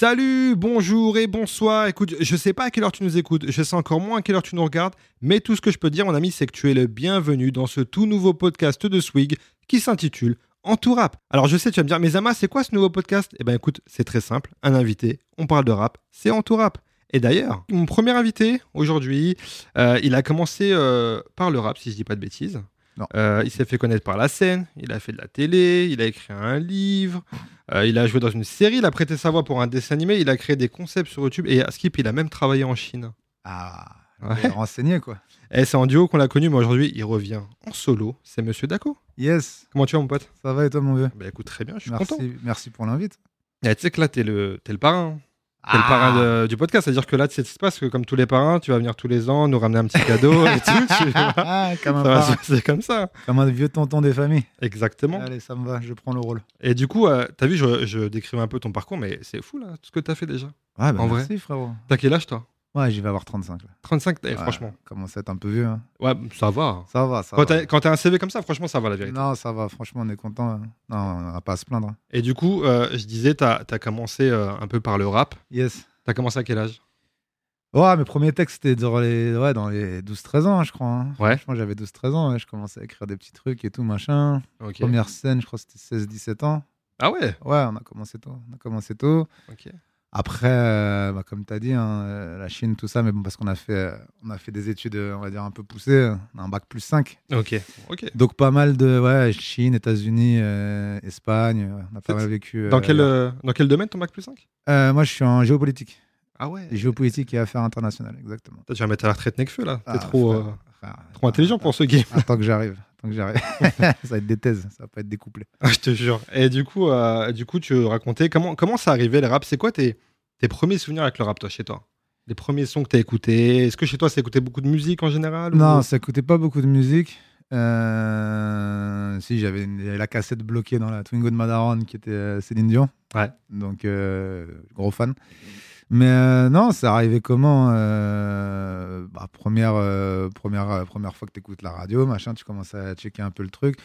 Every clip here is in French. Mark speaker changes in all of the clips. Speaker 1: Salut, bonjour et bonsoir. Écoute, je sais pas à quelle heure tu nous écoutes, je sais encore moins à quelle heure tu nous regardes, mais tout ce que je peux dire, mon ami, c'est que tu es le bienvenu dans ce tout nouveau podcast de Swig qui s'intitule En tout rap. Alors je sais, tu vas me dire, mais Zama, c'est quoi ce nouveau podcast Eh ben écoute, c'est très simple, un invité, on parle de rap, c'est En tout rap. Et d'ailleurs, mon premier invité aujourd'hui, euh, il a commencé euh, par le rap, si je dis pas de bêtises.
Speaker 2: Non.
Speaker 1: Euh, il s'est fait connaître par la scène, il a fait de la télé, il a écrit un livre, euh, il a joué dans une série, il a prêté sa voix pour un dessin animé, il a créé des concepts sur YouTube et à Skip, il a même travaillé en Chine.
Speaker 2: Ah,
Speaker 1: Ouais.
Speaker 2: il est renseigné quoi.
Speaker 1: Et c'est en duo qu'on l'a connu, mais aujourd'hui, il revient en solo. C'est Monsieur Daco.
Speaker 2: Yes,
Speaker 1: Comment tu vas, mon pote
Speaker 2: ça va et toi mon vieux
Speaker 1: Bah écoute, très bien, je suis
Speaker 2: Merci,
Speaker 1: content.
Speaker 2: merci pour l'invite.
Speaker 1: Et tu sais que là, t'es le, t'es le parrain. hein. T'es
Speaker 2: Ah.
Speaker 1: le parrain de- du podcast. C'est-à-dire que là, tu sais ce qui se passe, que comme tous les parrains, tu vas venir tous les ans, nous ramener un petit cadeau et tout. tu vois.
Speaker 2: Ah, comme, un
Speaker 1: Ça va se
Speaker 2: parrain,
Speaker 1: passer comme ça.
Speaker 2: comme un vieux tonton des familles.
Speaker 1: Exactement.
Speaker 2: Allez, ça me va, je prends le rôle.
Speaker 1: Et du coup, euh, t'as vu, je, je décrivais un peu ton parcours, mais c'est fou là, tout ce que t'as fait déjà.
Speaker 2: Ouais, bah,
Speaker 1: En
Speaker 2: merci frérot.
Speaker 1: T'as quel âge toi
Speaker 2: Ouais, j'y vais avoir 35 là.
Speaker 1: 35, eh,
Speaker 2: Ouais,
Speaker 1: franchement.
Speaker 2: Commence à être un peu vieux. hein.
Speaker 1: Ouais, ça va.
Speaker 2: Ça va, ça
Speaker 1: Quand
Speaker 2: va.
Speaker 1: t'as quand t'as un CV comme ça, franchement, ça va la vérité.
Speaker 2: Non, ça va, franchement, on est content. hein. Non, on n'a pas à se plaindre. hein.
Speaker 1: Et du coup, euh, je disais, t'as as commencé euh, un peu par le rap.
Speaker 2: Yes.
Speaker 1: T'as commencé à quel âge
Speaker 2: Ouais, mes premiers textes, c'était dans les, ouais, dans les 12-13 ans, je crois. hein.
Speaker 1: Ouais.
Speaker 2: Franchement, j'avais 12-13 ans, ouais, je commençais à écrire des petits trucs et tout, machin.
Speaker 1: Ok.
Speaker 2: Première scène, je crois que c'était 16-17 ans.
Speaker 1: Ah ouais
Speaker 2: Ouais, on a commencé tôt. On a commencé tôt.
Speaker 1: Ok.
Speaker 2: Après, euh, bah, comme tu as dit, hein, euh, la Chine, tout ça, mais bon, parce qu'on a fait, euh, on a fait des études, euh, on va dire, un peu poussées, euh, on a un bac plus 5.
Speaker 1: Ok. Ok.
Speaker 2: Donc, pas mal de ouais, Chine, États-Unis, euh, Espagne, ouais, on a
Speaker 1: C'est-
Speaker 2: pas mal vécu. euh,
Speaker 1: Dans, quel,
Speaker 2: là-bas.
Speaker 1: euh, dans quel domaine ton bac plus 5
Speaker 2: Euh, Moi, je suis en géopolitique.
Speaker 1: Ah ouais
Speaker 2: Géopolitique et affaires internationales, exactement.
Speaker 1: Toi, Tu vas mettre à la retraite Necfeu là. T'es
Speaker 2: Ah,
Speaker 1: trop,
Speaker 2: frère,
Speaker 1: euh,
Speaker 2: frère,
Speaker 1: trop intelligent pour ce game.
Speaker 2: Attends que j'arrive. Attends que j'arrive. ça va être des thèses, ça va pas être découplé.
Speaker 1: Ah, je te jure. Et du coup, euh, du coup tu racontais comment, comment ça arrivait le rap C'est quoi tes, tes premiers souvenirs avec le rap, toi, chez toi Les premiers sons que t'as écoutés Est-ce que chez toi, c'est écouté beaucoup de musique en général ou-
Speaker 2: Non, ça coûtait pas beaucoup de musique. Euh, Si, j'avais une- j'avais la cassette bloquée dans la Twingo de Madaron qui était euh, Céline Dion.
Speaker 1: Ouais.
Speaker 2: Donc, euh, gros fan. Mais euh, non, ça arrivait comment Euh, bah, première, euh, première, euh, première fois que tu écoutes la radio, machin, tu commences à checker un peu le truc.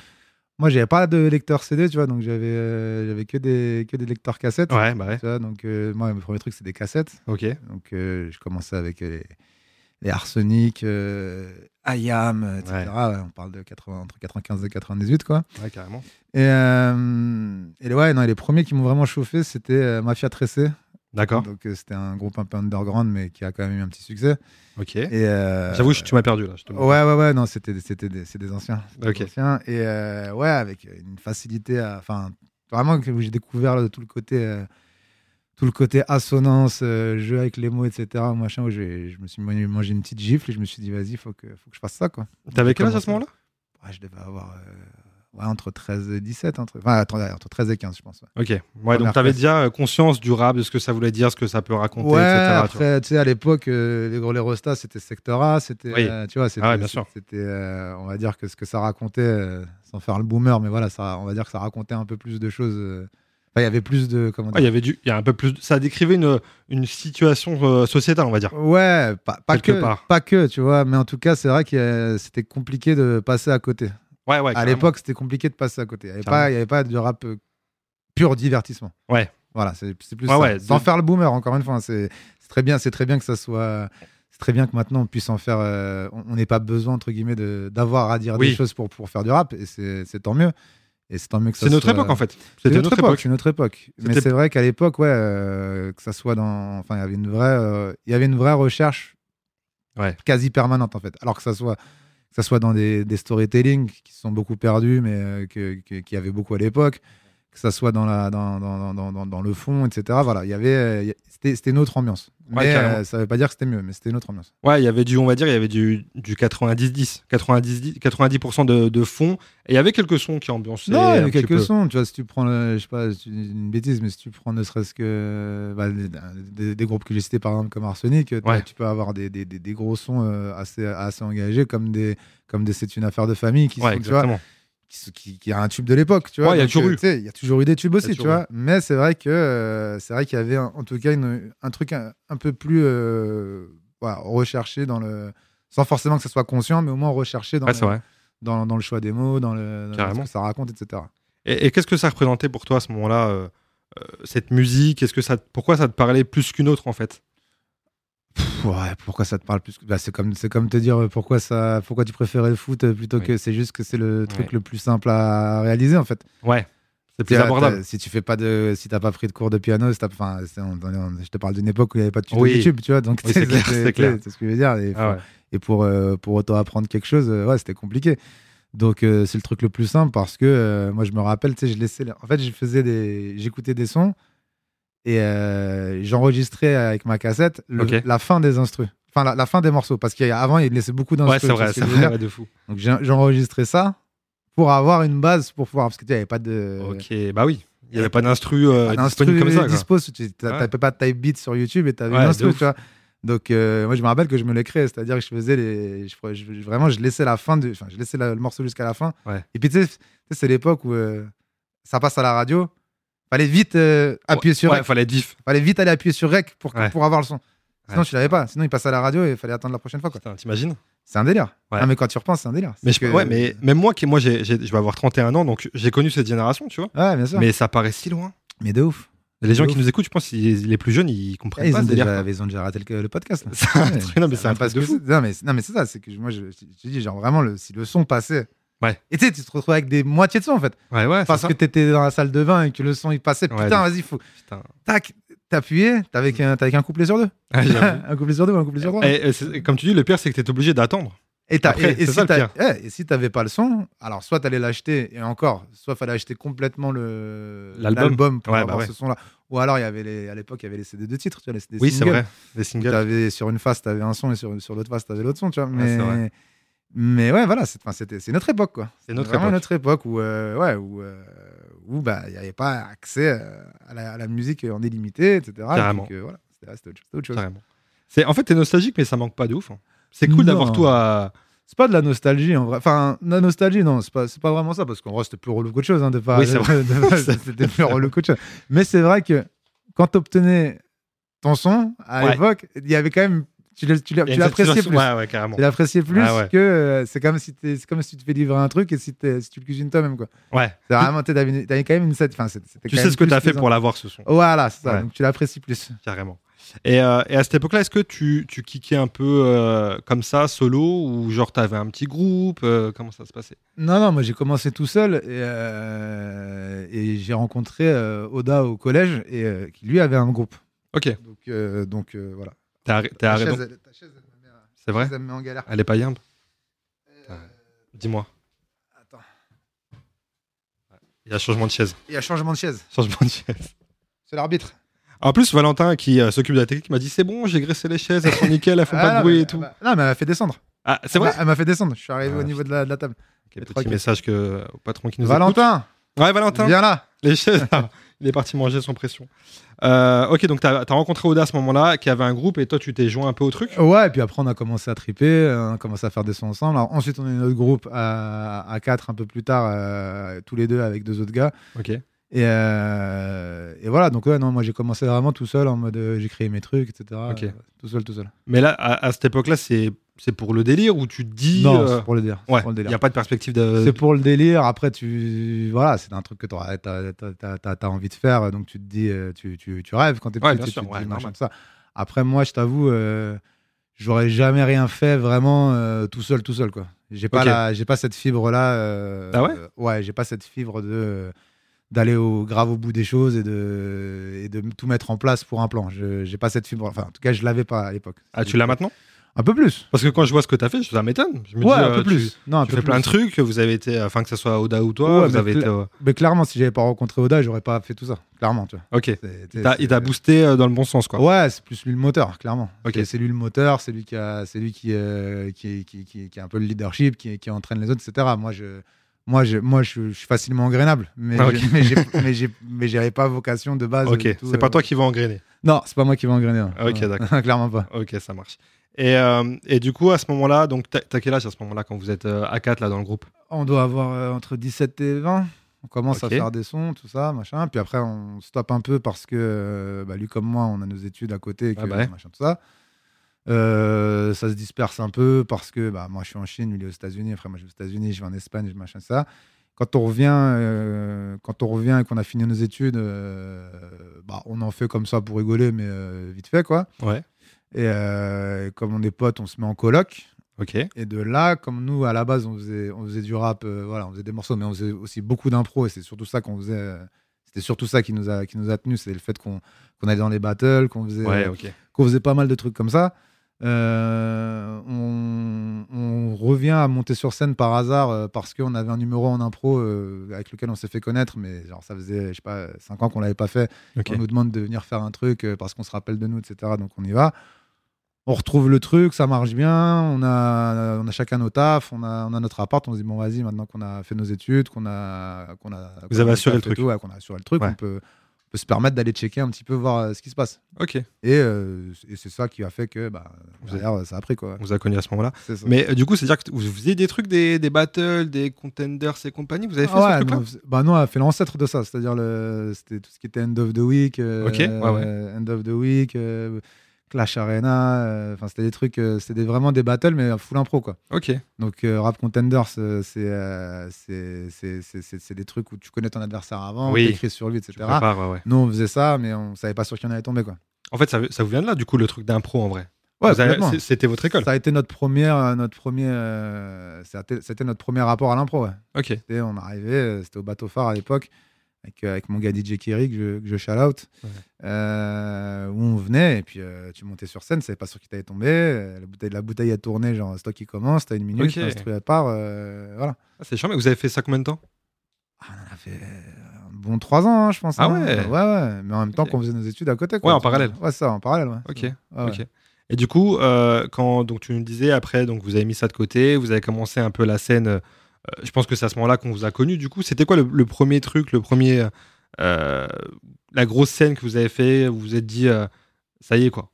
Speaker 2: Moi, j'avais pas de lecteur CD, tu vois, donc j'avais euh, j'avais que des, que des lecteurs cassettes.
Speaker 1: Ouais, bah ouais.
Speaker 2: Tu vois, donc, euh, moi, mes premiers trucs, c'est des cassettes.
Speaker 1: Ok.
Speaker 2: Donc, euh, je commençais avec euh, les, les Arsenic, euh, IAM, etc. Ouais, on parle de 80, entre 95 et 98, quoi.
Speaker 1: Ouais, carrément.
Speaker 2: Et, euh, et ouais, non, et les premiers qui m'ont vraiment chauffé, c'était euh, Mafia Tressé.
Speaker 1: D'accord.
Speaker 2: Donc, euh, c'était un groupe un peu underground, mais qui a quand même eu un petit succès.
Speaker 1: Ok.
Speaker 2: Et, euh,
Speaker 1: J'avoue, je- tu m'as perdu là. Je te... le dis.
Speaker 2: Ouais, ouais, ouais, non, c'était des- c'était des, c'est des anciens. c'était
Speaker 1: Ok.
Speaker 2: des anciens. Et euh, ouais, avec une facilité à. Enfin, vraiment, que j'ai découvert là, tout le côté. euh, tout le côté assonance, euh, jeu avec les mots, etc. Machin, où j'ai- je me suis mangé mangé une petite gifle et je me suis dit, vas-y, faut que, faut que je fasse ça, quoi.
Speaker 1: T'avais quel âge à ce moment-là
Speaker 2: Ouais, je devais avoir. euh, ouais, entre 13 et 17, entre, enfin, attends, entre 13 et 15, je pense. ouais.
Speaker 1: Ok. Ouais, donc
Speaker 2: Première
Speaker 1: t'avais
Speaker 2: classe.
Speaker 1: déjà euh, conscience du rap, de ce que ça voulait dire, ce que ça peut raconter,
Speaker 2: Ouais,
Speaker 1: etc. tu vois.
Speaker 2: après, tu sais, à l'époque, euh, les gros les Rostas, c'était secteur A, c'était,
Speaker 1: Oui.
Speaker 2: euh, tu vois, c'était,
Speaker 1: Ah ouais, bien sûr.
Speaker 2: c'était, euh, on va dire que ce que ça racontait, euh, sans faire le boomer, mais voilà, ça, on va dire que ça racontait un peu plus de choses. euh, Enfin, il y avait plus de, comment
Speaker 1: Ouais, il
Speaker 2: dire.
Speaker 1: y avait du, il y a un peu plus. de- Ça décrivait une, une situation euh, sociétale, on va dire.
Speaker 2: Ouais, pas, pas
Speaker 1: Quelque
Speaker 2: que,
Speaker 1: part.
Speaker 2: pas que, tu vois, mais en tout cas, c'est vrai que euh, c'était compliqué de passer à côté.
Speaker 1: Ouais, ouais.
Speaker 2: à
Speaker 1: carrément.
Speaker 2: l'époque, c'était compliqué de passer à côté. Il n'y avait,
Speaker 1: Carrément.
Speaker 2: pas- il y avait pas de rap euh, pur divertissement.
Speaker 1: Ouais.
Speaker 2: Voilà, c'est c'est plus
Speaker 1: Ouais,
Speaker 2: ça.
Speaker 1: ouais,
Speaker 2: Sans
Speaker 1: de-
Speaker 2: faire le boomer, encore une fois. hein, C'est c'est très bien, c'est très bien que ça soit. C'est très bien que maintenant on puisse en faire. euh, on on n'ait pas besoin entre guillemets de- d'avoir à dire
Speaker 1: Oui.
Speaker 2: des choses pour pour faire du rap et c'est c'est tant mieux. Et c'est tant mieux que ça
Speaker 1: C'est notre
Speaker 2: soit-
Speaker 1: époque en fait.
Speaker 2: C'est
Speaker 1: C'était notre époque.
Speaker 2: C'est notre époque. Mais
Speaker 1: C'était-
Speaker 2: c'est vrai qu'à l'époque, ouais, euh, que ça soit dans. Enfin, il y avait une vraie. euh, Il y avait une vraie recherche.
Speaker 1: Ouais.
Speaker 2: Quasi permanente en fait. Alors que ça soit que ça soit dans des, des storytelling qui se sont beaucoup perdus, mais euh, que- que- qu'il y avait beaucoup à l'époque, que ça soit dans, la, dans, dans, dans, dans, dans le fond, etc. Voilà, il y avait, euh, il y a- c'était, c'était une autre ambiance.
Speaker 1: Ouais,
Speaker 2: mais
Speaker 1: carrément.
Speaker 2: euh, ça ne veut pas dire que c'était mieux, mais c'était une autre ambiance.
Speaker 1: Ouais, il y avait du, on va dire, il y avait du, du 90-10, 90, 90% de, de fond. Et il y avait quelques sons qui ambiançaient.
Speaker 2: Non, il y
Speaker 1: un
Speaker 2: a
Speaker 1: petit
Speaker 2: quelques
Speaker 1: peu.
Speaker 2: sons. Tu vois, si tu prends, le- je sais pas, c'est une bêtise, mais si tu prends ne serait-ce que bah, des, des- des groupes que j'ai cités, par exemple, comme Arsenic, t'as-
Speaker 1: Ouais.
Speaker 2: tu peux avoir des, des, des, des gros sons euh, assez, assez engagés, comme des, comme des C'est une affaire de famille, qui,
Speaker 1: Ouais,
Speaker 2: sont, tu vois,
Speaker 1: exactement.
Speaker 2: qui, sont- qui, qui est un tube de l'époque. Tu vois,
Speaker 1: Ouais, il y a
Speaker 2: Donc,
Speaker 1: toujours
Speaker 2: euh,
Speaker 1: eu.
Speaker 2: tu sais, Il y a toujours eu des tubes aussi, tu
Speaker 1: toujours
Speaker 2: vois. Mais c'est vrai que euh, c'est vrai qu'il y avait un- en tout cas une- un truc un, un peu plus euh, voilà, recherché dans le, sans forcément que ça soit conscient, mais au moins recherché dans,
Speaker 1: Ouais,
Speaker 2: le,
Speaker 1: c'est vrai.
Speaker 2: dans, dans le choix des mots, dans le, dans
Speaker 1: Carrément.
Speaker 2: ce que ça raconte, etc.
Speaker 1: Et, et qu'est-ce que ça représentait pour toi à ce moment-là, euh, cette musique Est-ce que ça, te- pourquoi ça te parlait plus qu'une autre en fait
Speaker 2: Pff, ouais, pourquoi ça te parle plus que- bah, C'est comme, c'est comme te dire euh, pourquoi, ça, pourquoi tu préférais le foot euh, plutôt
Speaker 1: Oui.
Speaker 2: que. C'est juste que c'est le truc le plus simple à réaliser en fait.
Speaker 1: Ouais, c'est plus
Speaker 2: T'as-
Speaker 1: abordable.
Speaker 2: t'as- Si tu fais pas de, si t'as pas pris de cours de piano, si t'as- enfin, c'est- on- on- je te parle d'une époque où il n'y avait pas de tuto
Speaker 1: Oui.
Speaker 2: YouTube, tu vois. Donc
Speaker 1: Oui, c'est clair, c'est clair.
Speaker 2: c'est ce que je veux dire. Et,
Speaker 1: Ah ouais.
Speaker 2: et pour euh, pour autant apprendre quelque chose, euh, ouais, c'était compliqué. Donc euh, c'est le truc le plus simple parce que euh, moi je me rappelle, tu sais, je laissais, les- en fait, je faisais des, j'écoutais des sons et euh, j'enregistrais avec ma cassette le-
Speaker 1: Ok.
Speaker 2: la fin des instrus, enfin la, la fin des morceaux, parce qu'avant il laissait beaucoup d'instrus.
Speaker 1: Ouais, c'est
Speaker 2: tu vois
Speaker 1: vrai,
Speaker 2: ce que
Speaker 1: c'est
Speaker 2: je veux dire
Speaker 1: vrai, ouais, de fou.
Speaker 2: Donc j'ai j'ai enregistré ça pour avoir une base pour pouvoir, parce que tu sais, il n'y avait pas de
Speaker 1: Ok, bah oui. Il n'y avait pas d'instru euh,
Speaker 2: un
Speaker 1: disponible comme ça. quoi.
Speaker 2: dispo, si tu
Speaker 1: Ouais.
Speaker 2: t'a- tapais pas type beat sur YouTube et t'avais
Speaker 1: Ouais,
Speaker 2: une
Speaker 1: de
Speaker 2: instru,
Speaker 1: ouf.
Speaker 2: tu vois. Donc euh, moi je me rappelle que je me l'ai créé, c'est-à-dire que je faisais les, je, je- vraiment je laissais la fin de, enfin je laissais la- le morceau jusqu'à la fin.
Speaker 1: Ouais.
Speaker 2: Et puis tu sais, tu sais, c'est l'époque où euh, ça passe à la radio, fallait vite euh, appuyer sur
Speaker 1: Ouais,
Speaker 2: rec,
Speaker 1: fallait être vif.
Speaker 2: fallait vite aller appuyer sur rec pour que-
Speaker 1: Ouais.
Speaker 2: pour avoir le son. Sinon
Speaker 1: Ouais.
Speaker 2: tu l'avais pas, sinon il passait à la radio et il fallait attendre la prochaine fois quoi.
Speaker 1: Putain, T'imagines
Speaker 2: C'est un délire.
Speaker 1: Ouais.
Speaker 2: Non, mais quand tu repenses, c'est un délire.
Speaker 1: mais,
Speaker 2: C'est
Speaker 1: je-
Speaker 2: que-
Speaker 1: ouais, mais même moi, qui, moi j'ai- j'ai- je vais avoir 31 ans, donc j'ai connu cette génération, tu vois.
Speaker 2: Ouais, bien sûr. Mais,
Speaker 1: Mais ça paraît si loin.
Speaker 2: de ouf.
Speaker 1: Les gens
Speaker 2: De
Speaker 1: qui nous écoutent, je pense, ils- les plus jeunes, ils comprennent
Speaker 2: Ils,
Speaker 1: pas
Speaker 2: ont
Speaker 1: ce délire.
Speaker 2: déjà, ils ont déjà raté le, le podcast. là.
Speaker 1: C'est un
Speaker 2: Ouais,
Speaker 1: truc- non, mais
Speaker 2: ça
Speaker 1: c'est un
Speaker 2: va pas
Speaker 1: truc de
Speaker 2: se
Speaker 1: fou.
Speaker 2: passer. Non, mais, non, mais c'est ça, c'est que moi, je, je, je dis, genre vraiment, le, si le son passait.
Speaker 1: Ouais.
Speaker 2: Et tu sais, tu te retrouves avec des moitiés de son en fait.
Speaker 1: Ouais, ouais,
Speaker 2: Parce
Speaker 1: c'est
Speaker 2: que t'étais dans la salle de bain et que le son il passait.
Speaker 1: Ouais,
Speaker 2: putain,
Speaker 1: donc-
Speaker 2: vas-y, faut.
Speaker 1: ça. Putain.
Speaker 2: Tac, t'appuyais, t'as avec, un- t'as avec un couplet sur deux.
Speaker 1: Ouais, j'avoue.
Speaker 2: un couplet sur deux ou un couplet sur trois.
Speaker 1: Et- et c'est- comme tu dis, le pire, c'est que t'es obligé d'attendre.
Speaker 2: Et, t'as-
Speaker 1: Après,
Speaker 2: et- et
Speaker 1: c'est
Speaker 2: si
Speaker 1: ça le
Speaker 2: t'as- ouais, et si t'avais pas le son, alors soit t'allais l'acheter, et encore, soit fallait acheter complètement le-
Speaker 1: L'album.
Speaker 2: pour
Speaker 1: Ouais, bah
Speaker 2: avoir
Speaker 1: ouais.
Speaker 2: ce son-là. Ou alors, il y avait les, à l'époque, il y avait les CD de titres, tu vois, les CD
Speaker 1: Oui, c'est
Speaker 2: singles.
Speaker 1: vrai. Des
Speaker 2: Où
Speaker 1: singles.
Speaker 2: t'avais- sur une face, t'avais un son et sur, sur l'autre face, t'avais l'autre son, tu vois.
Speaker 1: Ouais, c'est
Speaker 2: Mais,
Speaker 1: vrai.
Speaker 2: mais ouais, voilà, c'est enfin, c'était- c'est notre époque, quoi.
Speaker 1: C'est notre
Speaker 2: Vraiment
Speaker 1: époque.
Speaker 2: notre époque où, euh, ouais, où, euh, où bah, il n'y avait pas accès euh, à la, à la musique en illimité, etc.
Speaker 1: Carrément.
Speaker 2: Donc, euh, voilà, c'était ouais, c'était autre, c'était autre chose.
Speaker 1: Carrément. C'est- En fait, t'es nostalgique, mais ça manque pas de ouf. hein. C'est cool d'avoir
Speaker 2: Non.
Speaker 1: tout à.
Speaker 2: C'est pas de la nostalgie, en vrai. Enfin, la nostalgie, non, c'est pas, c'est pas vraiment ça, parce qu'en vrai, c'était plus relou qu'autre chose, hein, de pas.
Speaker 1: Oui, c'est vrai.
Speaker 2: de pas- c'était plus relou qu'autre chose. Mais c'est vrai que quand t'obtenais ton son, à
Speaker 1: Ouais.
Speaker 2: l'époque, il y avait quand même. Tu l'as- tu
Speaker 1: il y
Speaker 2: l'as-
Speaker 1: a
Speaker 2: tu
Speaker 1: une
Speaker 2: l'appréciais
Speaker 1: satisfaction-
Speaker 2: plus.
Speaker 1: Ouais, ouais, carrément.
Speaker 2: Tu l'appréciais plus
Speaker 1: Ah ouais.
Speaker 2: que euh, c'est comme si t'es- c'est comme si tu te fais livrer un truc et si, t'es- si tu le cuisines toi-même quoi.
Speaker 1: Ouais.
Speaker 2: C'est vraiment t'es- t'avais une- t'avais quand même une set. Enfin, c'était- c'était
Speaker 1: Tu
Speaker 2: quand
Speaker 1: sais
Speaker 2: même
Speaker 1: ce que
Speaker 2: plus
Speaker 1: t'as fait
Speaker 2: plaisant.
Speaker 1: pour l'avoir, ce son.
Speaker 2: Voilà, c'est ça.
Speaker 1: Ouais.
Speaker 2: Donc tu l'apprécies plus.
Speaker 1: Carrément. Et, euh, et à cette époque-là, est-ce que tu, tu kickais un peu euh, comme ça, solo, ou genre t'avais un petit groupe euh, Comment ça se passait
Speaker 2: Non, non, moi j'ai commencé tout seul et, euh, et j'ai rencontré euh, Oda au collège et euh, qui lui avait un groupe.
Speaker 1: Ok.
Speaker 2: Donc, euh, donc euh, voilà.
Speaker 1: T'as arrêté
Speaker 2: Ta chaise, elle- ta chaise, elle me met à-
Speaker 1: C'est vrai
Speaker 2: elle me met en galère.
Speaker 1: Elle est pas yimbe
Speaker 2: Euh,
Speaker 1: Dis-moi.
Speaker 2: attends.
Speaker 1: Il y a changement de chaise.
Speaker 2: Il y a changement de chaise.
Speaker 1: Changement de chaise.
Speaker 2: C'est l'arbitre.
Speaker 1: En plus, Valentin, qui euh, s'occupe de la technique, m'a dit c'est bon, j'ai graissé les chaises, elles sont nickel, elles font
Speaker 2: Ah,
Speaker 1: pas
Speaker 2: non,
Speaker 1: de bruit
Speaker 2: mais-
Speaker 1: et tout.
Speaker 2: bah, non, mais elle m'a fait descendre.
Speaker 1: Ah, c'est vrai
Speaker 2: Elle m'a- Elle m'a fait descendre. Je suis arrivé
Speaker 1: Ah,
Speaker 2: au niveau de la, de la table.
Speaker 1: Quel
Speaker 2: les
Speaker 1: Petit
Speaker 2: trois qui-
Speaker 1: message que, au patron qui nous
Speaker 2: Valentin.
Speaker 1: écoute. Ouais, Valentin.
Speaker 2: Viens là.
Speaker 1: Les chaises. ah, il est parti manger sans pression. Euh, ok, donc t'as as rencontré Oda à ce moment-là, qui avait un groupe, et toi, tu t'es joint un peu au truc
Speaker 2: Ouais, et puis après, on a commencé à triper, euh, on a commencé à faire des sons ensemble. Alors, ensuite, on a eu notre groupe à, à 4 un peu plus tard, euh, tous les deux avec deux autres gars.
Speaker 1: Ok.
Speaker 2: Et, euh, et voilà, donc ouais, non, moi j'ai commencé vraiment tout seul en mode euh, j'ai créé mes trucs, etc.
Speaker 1: Ok.
Speaker 2: Euh, tout seul, tout seul.
Speaker 1: Mais là, à, à cette époque-là, c'est c'est pour le délire où tu te dis.
Speaker 2: non,
Speaker 1: euh,
Speaker 2: c'est pour le dire. c'est
Speaker 1: ouais,
Speaker 2: pour le
Speaker 1: il
Speaker 2: délire.
Speaker 1: n'y a pas de perspective de.
Speaker 2: C'est pour le délire. Après, tu voilà, c'est un truc que tu as, envie de faire, donc tu te dis, euh, tu, tu- tu rêves quand t'es
Speaker 1: Ouais,
Speaker 2: petit,
Speaker 1: bien
Speaker 2: tu,
Speaker 1: sûr,
Speaker 2: tu te
Speaker 1: ouais,
Speaker 2: dis, machin,
Speaker 1: normal.
Speaker 2: tout ça. Après, moi, je t'avoue, euh, j'aurais jamais rien fait vraiment euh, tout seul, tout seul quoi. J'ai pas
Speaker 1: Ok.
Speaker 2: la- j'ai pas cette fibre là. euh,
Speaker 1: Ah ouais
Speaker 2: euh, Ouais, j'ai pas cette fibre de d'aller au grave au bout des choses et de et de tout mettre en place pour un plan. Je j'ai pas cette fibre. Enfin, en tout cas, je l'avais pas à l'époque.
Speaker 1: Ah, tu l'as maintenant
Speaker 2: Un peu plus.
Speaker 1: Parce que quand je vois ce que tu as fait, je- ça m'étonne. Je me
Speaker 2: ouais,
Speaker 1: dis,
Speaker 2: un
Speaker 1: euh,
Speaker 2: peu plus. non, un
Speaker 1: Tu, tu
Speaker 2: peu
Speaker 1: fais plein
Speaker 2: plus.
Speaker 1: de trucs, vous avez été. Enfin, que ce soit Oda ou toi,
Speaker 2: Ouais,
Speaker 1: vous
Speaker 2: mais
Speaker 1: avez
Speaker 2: cla-
Speaker 1: été. euh,
Speaker 2: Mais clairement, si j'avais pas rencontré Oda, j'aurais pas fait tout ça. Clairement, tu vois.
Speaker 1: Ok.
Speaker 2: C'est-
Speaker 1: Il t'a-
Speaker 2: c'est-
Speaker 1: il t'a boosté euh, dans le bon sens, quoi.
Speaker 2: Ouais, c'est plus lui le moteur, clairement.
Speaker 1: Ok.
Speaker 2: C'est- C'est lui le moteur, c'est lui qui a, c'est lui qui, euh, qui, qui, qui, qui a un peu le leadership, qui, qui entraîne les autres, etc. Moi, je, moi, je, moi, je, je suis facilement engrenable, mais
Speaker 1: Ah, ok.
Speaker 2: j'ai- mais j'ai- mais j'ai- mais j'avais pas vocation de base.
Speaker 1: ok,
Speaker 2: du
Speaker 1: c'est
Speaker 2: tout,
Speaker 1: pas
Speaker 2: euh,
Speaker 1: toi qui vas engrainer.
Speaker 2: Non, c'est pas moi qui vais engrainer. hein.
Speaker 1: Ah, ok,
Speaker 2: Non.
Speaker 1: d'accord.
Speaker 2: clairement pas.
Speaker 1: Ok, ça marche. Et, euh, et du coup, à ce moment-là, donc t'as t'as quel âge à ce moment-là quand vous êtes euh, à 4 là dans le groupe
Speaker 2: On doit avoir euh, entre 17 et 20. On commence
Speaker 1: Ok.
Speaker 2: à faire des sons, tout ça, machin. Puis après, on stoppe un peu parce que euh, bah, lui comme moi, on a nos études à côté, et que,
Speaker 1: Ah bah ouais.
Speaker 2: machin, tout ça. Euh, ça se disperse un peu parce que bah, moi, je suis en Chine, lui, il est aux États-Unis. Après, moi, je vais aux États-Unis, je vais en Espagne, je machin, ça. quand on revient, euh, quand on revient et qu'on a fini nos études, euh, bah, on en fait comme ça pour rigoler, mais euh, vite fait, quoi.
Speaker 1: Ouais.
Speaker 2: Et, euh, et comme on est potes, on se met en coloc.
Speaker 1: Ok.
Speaker 2: Et de là, comme nous, à la base, on faisait, on faisait du rap, euh, voilà, on faisait des morceaux, mais on faisait aussi beaucoup d'impro. Et c'est surtout ça qu'on faisait. euh, c'était surtout ça qui nous a, qui nous a tenus. C'est le fait qu'on qu'on allait dans les battles, qu'on faisait, euh,
Speaker 1: Ouais, ok.
Speaker 2: qu'on faisait pas mal de trucs comme ça. Euh, on, on revient à monter sur scène par hasard euh, parce qu'on avait un numéro en impro euh, avec lequel on s'est fait connaître, mais genre ça faisait, je sais pas, 5 ans qu'on l'avait pas fait.
Speaker 1: Ok.
Speaker 2: On nous demande de venir faire un truc euh, parce qu'on se rappelle de nous, etc. Donc on y va. On retrouve le truc, ça marche bien. On a, on a chacun nos tafs, on a, on a notre appart. On se dit bon, vas-y, maintenant qu'on a fait nos études, qu'on a, qu'on a, qu'on a
Speaker 1: avez
Speaker 2: nos
Speaker 1: assuré le
Speaker 2: tafs et
Speaker 1: truc.
Speaker 2: tout, ouais, qu'on a assuré le truc,
Speaker 1: Ouais.
Speaker 2: on, peut, on peut se permettre d'aller checker un petit peu voir euh, ce qui se passe.
Speaker 1: Ok.
Speaker 2: Et, euh, et c'est ça qui a fait que bah,
Speaker 1: Vous
Speaker 2: derrière, ça a pris quoi.
Speaker 1: On vous a connu à ce moment-là.
Speaker 2: C'est ça.
Speaker 1: Mais euh, du coup, c'est-à-dire que vous faisiez des trucs, des, des battles, des contenders et compagnie. Vous avez fait
Speaker 2: Ah ouais,
Speaker 1: ce truc-là
Speaker 2: non, c'est- bah non, on a fait l'ancêtre de ça, c'est-à-dire le, c'était tout ce qui était End of the Week, euh,
Speaker 1: Ok, ouais, ouais.
Speaker 2: End of the Week, euh, Clash Arena, euh, enfin c'était des trucs, euh, c'était des- vraiment des battles mais à full impro quoi.
Speaker 1: Ok.
Speaker 2: Donc euh, Rap Contenders, euh, c'est, euh, c'est, c'est, c'est, c'est- c'est des trucs où tu connais ton adversaire avant,
Speaker 1: Oui.
Speaker 2: t'écris sur lui,
Speaker 1: Tu
Speaker 2: etc.
Speaker 1: prépares, ouais, ouais.
Speaker 2: Nous on faisait ça, mais on savait pas sur qui on allait tomber quoi.
Speaker 1: En fait, ça, ça vous vient de là, du coup, le truc d'impro en vrai.
Speaker 2: Ouais,
Speaker 1: Vous avez-
Speaker 2: complètement.
Speaker 1: c'est- C'était votre école.
Speaker 2: Ça a été notre première, euh, notre premier, euh, ça a été- c'était notre premier rapport à l'impro. ouais.
Speaker 1: Ok.
Speaker 2: C'était- on arrivait, euh, c'était au bateau phare à l'époque, avec, euh, avec mon gars DJ Kerry, que je, que je shout out,
Speaker 1: Ouais.
Speaker 2: euh, où on venait, et puis euh, tu montais sur scène, c'est pas sûr qui t'allait tomber, euh, la bouteille, la bouteille a tourné, genre c'est toi qui commence, t'as une minute,
Speaker 1: Ok.
Speaker 2: l'instru à part, euh, voilà.
Speaker 1: Ah, c'est charmant. Vous avez fait ça combien de temps
Speaker 2: Ah, on en a fait euh, un bon trois ans, hein, je pense.
Speaker 1: Ah
Speaker 2: hein.
Speaker 1: ouais.
Speaker 2: ouais ouais, mais en même temps
Speaker 1: Ok.
Speaker 2: qu'on faisait nos études à côté. quoi.
Speaker 1: Ouais, en parallèle.
Speaker 2: Ouais, ça, en parallèle, ouais.
Speaker 1: Ok.
Speaker 2: Ah Ouais, ouais.
Speaker 1: Ok. Et du coup, euh, quand donc tu nous disais après, donc vous avez mis ça de côté, vous avez commencé un peu la scène. euh, je pense que c'est à ce moment-là qu'on vous a connu. Du coup, c'était quoi le, le premier truc, le premier, euh, la grosse scène que vous avez fait où vous vous êtes dit, euh, ça y est quoi.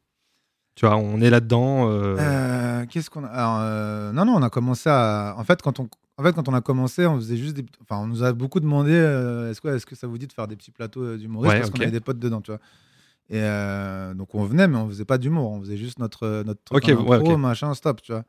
Speaker 1: Tu vois, on est là-dedans. euh,
Speaker 2: Euh, Qu'est-ce qu'on a alors, euh, Non, non, on a commencé à. En fait, quand on, en fait, quand on a commencé, on faisait juste des. Enfin, on nous a beaucoup demandé euh, est-ce que, est que ça vous dit de faire des petits plateaux euh, d'humoristes
Speaker 1: Ouais,
Speaker 2: Parce
Speaker 1: ok.
Speaker 2: qu'on avait des potes dedans, tu vois. Et euh, donc, on venait, mais on faisait pas d'humour. On faisait juste notre, euh, notre truc.
Speaker 1: Ok,
Speaker 2: en
Speaker 1: ouais,
Speaker 2: impro,
Speaker 1: ok.
Speaker 2: machin, stop, tu vois.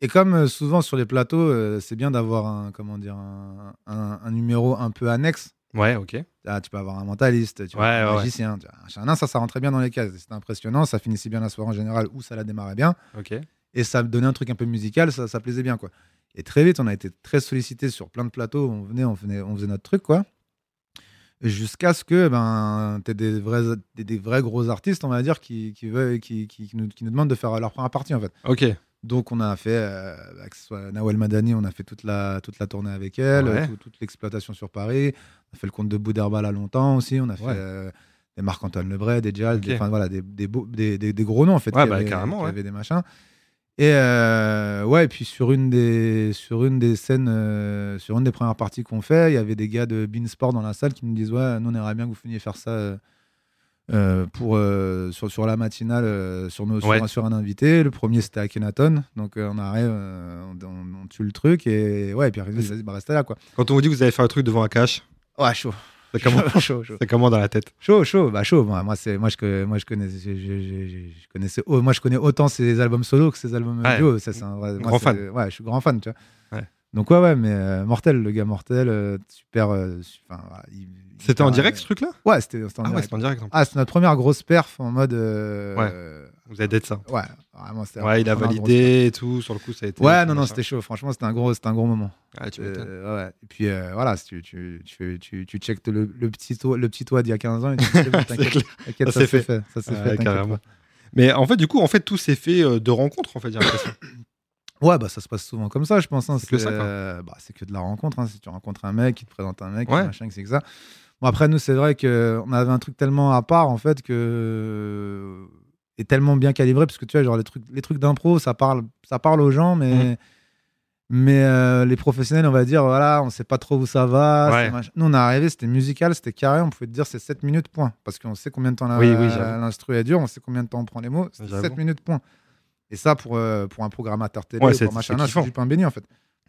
Speaker 2: Et comme euh, souvent sur les plateaux, euh, c'est bien d'avoir un, comment dire, un, un- un numéro un peu annexe.
Speaker 1: Ouais, ok.
Speaker 2: Ah, tu peux avoir un mentaliste, tu vois,
Speaker 1: Ouais, ouais,
Speaker 2: un
Speaker 1: ouais.
Speaker 2: magicien, tu vois, un chanin, ça, ça rentrait bien dans les cases. C'était impressionnant, ça finissait bien la soirée en général ou ça la démarrait bien
Speaker 1: Ok.
Speaker 2: et ça me donnait un truc un peu musical, ça, ça plaisait bien quoi. Et très vite, on a été très sollicité sur plein de plateaux, on venait, on venait, on faisait notre truc quoi. Jusqu'à ce que ben t'aies des vrais, des, des vrais gros artistes, on va dire, qui qui, veulent- qui, qui- qui nous, qui nous demandent de faire leur première partie en fait.
Speaker 1: Ok.
Speaker 2: Donc on a fait, euh, bah, que ce soit Nawel Madani, on a fait toute la toute la tournée avec elle,
Speaker 1: Ouais.
Speaker 2: tout- toute l'exploitation sur Paris. On a fait le compte de Bouderbal à longtemps aussi. On a fait
Speaker 1: Ouais.
Speaker 2: euh, des Marc-Antoine Lebray, des Jazz,
Speaker 1: Ok.
Speaker 2: des, enfin, voilà, des, des, beaux- des- des- des gros noms en fait.
Speaker 1: Ouais,
Speaker 2: qui
Speaker 1: bah,
Speaker 2: avaient-
Speaker 1: carrément,
Speaker 2: qui
Speaker 1: ouais.
Speaker 2: avaient des machins. Et euh, ouais, et puis sur une des sur une des scènes, euh, sur une des premières parties qu'on fait, il y avait des gars de Beansport dans la salle qui nous disent ouais, nous on aimerait bien que vous finiez faire ça. euh, euh, pour euh, sur, sur la matinale euh, sur, nos, sur
Speaker 1: Ouais.
Speaker 2: un- sur, un invité le premier c'était Akhenaton donc euh, on arrive euh, on, on- on tue le truc et ouais et puis après, vas-y bah, restez là quoi
Speaker 1: Quand on vous dit que vous allez faire un truc devant un cache,
Speaker 2: ouais chaud
Speaker 1: c'est comment
Speaker 2: chaud chaud
Speaker 1: C'est comment dans la tête
Speaker 2: chaud chaud bah chaud moi, moi c'est moi je co- moi je connais je, je- je- je- je connaissais oh, moi je connais autant ses albums solo que ses albums
Speaker 1: Ouais.
Speaker 2: duo ça c'est un vrai- moi,
Speaker 1: Grand
Speaker 2: c'est-
Speaker 1: fan.
Speaker 2: ouais je suis grand fan tu vois
Speaker 1: Ouais.
Speaker 2: donc ouais ouais mais euh, mortel le gars mortel euh, super euh, su- enfin, voilà, il-
Speaker 1: C'était en
Speaker 2: hyper,
Speaker 1: direct
Speaker 2: euh,
Speaker 1: ce truc-là
Speaker 2: ouais c'était c'était en
Speaker 1: Ah ouais,
Speaker 2: direct
Speaker 1: c'était en direct. en plus.
Speaker 2: ah c'est notre première grosse perf en mode euh,
Speaker 1: Ouais.
Speaker 2: euh,
Speaker 1: Vous avez d'être ça.
Speaker 2: Ouais, vraiment, c'était.
Speaker 1: Ouais, il a
Speaker 2: vraiment un gros
Speaker 1: validé et tout. Sur le coup, ça a
Speaker 2: truc.
Speaker 1: été.
Speaker 2: Ouais, non, non,
Speaker 1: machin.
Speaker 2: c'était chaud. Franchement, c'était un gros, c'était un gros moment.
Speaker 1: Ah, tu
Speaker 2: Euh,
Speaker 1: m'étonnes.
Speaker 2: ouais. Et puis euh, voilà, si tu, tu, tu, tu, tu checkes le, le petit toit, le petit toit d'il y a 15 ans. Et tu te dis, bon,
Speaker 1: C'est
Speaker 2: t'inquiète,
Speaker 1: clair.
Speaker 2: t'inquiète,
Speaker 1: Ça
Speaker 2: ça
Speaker 1: s'est
Speaker 2: s'est fait. Ça s'est
Speaker 1: Ouais,
Speaker 2: fait. t'inquiète
Speaker 1: Euh, carrément. Mais en fait, du coup, en fait, tout s'est fait euh, de rencontres, en fait, j'ai l'impression.
Speaker 2: pas. Ouais, bah ça se passe souvent comme ça, je pense. hein.
Speaker 1: C'est que ça, quoi.
Speaker 2: euh, bah, c'est que de la rencontre. hein. Si tu rencontres un mec, il te présente un mec,
Speaker 1: Ouais.
Speaker 2: machin, que c'est que ça. Bon après nous, c'est vrai que on avait un truc tellement à part en fait que et tellement bien calibré parce que tu vois genre les trucs les trucs d'impro ça parle ça parle aux gens
Speaker 1: Mmh.
Speaker 2: mais mais euh, les professionnels on va dire voilà on sait pas trop où ça va
Speaker 1: Ouais.
Speaker 2: c'est machin. nous on est arrivé c'était musical c'était carré on pouvait te dire c'est 7 minutes point parce qu'on sait combien de temps la-
Speaker 1: Oui, oui, j'avoue.
Speaker 2: l'instru est dur on sait combien de temps on prend les mots c'était
Speaker 1: J'avoue.
Speaker 2: 7 minutes point et ça pour euh, pour un programmateur télé
Speaker 1: Ouais,
Speaker 2: ou
Speaker 1: c'est-
Speaker 2: pour machin
Speaker 1: c'est
Speaker 2: là,
Speaker 1: kiffant.
Speaker 2: c'est du pain béni en fait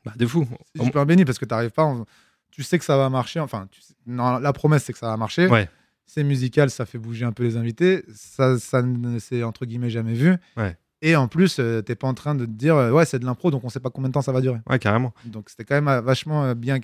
Speaker 1: Bah, de fou.
Speaker 2: c'est du pain béni parce que t'arrives pas en- tu sais que ça va marcher enfin tu sais- non, la promesse c'est que ça va marcher
Speaker 1: Ouais.
Speaker 2: c'est musical, ça fait bouger un peu les invités, ça, ça ne s'est entre guillemets jamais vu.
Speaker 1: Ouais.
Speaker 2: Et en plus, euh, t'es pas en train de te dire euh, ouais c'est de l'impro donc on sait pas combien de temps ça va durer.
Speaker 1: Ouais, carrément.
Speaker 2: Donc c'était quand même euh, vachement euh, bien,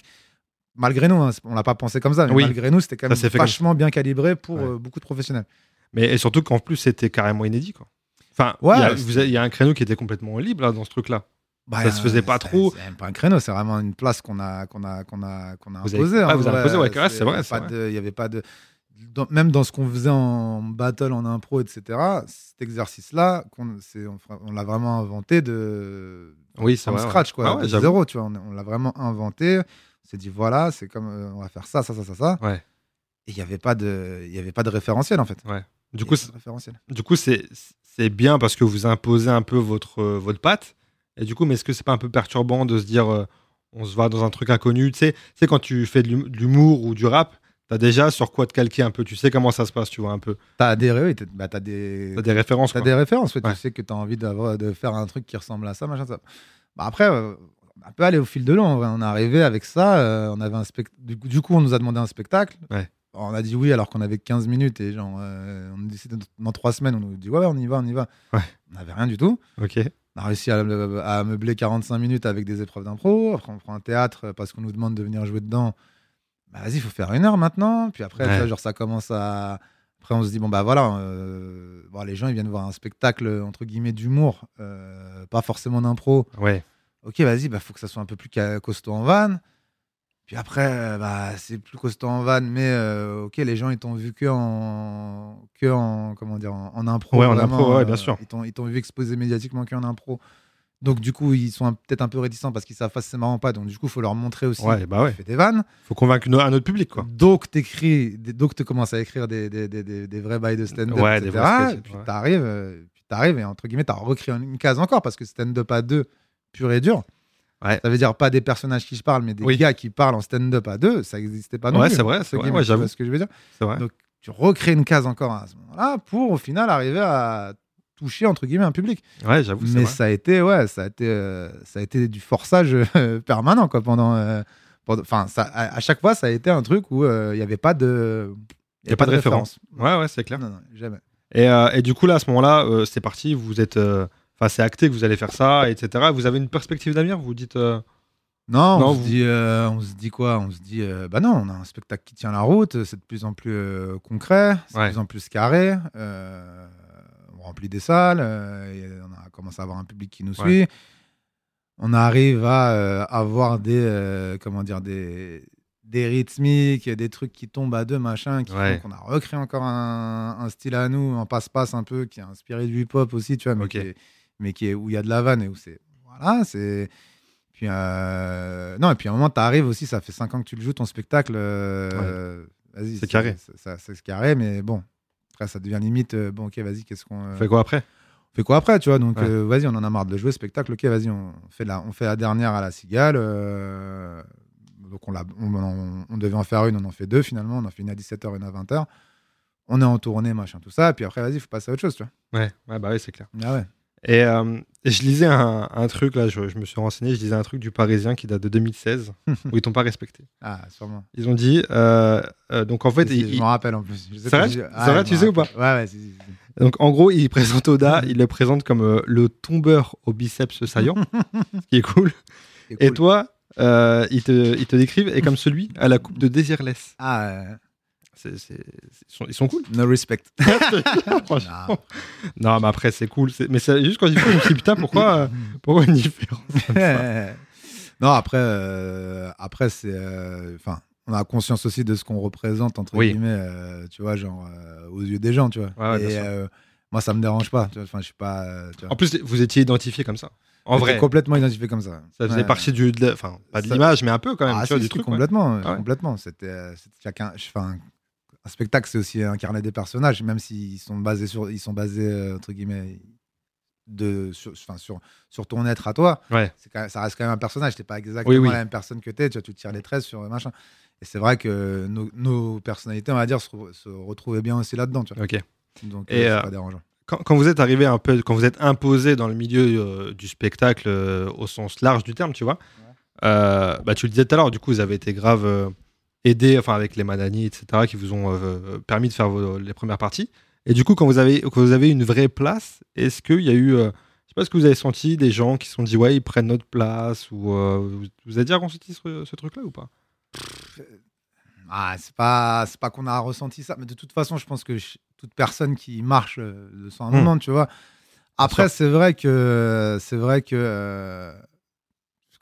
Speaker 2: malgré nous, hein, on l'a pas pensé comme ça, mais
Speaker 1: Oui.
Speaker 2: malgré nous, c'était quand
Speaker 1: Ça
Speaker 2: même
Speaker 1: s'est fait comme
Speaker 2: vachement bien calibré pour
Speaker 1: Ouais.
Speaker 2: euh, beaucoup de professionnels.
Speaker 1: Mais et surtout qu'en plus, c'était carrément inédit. Quoi. Enfin, il
Speaker 2: Ouais,
Speaker 1: y a-
Speaker 2: c'était-
Speaker 1: vous avez- il y, a un créneau qui était complètement libre là, dans ce truc-là.
Speaker 2: Bah,
Speaker 1: Ça se faisait
Speaker 2: euh,
Speaker 1: pas
Speaker 2: c'est-
Speaker 1: trop.
Speaker 2: C'est même pas un créneau, c'est vraiment une place qu'on a, qu'on a, qu'on a, qu'on a
Speaker 1: Vous avez-
Speaker 2: imposée.
Speaker 1: ah,
Speaker 2: hein,
Speaker 1: vous avez
Speaker 2: ouais,
Speaker 1: imposé, ouais, ouais, c'est vrai,
Speaker 2: y a
Speaker 1: c'est
Speaker 2: pas
Speaker 1: vrai.
Speaker 2: de- Il n'y avait pas de. dans- même dans ce qu'on faisait en battle, en impro, etc., cet exercice-là, qu'on- c'est- on, fra- on l'a vraiment inventé de
Speaker 1: Oui, c'est
Speaker 2: from
Speaker 1: vrai. ouais.
Speaker 2: scratch, quoi,
Speaker 1: Ah ouais,
Speaker 2: de
Speaker 1: j'avoue.
Speaker 2: zéro, tu vois. On, on l'a vraiment inventé. On s'est dit, voilà, c'est comme, euh, on va faire ça, ça, ça, ça, ça.
Speaker 1: Ouais.
Speaker 2: Et il n'y avait, pas de- il y avait pas de référentiel, en fait.
Speaker 1: Du
Speaker 2: Il y
Speaker 1: coup,
Speaker 2: avait
Speaker 1: c'est-
Speaker 2: pas de référentiel.
Speaker 1: du coup, c'est c'est bien parce que vous imposez un peu votre euh, votre patte. Et du coup, mais est-ce que c'est pas un peu perturbant de se dire, euh, on se va dans un truc inconnu Tu sais, tu sais, quand tu fais de l'hum- de l'humour ou du rap, t'as déjà sur quoi te calquer un peu. Tu sais comment ça se passe, tu vois un peu.
Speaker 2: T'as des, ré- oui, t'as- bah, t'as des,
Speaker 1: T'as des références.
Speaker 2: T'as
Speaker 1: quoi.
Speaker 2: des références, ouais,
Speaker 1: Ouais.
Speaker 2: tu sais que tu as envie d'avoir- de faire un truc qui ressemble à ça, machin, ça. Bah, après, euh, on a un peu allé au fil de l'eau. en vrai. On est arrivé avec ça. euh, on avait un spect- du, coup, du coup, on nous a demandé un spectacle.
Speaker 1: Ouais.
Speaker 2: On a dit oui alors qu'on avait 15 minutes et genre, euh, on décide dans trois semaines, on nous dit ouais, ouais, on y va, on y va.
Speaker 1: Ouais.
Speaker 2: On n'avait rien du tout.
Speaker 1: Ok.
Speaker 2: On a réussi à, à meubler 45 minutes avec des épreuves d'impro. Après, on prend un théâtre parce qu'on nous demande de venir jouer dedans. Bah, vas-y, il faut faire une heure maintenant. Puis après, tu
Speaker 1: Ouais.
Speaker 2: vois, genre, ça commence à. Après, on se dit, bon, bah voilà, euh, bon, les gens, ils viennent voir un spectacle, entre guillemets, d'humour, euh, pas forcément d'impro.
Speaker 1: Ouais.
Speaker 2: Ok, vas-y, bah faut que ça soit un peu plus ca- costaud en vanne. Puis après, euh, bah, c'est plus costaud en vanne, mais euh, ok, les gens, ils t'ont vu que en, que en, comment dire, en, en impro. euh,
Speaker 1: Ouais, en impro, ouais, bien sûr.
Speaker 2: Ils t'ont, ils t'ont vu exposé médiatiquement qu'en impro. Donc, du coup, ils sont un- peut-être un peu réticents parce qu'ils savent pas si c'est marrant ou pas. Donc, du coup, il faut leur montrer aussi
Speaker 1: Ouais, bah ouais.
Speaker 2: tu fais des vannes.
Speaker 1: Faut convaincre une- un autre public, quoi.
Speaker 2: Donc, t'écris, des- donc tu commences à écrire des, des, des, des, des vrais bails de stand-up,
Speaker 1: Ouais, des
Speaker 2: etc.
Speaker 1: vrais sketchs,
Speaker 2: puis
Speaker 1: ouais.
Speaker 2: t'arrives, euh, puis t'arrives et entre guillemets, t'as recréé une case encore parce que stand-up à deux, pur et dur.
Speaker 1: Ouais.
Speaker 2: Ça veut dire pas des personnages qui se parlent, mais des
Speaker 1: Oui.
Speaker 2: gars qui parlent en stand-up à deux, ça n'existait pas non
Speaker 1: Ouais,
Speaker 2: plus.
Speaker 1: c'est vrai, c'est
Speaker 2: entre
Speaker 1: vrai,
Speaker 2: guillemets,
Speaker 1: ouais,
Speaker 2: tu vois
Speaker 1: j'avoue.
Speaker 2: ce que je veux dire.
Speaker 1: C'est vrai.
Speaker 2: Donc, Tu recrées une case encore à ce moment-là pour au final arriver à toucher entre guillemets un public.
Speaker 1: Ouais, j'avoue. c'est
Speaker 2: Mais
Speaker 1: vrai.
Speaker 2: ça a été, ouais, ça a été, euh, ça a été du forçage euh, permanent, quoi, pendant. euh, pendant- Enfin, ça, à, à chaque fois, ça a été un truc où euh, il n'y avait pas de. il y
Speaker 1: Y a pas de référence. Ouais, ouais, c'est clair.
Speaker 2: Non, non, jamais.
Speaker 1: Et, euh, et du coup, là, à ce moment-là, euh, c'est parti, vous êtes. euh, Enfin, c'est acté que vous allez faire ça, etc. Vous avez une perspective d'avenir Vous dites. euh,
Speaker 2: Non,
Speaker 1: Non,
Speaker 2: on,
Speaker 1: vous-
Speaker 2: se dit, euh, on se dit quoi On se dit, euh, bah non, on a un spectacle qui tient la route, c'est de plus en plus euh, concret, c'est
Speaker 1: Ouais.
Speaker 2: de plus en plus carré, euh, on remplit des salles, euh, et on a commencé à avoir un public qui nous
Speaker 1: Ouais.
Speaker 2: suit. On arrive à euh, avoir des, euh, comment dire, des, des rythmiques, des trucs qui tombent à deux, machin, qui
Speaker 1: Ouais.
Speaker 2: font qu'on a recréé encore un, un style à nous, un passe-passe un peu, qui est inspiré du hip-hop aussi, tu vois, mais,
Speaker 1: Ok.
Speaker 2: qui est- mais qui est, où il y a de la vanne et où c'est... Voilà, c'est... Puis, euh, Non, et puis à un moment, tu arrives aussi, ça fait 5 ans que tu le joues, ton spectacle. euh, Vas-y,
Speaker 1: C'est carré.
Speaker 2: ça- ça- C'est carré, mais bon, après, ça devient limite. euh, bon, ok, vas-y, qu'est-ce qu'on. euh,
Speaker 1: Fait quoi après
Speaker 2: on fait quoi après, tu vois Donc,
Speaker 1: Ouais.
Speaker 2: euh, vas-y, on en a marre de le jouer, ce spectacle. Ok, vas-y, on fait la, on fait la dernière à la cigale. euh, donc, on, l'a- on, on- on devait en faire une, on en fait deux finalement. On en fait une à 17h, une à 20h. On est en tournée, machin, tout ça. Puis après, vas-y, faut passer à autre chose, tu vois.
Speaker 1: Ouais, ouais, bah oui, c'est clair.
Speaker 2: Ah ouais.
Speaker 1: Et, euh, et je lisais un, un truc, là, je, je me suis renseigné, je lisais un truc du Parisien qui date de 2016, où ils t'ont pas respecté.
Speaker 2: Ah, sûrement.
Speaker 1: Ils ont dit. euh, euh, donc, en fait,
Speaker 2: Si, si,
Speaker 1: ils-
Speaker 2: je m'en rappelle en plus. Je sais
Speaker 1: C'est
Speaker 2: que
Speaker 1: vrai,
Speaker 2: je-
Speaker 1: tu-
Speaker 2: ouais,
Speaker 1: c'est vrai,
Speaker 2: je
Speaker 1: tu
Speaker 2: m'en
Speaker 1: sais ou
Speaker 2: rappelle. Ouais, ouais, si, si, si.
Speaker 1: donc, en gros, ils présentent Oda, ils le présentent comme euh, le tombeur au biceps saillant, ce qui est cool.
Speaker 2: C'est
Speaker 1: Et
Speaker 2: cool.
Speaker 1: toi, euh, ils, te, ils te décrivent et comme celui à la coupe de Désirless.
Speaker 2: Ah, euh,
Speaker 1: C'est- c'est- c'est- ils sont- ils sont cool.
Speaker 2: no respect.
Speaker 1: Ah,
Speaker 2: Ah.
Speaker 1: Franchement. Non, mais après, c'est cool. c'est- Mais c'est juste quand j'y fais, je me suis dit, putain, pourquoi, euh, pourquoi une différence comme ça
Speaker 2: non, après, euh, après c'est. euh, Enfin, on a conscience aussi de ce qu'on représente, entre
Speaker 1: Oui.
Speaker 2: guillemets, euh, tu vois, genre, euh, aux yeux des gens, tu vois.
Speaker 1: Ouais, ouais, bien
Speaker 2: Et
Speaker 1: sûr.
Speaker 2: euh, moi, ça me dérange pas. tu vois, Enfin, je suis pas. euh, tu vois.
Speaker 1: En plus, vous étiez identifié comme ça. En
Speaker 2: J'étais
Speaker 1: vrai,
Speaker 2: complètement identifié comme ça.
Speaker 1: ça faisait
Speaker 2: Ouais.
Speaker 1: partie du. de la- Enfin, pas de
Speaker 2: Ça-
Speaker 1: l'image, mais un peu quand même.
Speaker 2: Ah,
Speaker 1: tu
Speaker 2: si,
Speaker 1: vois,
Speaker 2: si,
Speaker 1: du truc. ouais.
Speaker 2: complètement, euh,
Speaker 1: Ah ouais.
Speaker 2: complètement. C'était euh, c'était chacun. Enfin, un spectacle, c'est aussi incarner des personnages, même s'ils sont basés sur, ils sont basés euh, entre guillemets de, sur, enfin, sur, sur ton être à toi.
Speaker 1: Ouais.
Speaker 2: C'est quand même- ça reste quand même un personnage. T'es pas exactement
Speaker 1: oui.
Speaker 2: la même personne que t'es. Tu, vois, tu tires les traits sur euh, machin. Et c'est vrai que nos, nos personnalités, on va dire, se, re- se retrouvaient bien aussi là-dedans. tu vois.
Speaker 1: Ok.
Speaker 2: Donc,
Speaker 1: Et,
Speaker 2: euh,
Speaker 1: euh,
Speaker 2: c'est pas dérangeant.
Speaker 1: Quand, quand vous êtes arrivé un peu, quand vous êtes imposé dans le milieu euh, du spectacle euh, au sens large du terme, tu vois, euh, bah, tu le disais tout à l'heure, du coup, vous avez été grave euh, aidé, enfin, avec les Madani, etc., qui vous ont euh, permis de faire vos- les premières parties. Et du coup, quand vous avez, quand vous avez une vraie place, est-ce qu'il y a eu, euh, je sais pas ce que vous avez senti, des gens qui se sont dit, ouais, ils prennent notre place, ou euh, vous, vous avez déjà ressenti ce, ce truc-là ou pas
Speaker 2: Ah, c'est pas, c'est pas qu'on a ressenti ça, mais de toute façon, je pense que je- toute personne qui marche euh, le sent un
Speaker 1: Mm.
Speaker 2: moment, tu vois. Après,
Speaker 1: sûr.
Speaker 2: c'est vrai que, c'est vrai que, euh,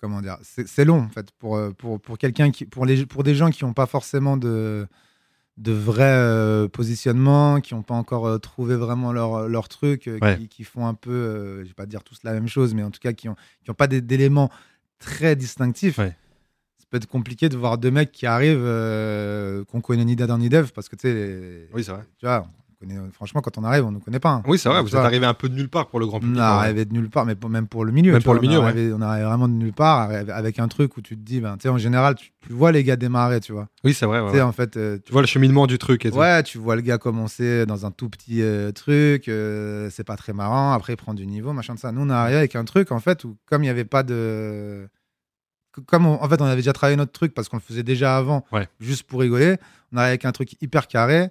Speaker 2: comment dire, c'est c'est long en fait pour euh, pour, pour quelqu'un qui, pour les, pour des gens qui n'ont pas forcément de de vrais euh, positionnements, qui n'ont pas encore euh, trouvé vraiment leur, leur truc, euh,
Speaker 1: Ouais.
Speaker 2: qui, qui font un peu, euh, je vais pas dire tous la même chose, mais en tout cas qui n'ont qui ont pas des- d'éléments très distinctifs.
Speaker 1: Ouais.
Speaker 2: Ça peut être compliqué de voir deux mecs qui arrivent euh, qu'on connaît ni d'Adam ni d'Eve parce que tu sais, les-
Speaker 1: Oui, c'est vrai.
Speaker 2: tu vois, on connaît- euh, franchement, quand on arrive, on ne connaît pas. hein.
Speaker 1: Oui, c'est vrai,
Speaker 2: Tu
Speaker 1: vous êtes
Speaker 2: vois,
Speaker 1: arrivé un peu de nulle part pour le grand
Speaker 2: On
Speaker 1: public.
Speaker 2: est
Speaker 1: en vrai.
Speaker 2: arrivé de nulle part, mais pour- même pour le milieu.
Speaker 1: Même
Speaker 2: tu
Speaker 1: pour
Speaker 2: vois,
Speaker 1: le
Speaker 2: on
Speaker 1: milieu, ouais.
Speaker 2: arrivait- On arrive vraiment de nulle part avec- avec un truc où tu te dis, ben, tu sais, en général, tu, tu vois les gars démarrer, tu vois.
Speaker 1: Oui, c'est vrai. ouais,
Speaker 2: Tu sais,
Speaker 1: ouais.
Speaker 2: en fait, euh,
Speaker 1: Tu vois le cheminement du truc et tout.
Speaker 2: Ouais, tu vois le gars commencer dans un tout petit euh, truc, euh, c'est pas très marrant, après il prend du niveau, machin de ça. Nous, on est arrivé avec un truc, en fait, où comme il n'y avait pas de. que- Comme on- en fait, on avait déjà travaillé notre truc parce qu'on le faisait déjà avant,
Speaker 1: Ouais.
Speaker 2: juste pour rigoler, on arrive avec un truc hyper carré,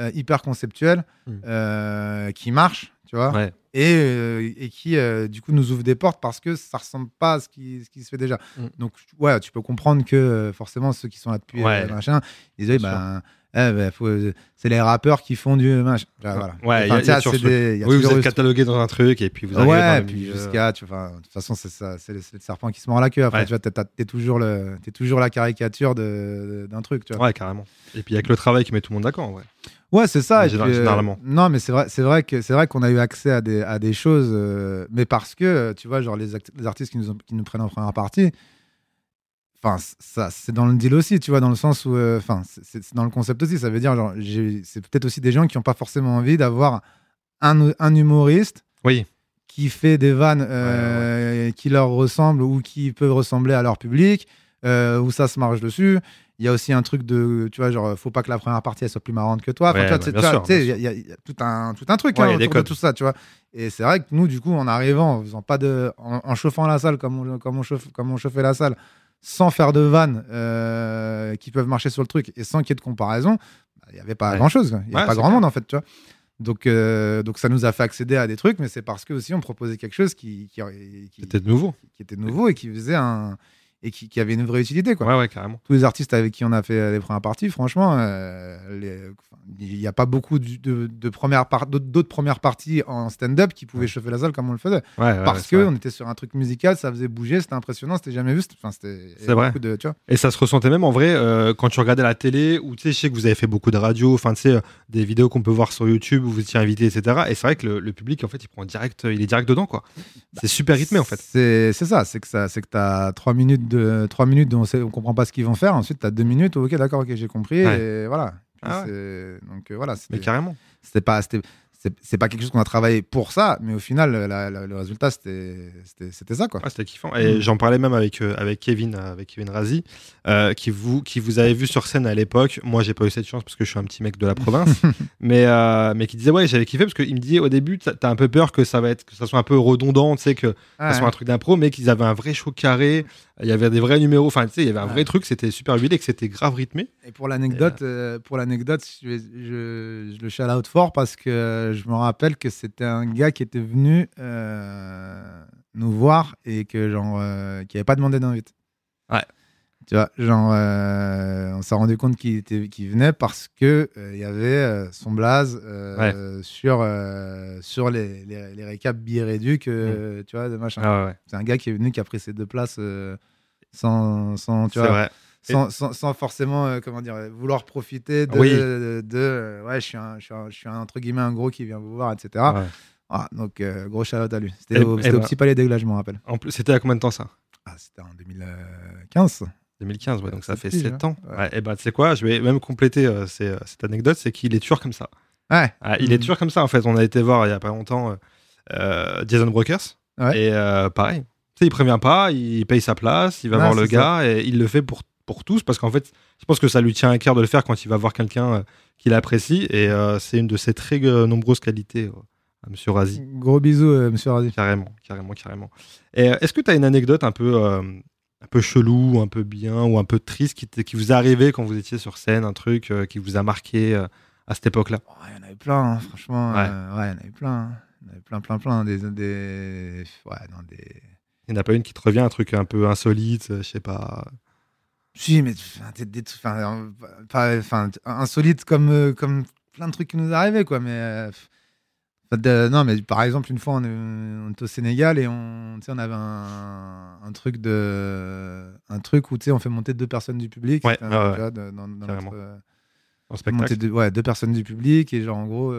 Speaker 2: euh, hyper conceptuel,
Speaker 1: Mm.
Speaker 2: euh, qui marche, tu vois,
Speaker 1: Ouais.
Speaker 2: et, euh, et qui, euh, du coup, nous ouvre des portes parce que ça ressemble pas à ce qui, ce qui se fait déjà.
Speaker 1: Mm.
Speaker 2: Donc, ouais, tu peux comprendre que euh, forcément, ceux qui sont là depuis,
Speaker 1: Ouais.
Speaker 2: euh, machin, ils disent,
Speaker 1: Bien sûr.
Speaker 2: ben. Eh ben, faut- euh, c'est les rappeurs qui font du machin. Ah, Voilà.
Speaker 1: Ouais, y a-
Speaker 2: tu
Speaker 1: y a
Speaker 2: sais,
Speaker 1: toujours
Speaker 2: c'est
Speaker 1: ce truc.
Speaker 2: des- y a
Speaker 1: Oui, vous
Speaker 2: toujours
Speaker 1: êtes
Speaker 2: eu ce
Speaker 1: catalogué dans un truc et puis vous
Speaker 2: truc.
Speaker 1: arrivez dans euh.
Speaker 2: Ouais,
Speaker 1: le
Speaker 2: puis
Speaker 1: milieu.
Speaker 2: euh, jusqu'à, tu vois, de toute façon, c'est ça, c'est le, c'est le serpent qui se mord la queue. Après,
Speaker 1: Ouais.
Speaker 2: tu vois, t'as- t'as- t'es toujours le, t'es toujours la caricature de- d'un truc, tu vois.
Speaker 1: Ouais, carrément. Et puis il y a que le travail qui met tout le monde d'accord en vrai.
Speaker 2: Ouais, c'est
Speaker 1: Mais
Speaker 2: ça. et puis,
Speaker 1: général-
Speaker 2: euh,
Speaker 1: généralement.
Speaker 2: non, mais c'est vrai, c'est vrai que c'est vrai qu'on a eu accès à des, à des choses, euh, mais parce que euh, tu vois, genre les, act- les artistes qui nous, ont- qui nous prennent en première partie. Enfin, c- ça, c'est dans le deal aussi, tu vois, dans le sens où, euh, enfin, c'est- c'est c'est dans le concept aussi. Ça veut dire, genre, j'ai- c'est peut-être aussi des gens qui n'ont pas forcément envie d'avoir un, un humoriste
Speaker 1: Oui.
Speaker 2: qui fait des vannes euh, qui leur ressemblent ou qui peuvent ressembler à leur public, euh, où ça se marche dessus. Il y a aussi un truc de, tu vois, genre, faut pas que la première partie elle soit plus marrante que toi. Enfin,
Speaker 1: Ouais,
Speaker 2: tu vois,
Speaker 1: bah,
Speaker 2: tu sais-
Speaker 1: bien
Speaker 2: tu vois,
Speaker 1: sûr,
Speaker 2: tu sais, il
Speaker 1: bien
Speaker 2: y, a- il y a tout un, tout un truc
Speaker 1: Ouais,
Speaker 2: hein,
Speaker 1: il y a des
Speaker 2: autour de
Speaker 1: codes.
Speaker 2: tout ça, tu vois. Et c'est vrai que nous, du coup, en arrivant, en faisant pas de, en, en chauffant la salle comme on, comme on chauffe- comme on chauffait la salle, sans faire de vannes euh, qui peuvent marcher sur le truc et sans qu'il y ait de comparaison, bah, il y avait pas
Speaker 1: Ouais.
Speaker 2: grand chose, il y
Speaker 1: Ouais,
Speaker 2: avait pas
Speaker 1: c'est
Speaker 2: grand monde en fait, tu vois. Donc, euh, donc ça nous a fait accéder à des trucs, mais c'est parce que aussi on proposait quelque chose qui, qui, qui-
Speaker 1: C'était de nouveau.
Speaker 2: qui était nouveau et qui faisait un et qui, qui avait une vraie utilité quoi.
Speaker 1: Ouais, ouais, carrément.
Speaker 2: Tous les artistes avec qui on a fait euh, les premières parties, franchement, euh, les- enfin, il n'y a pas beaucoup du- de, de premières par- d'autres d'autres premières parties en stand-up qui pouvaient
Speaker 1: Ouais.
Speaker 2: chauffer la salle comme on le faisait
Speaker 1: Ouais, ouais, ouais,
Speaker 2: parce
Speaker 1: c'est
Speaker 2: que
Speaker 1: vrai.
Speaker 2: on était sur un truc musical, ça faisait bouger, c'était impressionnant, c'était jamais vu, c'était- enfin c'était
Speaker 1: C'est vrai.
Speaker 2: beaucoup de tu vois.
Speaker 1: Et ça se ressentait même en vrai euh, quand tu regardais la télé ou tu sais, je sais que vous avez fait beaucoup de radio, enfin tu sais, euh, des vidéos qu'on peut voir sur YouTube où vous étiez invité, etc. Et c'est vrai que le, le public en fait il prend direct, euh, il est direct dedans quoi.
Speaker 2: Bah,
Speaker 1: C'est super rythmé en fait.
Speaker 2: C'est c'est ça, c'est que ça, c'est que t'as trois minutes de trois minutes dont on, sait, on comprend pas ce qu'ils vont faire. Ensuite t'as deux minutes, ok d'accord, ok j'ai compris
Speaker 1: Ouais.
Speaker 2: et voilà. Puis
Speaker 1: Ah ouais.
Speaker 2: c'est- Donc euh, voilà,
Speaker 1: Mais
Speaker 2: c'était
Speaker 1: carrément.
Speaker 2: c'était pas c'était- c'est c'est pas quelque chose qu'on a travaillé pour ça, mais au final la- la- le résultat c'était c'était c'était ça quoi.
Speaker 1: Ah, c'était kiffant. Et
Speaker 2: Mm.
Speaker 1: j'en parlais même avec, euh, avec Kevin, euh, avec Kevin Razi, euh, qui, vous, qui vous avait vu sur scène à l'époque. Moi, j'ai pas eu cette chance parce que je suis un petit mec de la province, mais, euh, mais qui disait Ouais, j'avais kiffé parce qu'il me disait au début, t'as t'as un peu peur que ça, va être, que ça soit un peu redondant, tu sais, que
Speaker 2: Ah,
Speaker 1: ça soit
Speaker 2: ouais.
Speaker 1: un truc d'impro, mais qu'ils avaient un vrai show carré, il y avait des vrais numéros, enfin, tu sais, il y avait un
Speaker 2: Ouais.
Speaker 1: vrai truc, c'était super huilé, que c'était grave rythmé.
Speaker 2: Et pour l'anecdote, euh, pour l'anecdote, je, vais- je- je le shout out fort parce que euh, je me rappelle que c'était un gars qui était venu euh, nous voir et que genre euh, qui avait pas demandé d'invite.
Speaker 1: Ouais.
Speaker 2: Tu vois, genre euh, on s'est rendu compte qu'il était qu'il venait parce que euh, il y avait euh, son blaze euh, sur euh, sur les les, les récaps billets réduits que
Speaker 1: Mm.
Speaker 2: tu vois de machin. C'est un gars qui est venu qui a pris ses deux places euh, sans sans tu
Speaker 1: c'est
Speaker 2: vois
Speaker 1: vrai.
Speaker 2: sans, sans- sans forcément euh, comment dire euh, vouloir profiter de,
Speaker 1: Oui.
Speaker 2: de, de, euh, ouais je suis un, je suis un- je suis un, entre guillemets un gros qui vient vous voir etc
Speaker 1: Ouais.
Speaker 2: Voilà, donc euh, gros shout à lui
Speaker 1: Et-
Speaker 2: c'était au,
Speaker 1: et
Speaker 2: c'était au
Speaker 1: ben-
Speaker 2: petit palais des Glaces, je me rappelle
Speaker 1: En plus, c'était à combien de temps ça
Speaker 2: ah c'était en 2015
Speaker 1: 2015, ouais, donc ça
Speaker 2: Sept
Speaker 1: fait
Speaker 2: piges,
Speaker 1: 7
Speaker 2: hein.
Speaker 1: ans.
Speaker 2: Ouais.
Speaker 1: et bah, tu sais quoi, je vais même compléter euh, ces- euh, cette anecdote c'est qu'il est toujours comme ça.
Speaker 2: ouais
Speaker 1: Ah, il est
Speaker 2: Mm.
Speaker 1: toujours comme ça en fait. On a été voir il y a pas longtemps euh, euh, Jason Brokers.
Speaker 2: Ouais.
Speaker 1: Et euh, pareil. Tu sais, il prévient pas, il paye sa place, il va
Speaker 2: Ouais,
Speaker 1: voir le
Speaker 2: c'est
Speaker 1: gars et il le fait pour, pour tous parce qu'en fait, je pense que ça lui tient à cœur de le faire quand il va voir quelqu'un euh, qu'il apprécie. Et euh, c'est une de ses très euh, nombreuses qualités, euh, à Monsieur Razi.
Speaker 2: gros bisous euh, monsieur Razi
Speaker 1: Carrément, carrément, carrément. Et euh, est-ce que tu as une anecdote un peu, euh, un peu chelou, un peu bien ou un peu triste qui, t'est- qui vous est arrivée quand vous étiez sur scène, un truc euh, qui vous a marqué euh, à cette époque-là
Speaker 2: Oh, il y en avait plein hein, franchement
Speaker 1: Ouais.
Speaker 2: euh, ouais il y en avait plein hein. il y en avait plein plein plein des des ouais non des
Speaker 1: Il n'y en a pas une qui te revient, un truc un peu insolite, euh, je sais pas.
Speaker 2: Si, mais enfin, t'es des trucs- enfin, euh, pas- enfin, t- insolite comme, euh, comme plein de trucs qui nous arrivaient, quoi. Mais euh, pff, enfin, de- non, mais par exemple, une fois, on, est- on était au Sénégal et on, tu sais, on avait un, un truc de, un truc où tu sais, on fait monter deux personnes du public.
Speaker 1: Ouais,
Speaker 2: C'était un-
Speaker 1: ouais, ouais.
Speaker 2: tu vois, de- dans- dans
Speaker 1: Carrément.
Speaker 2: notre, euh,
Speaker 1: En
Speaker 2: monter
Speaker 1: spectacle.
Speaker 2: deux, ouais, deux personnes du public et genre en gros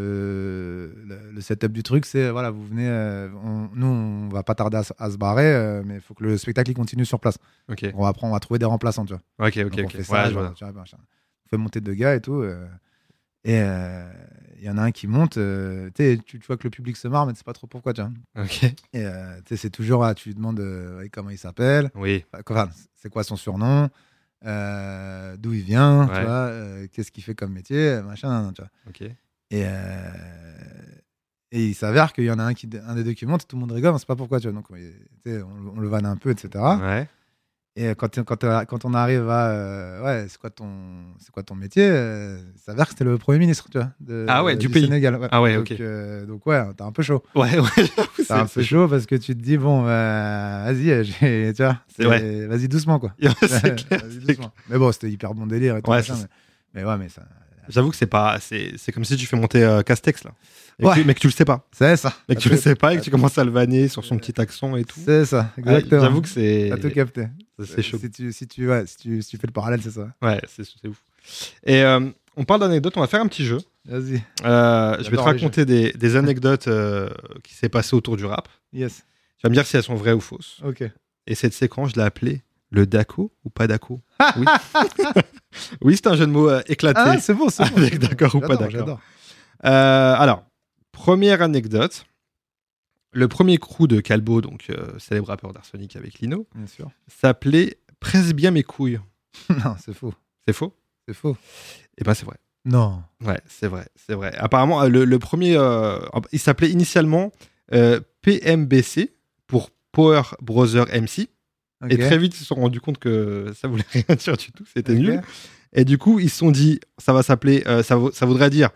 Speaker 2: euh, le, le setup du truc c'est voilà vous venez euh, on- nous on va pas tarder à, se- à se barrer euh, mais il faut que le spectacle il continue sur place
Speaker 1: Ok,
Speaker 2: on va prendre on va trouver des remplaçants tu vois
Speaker 1: ok, ok.
Speaker 2: Donc, on
Speaker 1: ok.
Speaker 2: fait ça
Speaker 1: Ouais, je
Speaker 2: genre,
Speaker 1: vois.
Speaker 2: tu vois, machin. on fait monter deux gars et tout euh, et euh, il y en a un qui monte euh, tu sais, tu tu vois que le public se marre mais c'est pas trop pourquoi tu vois
Speaker 1: Ok.
Speaker 2: et euh, tu sais, c'est toujours ah, tu lui demandes euh, ouais, comment il s'appelle
Speaker 1: Oui,
Speaker 2: Enfin, c'est quoi son surnom euh, D'où il vient tu
Speaker 1: Ouais.
Speaker 2: vois, euh, Qu'est-ce qu'il fait comme métier euh, Machin. Tu vois.
Speaker 1: ok.
Speaker 2: Et, euh, et il s'avère qu'il y en a un, qui, un des deux qui monte, tout le monde rigole, on sait pas pourquoi. Tu vois. Donc, on, tu sais, on- on le vanne un peu, etc.
Speaker 1: Ouais.
Speaker 2: Et euh, quand, quand, euh, quand on arrive à. euh, ouais, c'est quoi, ton- c'est quoi ton métier euh, Il s'avère que c'était le Premier ministre tu vois, de- euh,
Speaker 1: Ah ouais, du pays.
Speaker 2: Sénégal.
Speaker 1: Ah ouais,
Speaker 2: donc,
Speaker 1: ok.
Speaker 2: euh, donc, ouais, t'es un peu chaud.
Speaker 1: Ouais, ouais, j'avoue,
Speaker 2: T'es un
Speaker 1: c'est-
Speaker 2: peu chaud parce que tu te dis, bon, bah, vas-y, euh, j'ai- tu vois, c'est-
Speaker 1: vrai.
Speaker 2: vas-y doucement, quoi.
Speaker 1: c'est clair.
Speaker 2: Vas-y,
Speaker 1: c'est
Speaker 2: doucement.
Speaker 1: clair.
Speaker 2: Mais bon, c'était hyper bon délire et tout.
Speaker 1: Ouais,
Speaker 2: machin,
Speaker 1: c'est-
Speaker 2: mais... mais ouais, mais ça.
Speaker 1: J'avoue que c'est pas. C'est c'est comme si tu fais monter euh, Castex, là. Et
Speaker 2: Ouais.
Speaker 1: que- mais que tu le sais pas.
Speaker 2: C'est ça.
Speaker 1: Mais que tu
Speaker 2: T'as
Speaker 1: le
Speaker 2: tout-
Speaker 1: sais pas et que tu commences à le vanner sur son petit accent et tout.
Speaker 2: C'est ça,
Speaker 1: Ouais,
Speaker 2: exactement.
Speaker 1: J'avoue que c'est.
Speaker 2: T'as tout capté.
Speaker 1: C'est chaud.
Speaker 2: Si tu, si, tu, ouais, si, tu, si tu fais le parallèle, c'est ça.
Speaker 1: Ouais, c'est c'est ouf. Et euh, on parle d'anecdotes, on va faire un petit jeu.
Speaker 2: Vas-y.
Speaker 1: Euh, je vais te
Speaker 2: J'adore les
Speaker 1: raconter des, des anecdotes euh, qui s'est passées autour du rap.
Speaker 2: Yes.
Speaker 1: Tu vas me dire si elles sont vraies ou fausses.
Speaker 2: Ok.
Speaker 1: Et cette séquence, je l'ai appelée le Daco ou pas Daco. Oui, oui c'est un jeu de mots euh, éclaté.
Speaker 2: Ah, c'est bon, c'est bon.
Speaker 1: Avec
Speaker 2: c'est bon.
Speaker 1: d'accord ou pas
Speaker 2: J'adore,
Speaker 1: d'accord.
Speaker 2: J'adore.
Speaker 1: Euh, alors, première anecdote. Le premier crew de Calbo, donc euh, célèbre rappeur d'Arsenic avec Lino,
Speaker 2: Bien sûr.
Speaker 1: s'appelait Presse bien mes couilles.
Speaker 2: non, c'est faux.
Speaker 1: C'est faux
Speaker 2: C'est faux.
Speaker 1: Eh ben, c'est vrai.
Speaker 2: Non.
Speaker 1: Ouais, c'est vrai, c'est vrai. Apparemment, euh, le, le premier, euh, il s'appelait initialement euh, PMBC pour Power Brother MC.
Speaker 2: Ok.
Speaker 1: Et très vite, ils se sont rendus compte que ça voulait rien dire du tout, c'était
Speaker 2: Ok.
Speaker 1: nul. Et du coup, ils se sont dit, ça va s'appeler, euh, ça, vaut- ça voudrait dire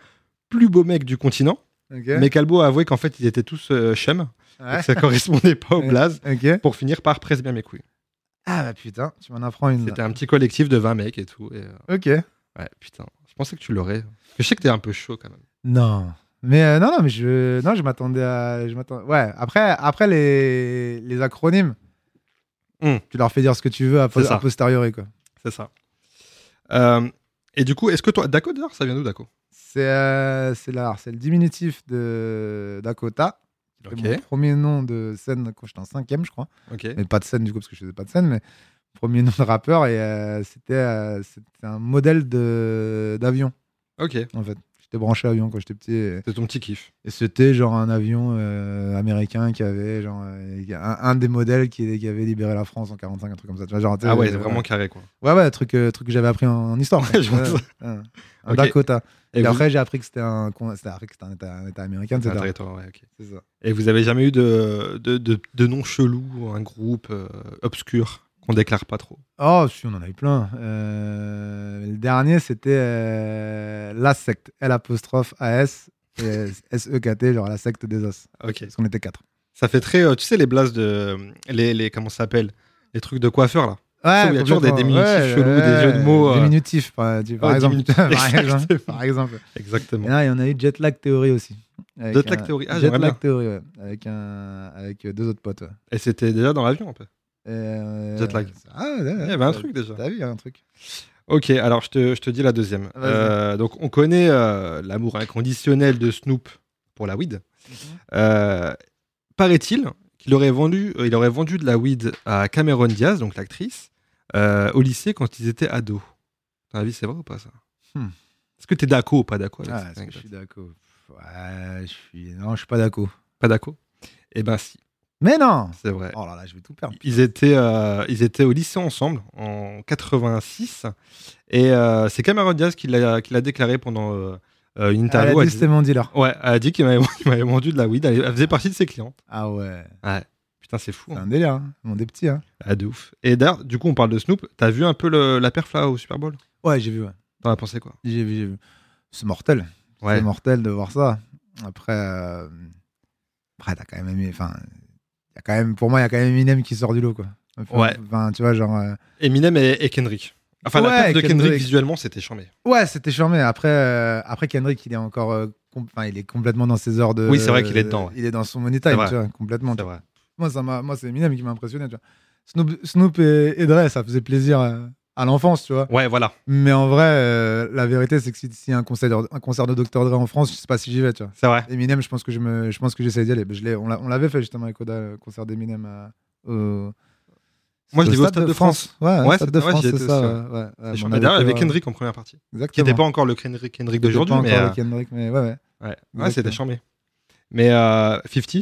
Speaker 1: plus beau mec du continent.
Speaker 2: Ok.
Speaker 1: Mais Calbo a avoué qu'en fait, ils étaient tous euh, chum, et
Speaker 2: Ouais.
Speaker 1: que ça correspondait pas au
Speaker 2: Ouais.
Speaker 1: blaze.
Speaker 2: Ok.
Speaker 1: Pour finir par presse bien mes couilles.
Speaker 2: Ah bah putain, tu m'en apprends une. là.
Speaker 1: C'était un petit collectif de 20 mecs et tout. et, euh,
Speaker 2: Ok.
Speaker 1: ouais, putain, je pensais que tu l'aurais. Je sais que t'es un peu chaud quand même.
Speaker 2: Non. Mais euh, non, non, mais je, non, je m'attendais à. Je m'attendais... Ouais, après, après les, les acronymes,
Speaker 1: Hmm.
Speaker 2: tu leur fais dire ce que tu veux a, po-
Speaker 1: C'est ça.
Speaker 2: a posteriori. quoi.
Speaker 1: C'est ça. Euh, et du coup, est-ce que toi, Daco d'ailleurs, ça vient d'où Daco
Speaker 2: C'est euh, c'est la- c'est le diminutif de Dakota. C'est Mon premier nom de scène quand j'étais en cinquième, je crois.
Speaker 1: ok.
Speaker 2: Mais pas de scène du coup, parce que je faisais pas de scène, mais premier nom de rappeur. Et euh, c'était euh, c'était un modèle de- d'avion,
Speaker 1: Ok.
Speaker 2: en fait. J'étais branché avion quand j'étais petit. et-
Speaker 1: C'est ton petit kiff.
Speaker 2: Et c'était genre un avion euh, américain qui avait genre euh, un, un des modèles qui, qui avait libéré la France en 45, un truc comme ça. Tu vois, genre, tu sais,
Speaker 1: Ah ouais,
Speaker 2: euh,
Speaker 1: c'est vraiment carré quoi.
Speaker 2: Ouais ouais, truc euh, truc que j'avais appris en, en histoire.
Speaker 1: Ouais,
Speaker 2: quoi.
Speaker 1: je vois ça.
Speaker 2: un un
Speaker 1: Ok.
Speaker 2: Dakota. Et,
Speaker 1: Et vous-
Speaker 2: après j'ai appris que c'était un con- c'était après que c'était un État, un État américain,
Speaker 1: C'est un
Speaker 2: etc.
Speaker 1: territoire, ouais, ok.
Speaker 2: C'est ça.
Speaker 1: Et vous avez jamais eu de, de, de, de nom chelou, un groupe euh, obscur qu'on déclare pas trop
Speaker 2: Oh si on en a eu plein. Euh, le dernier c'était euh, la secte L apostrophe A S S E K T genre la secte des os.
Speaker 1: Ok.
Speaker 2: Parce qu'on était quatre.
Speaker 1: Ça fait très. euh, tu sais, les blases de. Les, les, comment ça s'appelle Les trucs de coiffeur là.
Speaker 2: Ouais,
Speaker 1: il y a toujours des
Speaker 2: complètement.
Speaker 1: diminutifs chelous, des jeux de mots, euh.
Speaker 2: Diminutifs, par, tu- par
Speaker 1: Ouais,
Speaker 2: exemple.
Speaker 1: diminutifs,
Speaker 2: par
Speaker 1: exactement.
Speaker 2: exemple, par exemple. Et
Speaker 1: Exactement.
Speaker 2: là, il y en a eu Jet Lag Theory aussi. avec
Speaker 1: Jet Lag
Speaker 2: un-
Speaker 1: Theory. Ah,
Speaker 2: Jet
Speaker 1: j'aimerais
Speaker 2: Lag
Speaker 1: bien.
Speaker 2: Theory, ouais, Avec, un, avec euh, deux autres potes. ouais.
Speaker 1: Et c'était déjà dans l'avion un peu.
Speaker 2: Et, euh,
Speaker 1: Jet Lag.
Speaker 2: Ah, ouais, ouais,
Speaker 1: Il y avait un
Speaker 2: t'as-
Speaker 1: truc déjà.
Speaker 2: T'as vu, il y a un truc.
Speaker 1: Ok, alors je te, je te dis la deuxième.
Speaker 2: Vas-y.
Speaker 1: Euh, donc on connaît euh, l'amour inconditionnel de Snoop pour la weed.
Speaker 2: Mhm.
Speaker 1: Euh, Paraît-il qu'il aurait vendu, euh, il aurait vendu de la weed à Cameron Diaz, donc l'actrice, euh, au lycée quand ils étaient ados. Ton avis, c'est vrai ou pas ça
Speaker 2: Hmm.
Speaker 1: Est-ce que t'es d'accord ou pas d'accord avec
Speaker 2: Ah,
Speaker 1: cette
Speaker 2: est-ce que je
Speaker 1: anecdote
Speaker 2: suis d'accord Pff, Ouais, je suis. Non, je suis pas d'accord.
Speaker 1: Pas d'accord Eh ben si,
Speaker 2: Mais non
Speaker 1: c'est vrai.
Speaker 2: Oh là là, je vais tout perdre.
Speaker 1: Ils étaient, euh, ils étaient au lycée ensemble en 86 et euh, c'est Cameron Diaz qui l'a qui l'a déclaré pendant euh, euh, une
Speaker 2: Elle a
Speaker 1: interview.
Speaker 2: dit
Speaker 1: Elle
Speaker 2: que c'était mon dealer.
Speaker 1: Ouais, elle a dit qu'il m'avait qu'il m'avait vendu de la weed. Elle elle faisait partie de ses clientes.
Speaker 2: Ah ouais,
Speaker 1: Putain, c'est fou.
Speaker 2: c'est
Speaker 1: Hein.
Speaker 2: un délire. hein. Bon, des petits, hein.
Speaker 1: Ah, de ouf. Et d'ailleurs, du coup, on parle de Snoop. T'as vu un peu le- la perfla au Super Bowl
Speaker 2: Ouais, j'ai vu, ouais.
Speaker 1: T'en as pensé quoi
Speaker 2: J'ai vu, j'ai vu. C'est mortel.
Speaker 1: Ouais.
Speaker 2: C'est mortel de voir ça. Après, euh, après t'as quand même aimé. Enfin, y a quand même, pour moi, il y a quand même Eminem qui sort du lot, quoi. Enfin,
Speaker 1: Ouais.
Speaker 2: enfin, tu vois, genre. euh,
Speaker 1: Eminem et, et Kendrick. Enfin, la
Speaker 2: Ouais,
Speaker 1: perf de Kendrick,
Speaker 2: Kendrick.
Speaker 1: visuellement, c'était chambé.
Speaker 2: Ouais, c'était charmé. Après, euh, après Kendrick, il est encore. euh, com- Enfin, il est complètement dans ses heures de.
Speaker 1: Oui, c'est vrai qu'il est dedans, ouais.
Speaker 2: Il est dans son money
Speaker 1: C'est
Speaker 2: time,
Speaker 1: vrai.
Speaker 2: tu vois, complètement.
Speaker 1: C'est vrai.
Speaker 2: Moi, ça m'a- moi, c'est Eminem qui m'a impressionné, tu vois. Snoop, Snoop et, et Dre, ça faisait plaisir euh, à l'enfance, tu vois.
Speaker 1: Ouais, voilà.
Speaker 2: Mais en vrai, euh, la vérité, c'est que si, si y a un concert, de- un concert de Dr. Dre en France, je sais pas si j'y vais, tu vois.
Speaker 1: C'est vrai.
Speaker 2: Eminem, je pense que je me, je pense que j'essaie d'y aller. Je l'ai- on l'a- on l'avait fait justement avec Oda, le concert d'Eminem. à- au-
Speaker 1: Moi, je l'ai vu au
Speaker 2: Stade de France. Ouais,
Speaker 1: Ouais,
Speaker 2: Stade de
Speaker 1: c'est- ouais,
Speaker 2: France,
Speaker 1: j'y
Speaker 2: c'est
Speaker 1: étais
Speaker 2: ça.
Speaker 1: aussi,
Speaker 2: ouais,
Speaker 1: ouais.
Speaker 2: ouais, ouais,
Speaker 1: Et
Speaker 2: on
Speaker 1: j'en ai d'ailleurs
Speaker 2: fait,
Speaker 1: avec
Speaker 2: ouais.
Speaker 1: Kendrick en première partie. Qui
Speaker 2: Exactement.
Speaker 1: n'était pas encore le Kendrick, Kendrick
Speaker 2: C'était
Speaker 1: d'aujourd'hui,
Speaker 2: pas
Speaker 1: mais.
Speaker 2: encore
Speaker 1: euh,
Speaker 2: le Kendrick, mais ouais, ouais.
Speaker 1: Ouais,
Speaker 2: Exactement.
Speaker 1: ouais c'était charmé. Ah, Mais euh, 50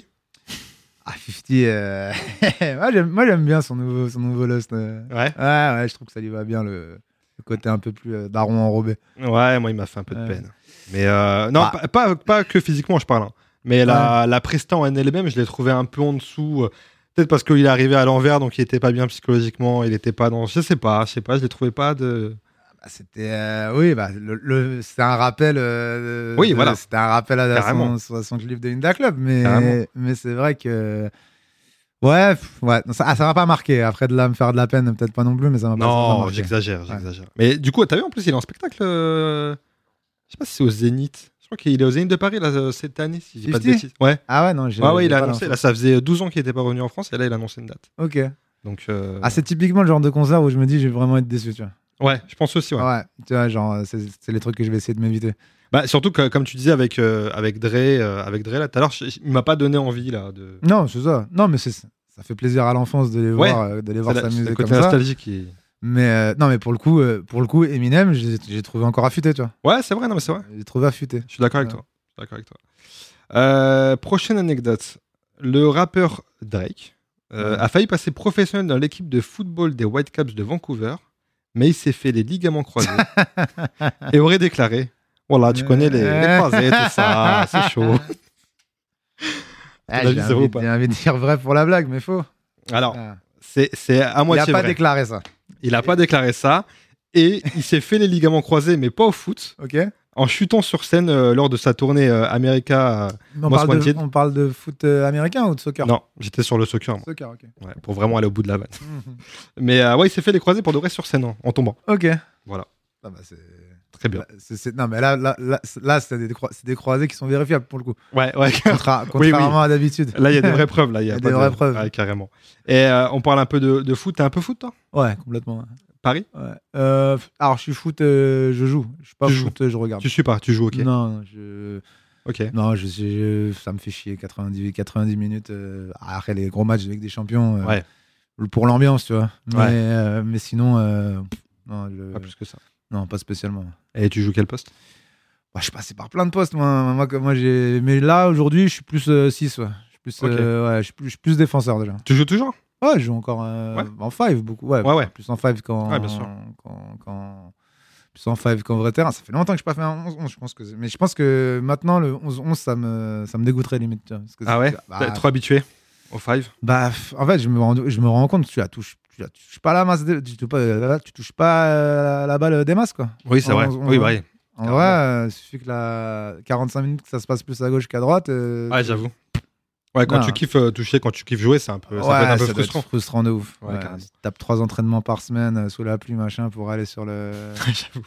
Speaker 2: Ah, 50, euh, moi, j'aime- moi, j'aime bien son nouveau, son nouveau Lost. euh.
Speaker 1: Ouais.
Speaker 2: Ouais, ouais, je trouve que ça lui va bien le, le côté un peu plus euh, daron enrobé.
Speaker 1: Ouais, moi, il m'a fait un peu de
Speaker 2: Ouais.
Speaker 1: peine. Mais euh, non,
Speaker 2: Bah.
Speaker 1: pas, pas, pas que physiquement, je parle. hein. Mais la, la presta en NLM, je l'ai trouvé un peu en dessous. euh, Peut-être parce qu'il est arrivé à l'envers, donc il était pas bien psychologiquement. Il était pas dans. Je sais pas, je sais pas, je l'ai trouvé pas de.
Speaker 2: Bah, c'était euh, oui bah le, le- c'était un rappel euh,
Speaker 1: Oui,
Speaker 2: de-
Speaker 1: voilà.
Speaker 2: c'était un rappel à,
Speaker 1: Carrément.
Speaker 2: son, son- son clip de Inda Club mais
Speaker 1: Carrément.
Speaker 2: mais c'est vrai que ouais pff, ouais non, ça ah, ça m'a pas marqué après de là me faire de la peine peut-être pas non plus mais ça m'a pas, ça m'a pas
Speaker 1: Ah, Non,
Speaker 2: marqué.
Speaker 1: j'exagère,
Speaker 2: Ouais.
Speaker 1: j'exagère. Mais du coup, t'as vu en plus, il est en spectacle. euh, Je sais pas si c'est au Zénith. Je crois qu'il est au Zénith de Paris là, euh, cette année, si j'ai pas de
Speaker 2: 50?
Speaker 1: bêtises. Ouais.
Speaker 2: ah ouais non j'ai
Speaker 1: Ouais, ouais,
Speaker 2: j'ai
Speaker 1: il a
Speaker 2: pas
Speaker 1: annoncé. Là,
Speaker 2: l'info.
Speaker 1: ça faisait 12 ans qu'il était pas revenu en France et là, il a annoncé une date.
Speaker 2: ok
Speaker 1: Donc. euh,
Speaker 2: ah c'est typiquement le genre de concert où je me dis je vais vraiment être déçu tu vois
Speaker 1: Ouais, je pense aussi. Ouais.
Speaker 2: ouais, tu vois genre euh, c'est c'est les trucs que je vais essayer de m'éviter
Speaker 1: Bah, surtout que, comme tu disais avec, euh, avec Dre, euh, avec Dre là tout à l'heure, je- je- il m'a pas donné envie là de.
Speaker 2: non c'est ça non mais c'est ça fait plaisir à l'enfance de les
Speaker 1: Ouais.
Speaker 2: voir euh, de les voir
Speaker 1: C'est la- c'est
Speaker 2: s'amuser
Speaker 1: le
Speaker 2: comme
Speaker 1: côté
Speaker 2: ça
Speaker 1: nostalgique qui.
Speaker 2: mais euh, non mais pour le coup euh, pour le coup Eminem j'ai j'ai trouvé encore affûté tu vois
Speaker 1: Ouais, c'est vrai, non, mais c'est vrai.
Speaker 2: J'ai trouvé affûté.
Speaker 1: Je suis d'accord avec
Speaker 2: Ouais.
Speaker 1: toi. Je suis d'accord avec toi. Euh, prochaine anecdote. Le rappeur Drake euh,
Speaker 2: Ouais.
Speaker 1: a failli passer professionnel dans l'équipe de football des Whitecaps de Vancouver, mais il s'est fait les ligaments croisés et aurait déclaré Voilà, tu connais les, les croisés, tout ça, c'est chaud.
Speaker 2: Ah,
Speaker 1: Ton avis,
Speaker 2: j'ai
Speaker 1: c'est vrai
Speaker 2: envie,
Speaker 1: ou pas
Speaker 2: j'ai envie de dire vrai pour la blague, mais faux.
Speaker 1: Alors,
Speaker 2: Ah.
Speaker 1: c'est c'est à
Speaker 2: Il a
Speaker 1: moitié
Speaker 2: pas
Speaker 1: vrai.
Speaker 2: déclaré ça.
Speaker 1: Il n'a pas déclaré ça. Et il s'est fait les ligaments croisés, mais pas au foot,
Speaker 2: Ok.
Speaker 1: en chutant sur scène euh, lors de sa tournée euh, America. euh,
Speaker 2: On
Speaker 1: Most
Speaker 2: parle,
Speaker 1: Wanted.
Speaker 2: de, on parle de foot euh, américain ou de soccer
Speaker 1: Non, j'étais sur le soccer, moi,
Speaker 2: Soccer, ok.
Speaker 1: ouais, pour vraiment aller au bout de la vanne. Mais euh, ouais, il s'est fait les croisés pour de vrai sur scène, hein, en tombant.
Speaker 2: ok.
Speaker 1: Voilà.
Speaker 2: Ah bah, c'est.
Speaker 1: Très bien.
Speaker 2: là, c'est- c'est- non, mais là, là, là, c'est- là, c'est des, croi- c'est des croisés qui sont vérifiables pour le coup.
Speaker 1: Ouais, ouais.
Speaker 2: Contra-
Speaker 1: Oui, oui.
Speaker 2: contrairement à d'habitude.
Speaker 1: Là, il y a des vraies preuves. Là, il y a,
Speaker 2: Il y a
Speaker 1: pas
Speaker 2: des
Speaker 1: de-
Speaker 2: vraies preuves.
Speaker 1: Ouais, carrément. Et euh, on parle un peu de, de foot. T'es un peu foot, toi
Speaker 2: Ouais, complètement.
Speaker 1: Paris
Speaker 2: Ouais. Euh, f- alors, je suis foot, euh, je joue. Je suis pas
Speaker 1: Tu joues.
Speaker 2: foot, euh, je regarde.
Speaker 1: Tu suis pas, tu joues, ok.
Speaker 2: Non, non, je.
Speaker 1: Ok.
Speaker 2: Non, je, je- ça me fait chier. 90, 90 minutes. euh, après les gros matchs avec des champions. euh,
Speaker 1: Ouais.
Speaker 2: Pour l'ambiance, tu vois. Mais,
Speaker 1: Ouais.
Speaker 2: euh, mais sinon, euh, pff, non, le-
Speaker 1: Pas plus que ça.
Speaker 2: non, pas spécialement.
Speaker 1: Et tu joues quel poste
Speaker 2: Bah, je suis passé par plein de postes, moi. hein. moi, comme- moi, j'ai... Mais là, aujourd'hui, je suis plus 6. ouais. Je suis plus,
Speaker 1: Ok.
Speaker 2: euh, ouais, je suis plus, je suis plus défenseur déjà.
Speaker 1: Tu joues toujours
Speaker 2: Ouais, je joue encore euh,
Speaker 1: Ouais.
Speaker 2: en 5 beaucoup. Ouais,
Speaker 1: Ouais, ouais.
Speaker 2: Plus en 5 qu'en.
Speaker 1: Ouais, bien sûr.
Speaker 2: qu'en- qu'en- plus en 5 qu'en vrai terrain. Ça fait longtemps que je n'ai pas fait un 11-11. Je pense que... c'est- Mais je pense que maintenant, le 11-11, ça me, ça me dégoûterait limite. tu vois, parce que
Speaker 1: Ah
Speaker 2: c'est-
Speaker 1: ouais
Speaker 2: bah,
Speaker 1: T'es trop habitué au five
Speaker 2: Bah, f- en fait, je me rends, je me rends compte, tu la touches, tu la touches pas la masse, de- tu, touches pas, tu touches pas euh, la balle des masses, quoi.
Speaker 1: Oui, c'est
Speaker 2: On-
Speaker 1: vrai.
Speaker 2: on-
Speaker 1: oui, bah oui.
Speaker 2: En
Speaker 1: Carrément.
Speaker 2: vrai, euh, il suffit que la 45 minutes que ça se passe plus à gauche qu'à droite. euh,
Speaker 1: Ouais, j'avoue. Ouais, quand
Speaker 2: Non.
Speaker 1: tu kiffes euh, toucher, quand tu kiffes jouer, c'est un peu, ça peut être un peu
Speaker 2: ça doit être
Speaker 1: frustrant.
Speaker 2: frustrant de ouf.
Speaker 1: Ouais,
Speaker 2: Ouais,
Speaker 1: carrément.
Speaker 2: tu tapes trois entraînements par semaine euh, sous la pluie, machin, pour aller sur le.
Speaker 1: J'avoue.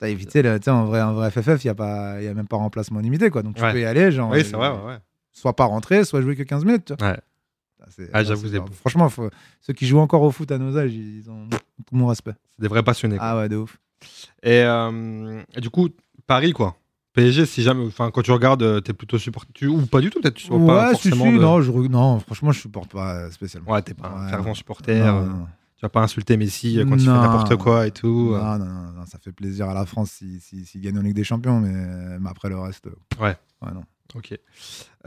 Speaker 2: T'as évité le. Tu sais, en vrai, en vrai FFF, il n'y a, pas- y a même pas remplacement limité, quoi. Donc tu
Speaker 1: Ouais.
Speaker 2: peux y aller, genre.
Speaker 1: Oui,
Speaker 2: euh,
Speaker 1: c'est vrai, ouais. ouais.
Speaker 2: Soit pas rentrer, soit jouer que 15 minutes, tu vois.
Speaker 1: Ouais.
Speaker 2: Ah, c'est-
Speaker 1: Ah,
Speaker 2: non,
Speaker 1: j'avoue,
Speaker 2: c'est
Speaker 1: c'est
Speaker 2: pas-
Speaker 1: beau.
Speaker 2: Franchement, faut- ceux qui jouent encore au foot à nos âges, ils ont tout mon respect.
Speaker 1: C'est des vrais passionnés. quoi.
Speaker 2: Ah ouais, de ouf. Ah.
Speaker 1: Et, euh, et du coup, Paris, quoi. PSG, si jamais, enfin, quand tu regardes, euh, t'es plutôt supporter. tu- Ou pas du tout, peut-être. Tu sois pas
Speaker 2: Ouais, si, si,
Speaker 1: forcément. de-
Speaker 2: non, je, re- non, franchement, je supporte pas euh, spécialement.
Speaker 1: Ouais, t'es pas un
Speaker 2: Ouais,
Speaker 1: fervent
Speaker 2: non.
Speaker 1: supporter.
Speaker 2: Non,
Speaker 1: euh,
Speaker 2: non, non.
Speaker 1: Tu vas pas insulter Messi euh, quand il fait
Speaker 2: Non.
Speaker 1: n'importe quoi et tout. euh.
Speaker 2: Non, non, non, non, ça fait plaisir à la France s'ils si, s'ils gagnent en Ligue des Champions, mais, euh, mais après le reste. euh,
Speaker 1: Ouais.
Speaker 2: non.
Speaker 1: Ok.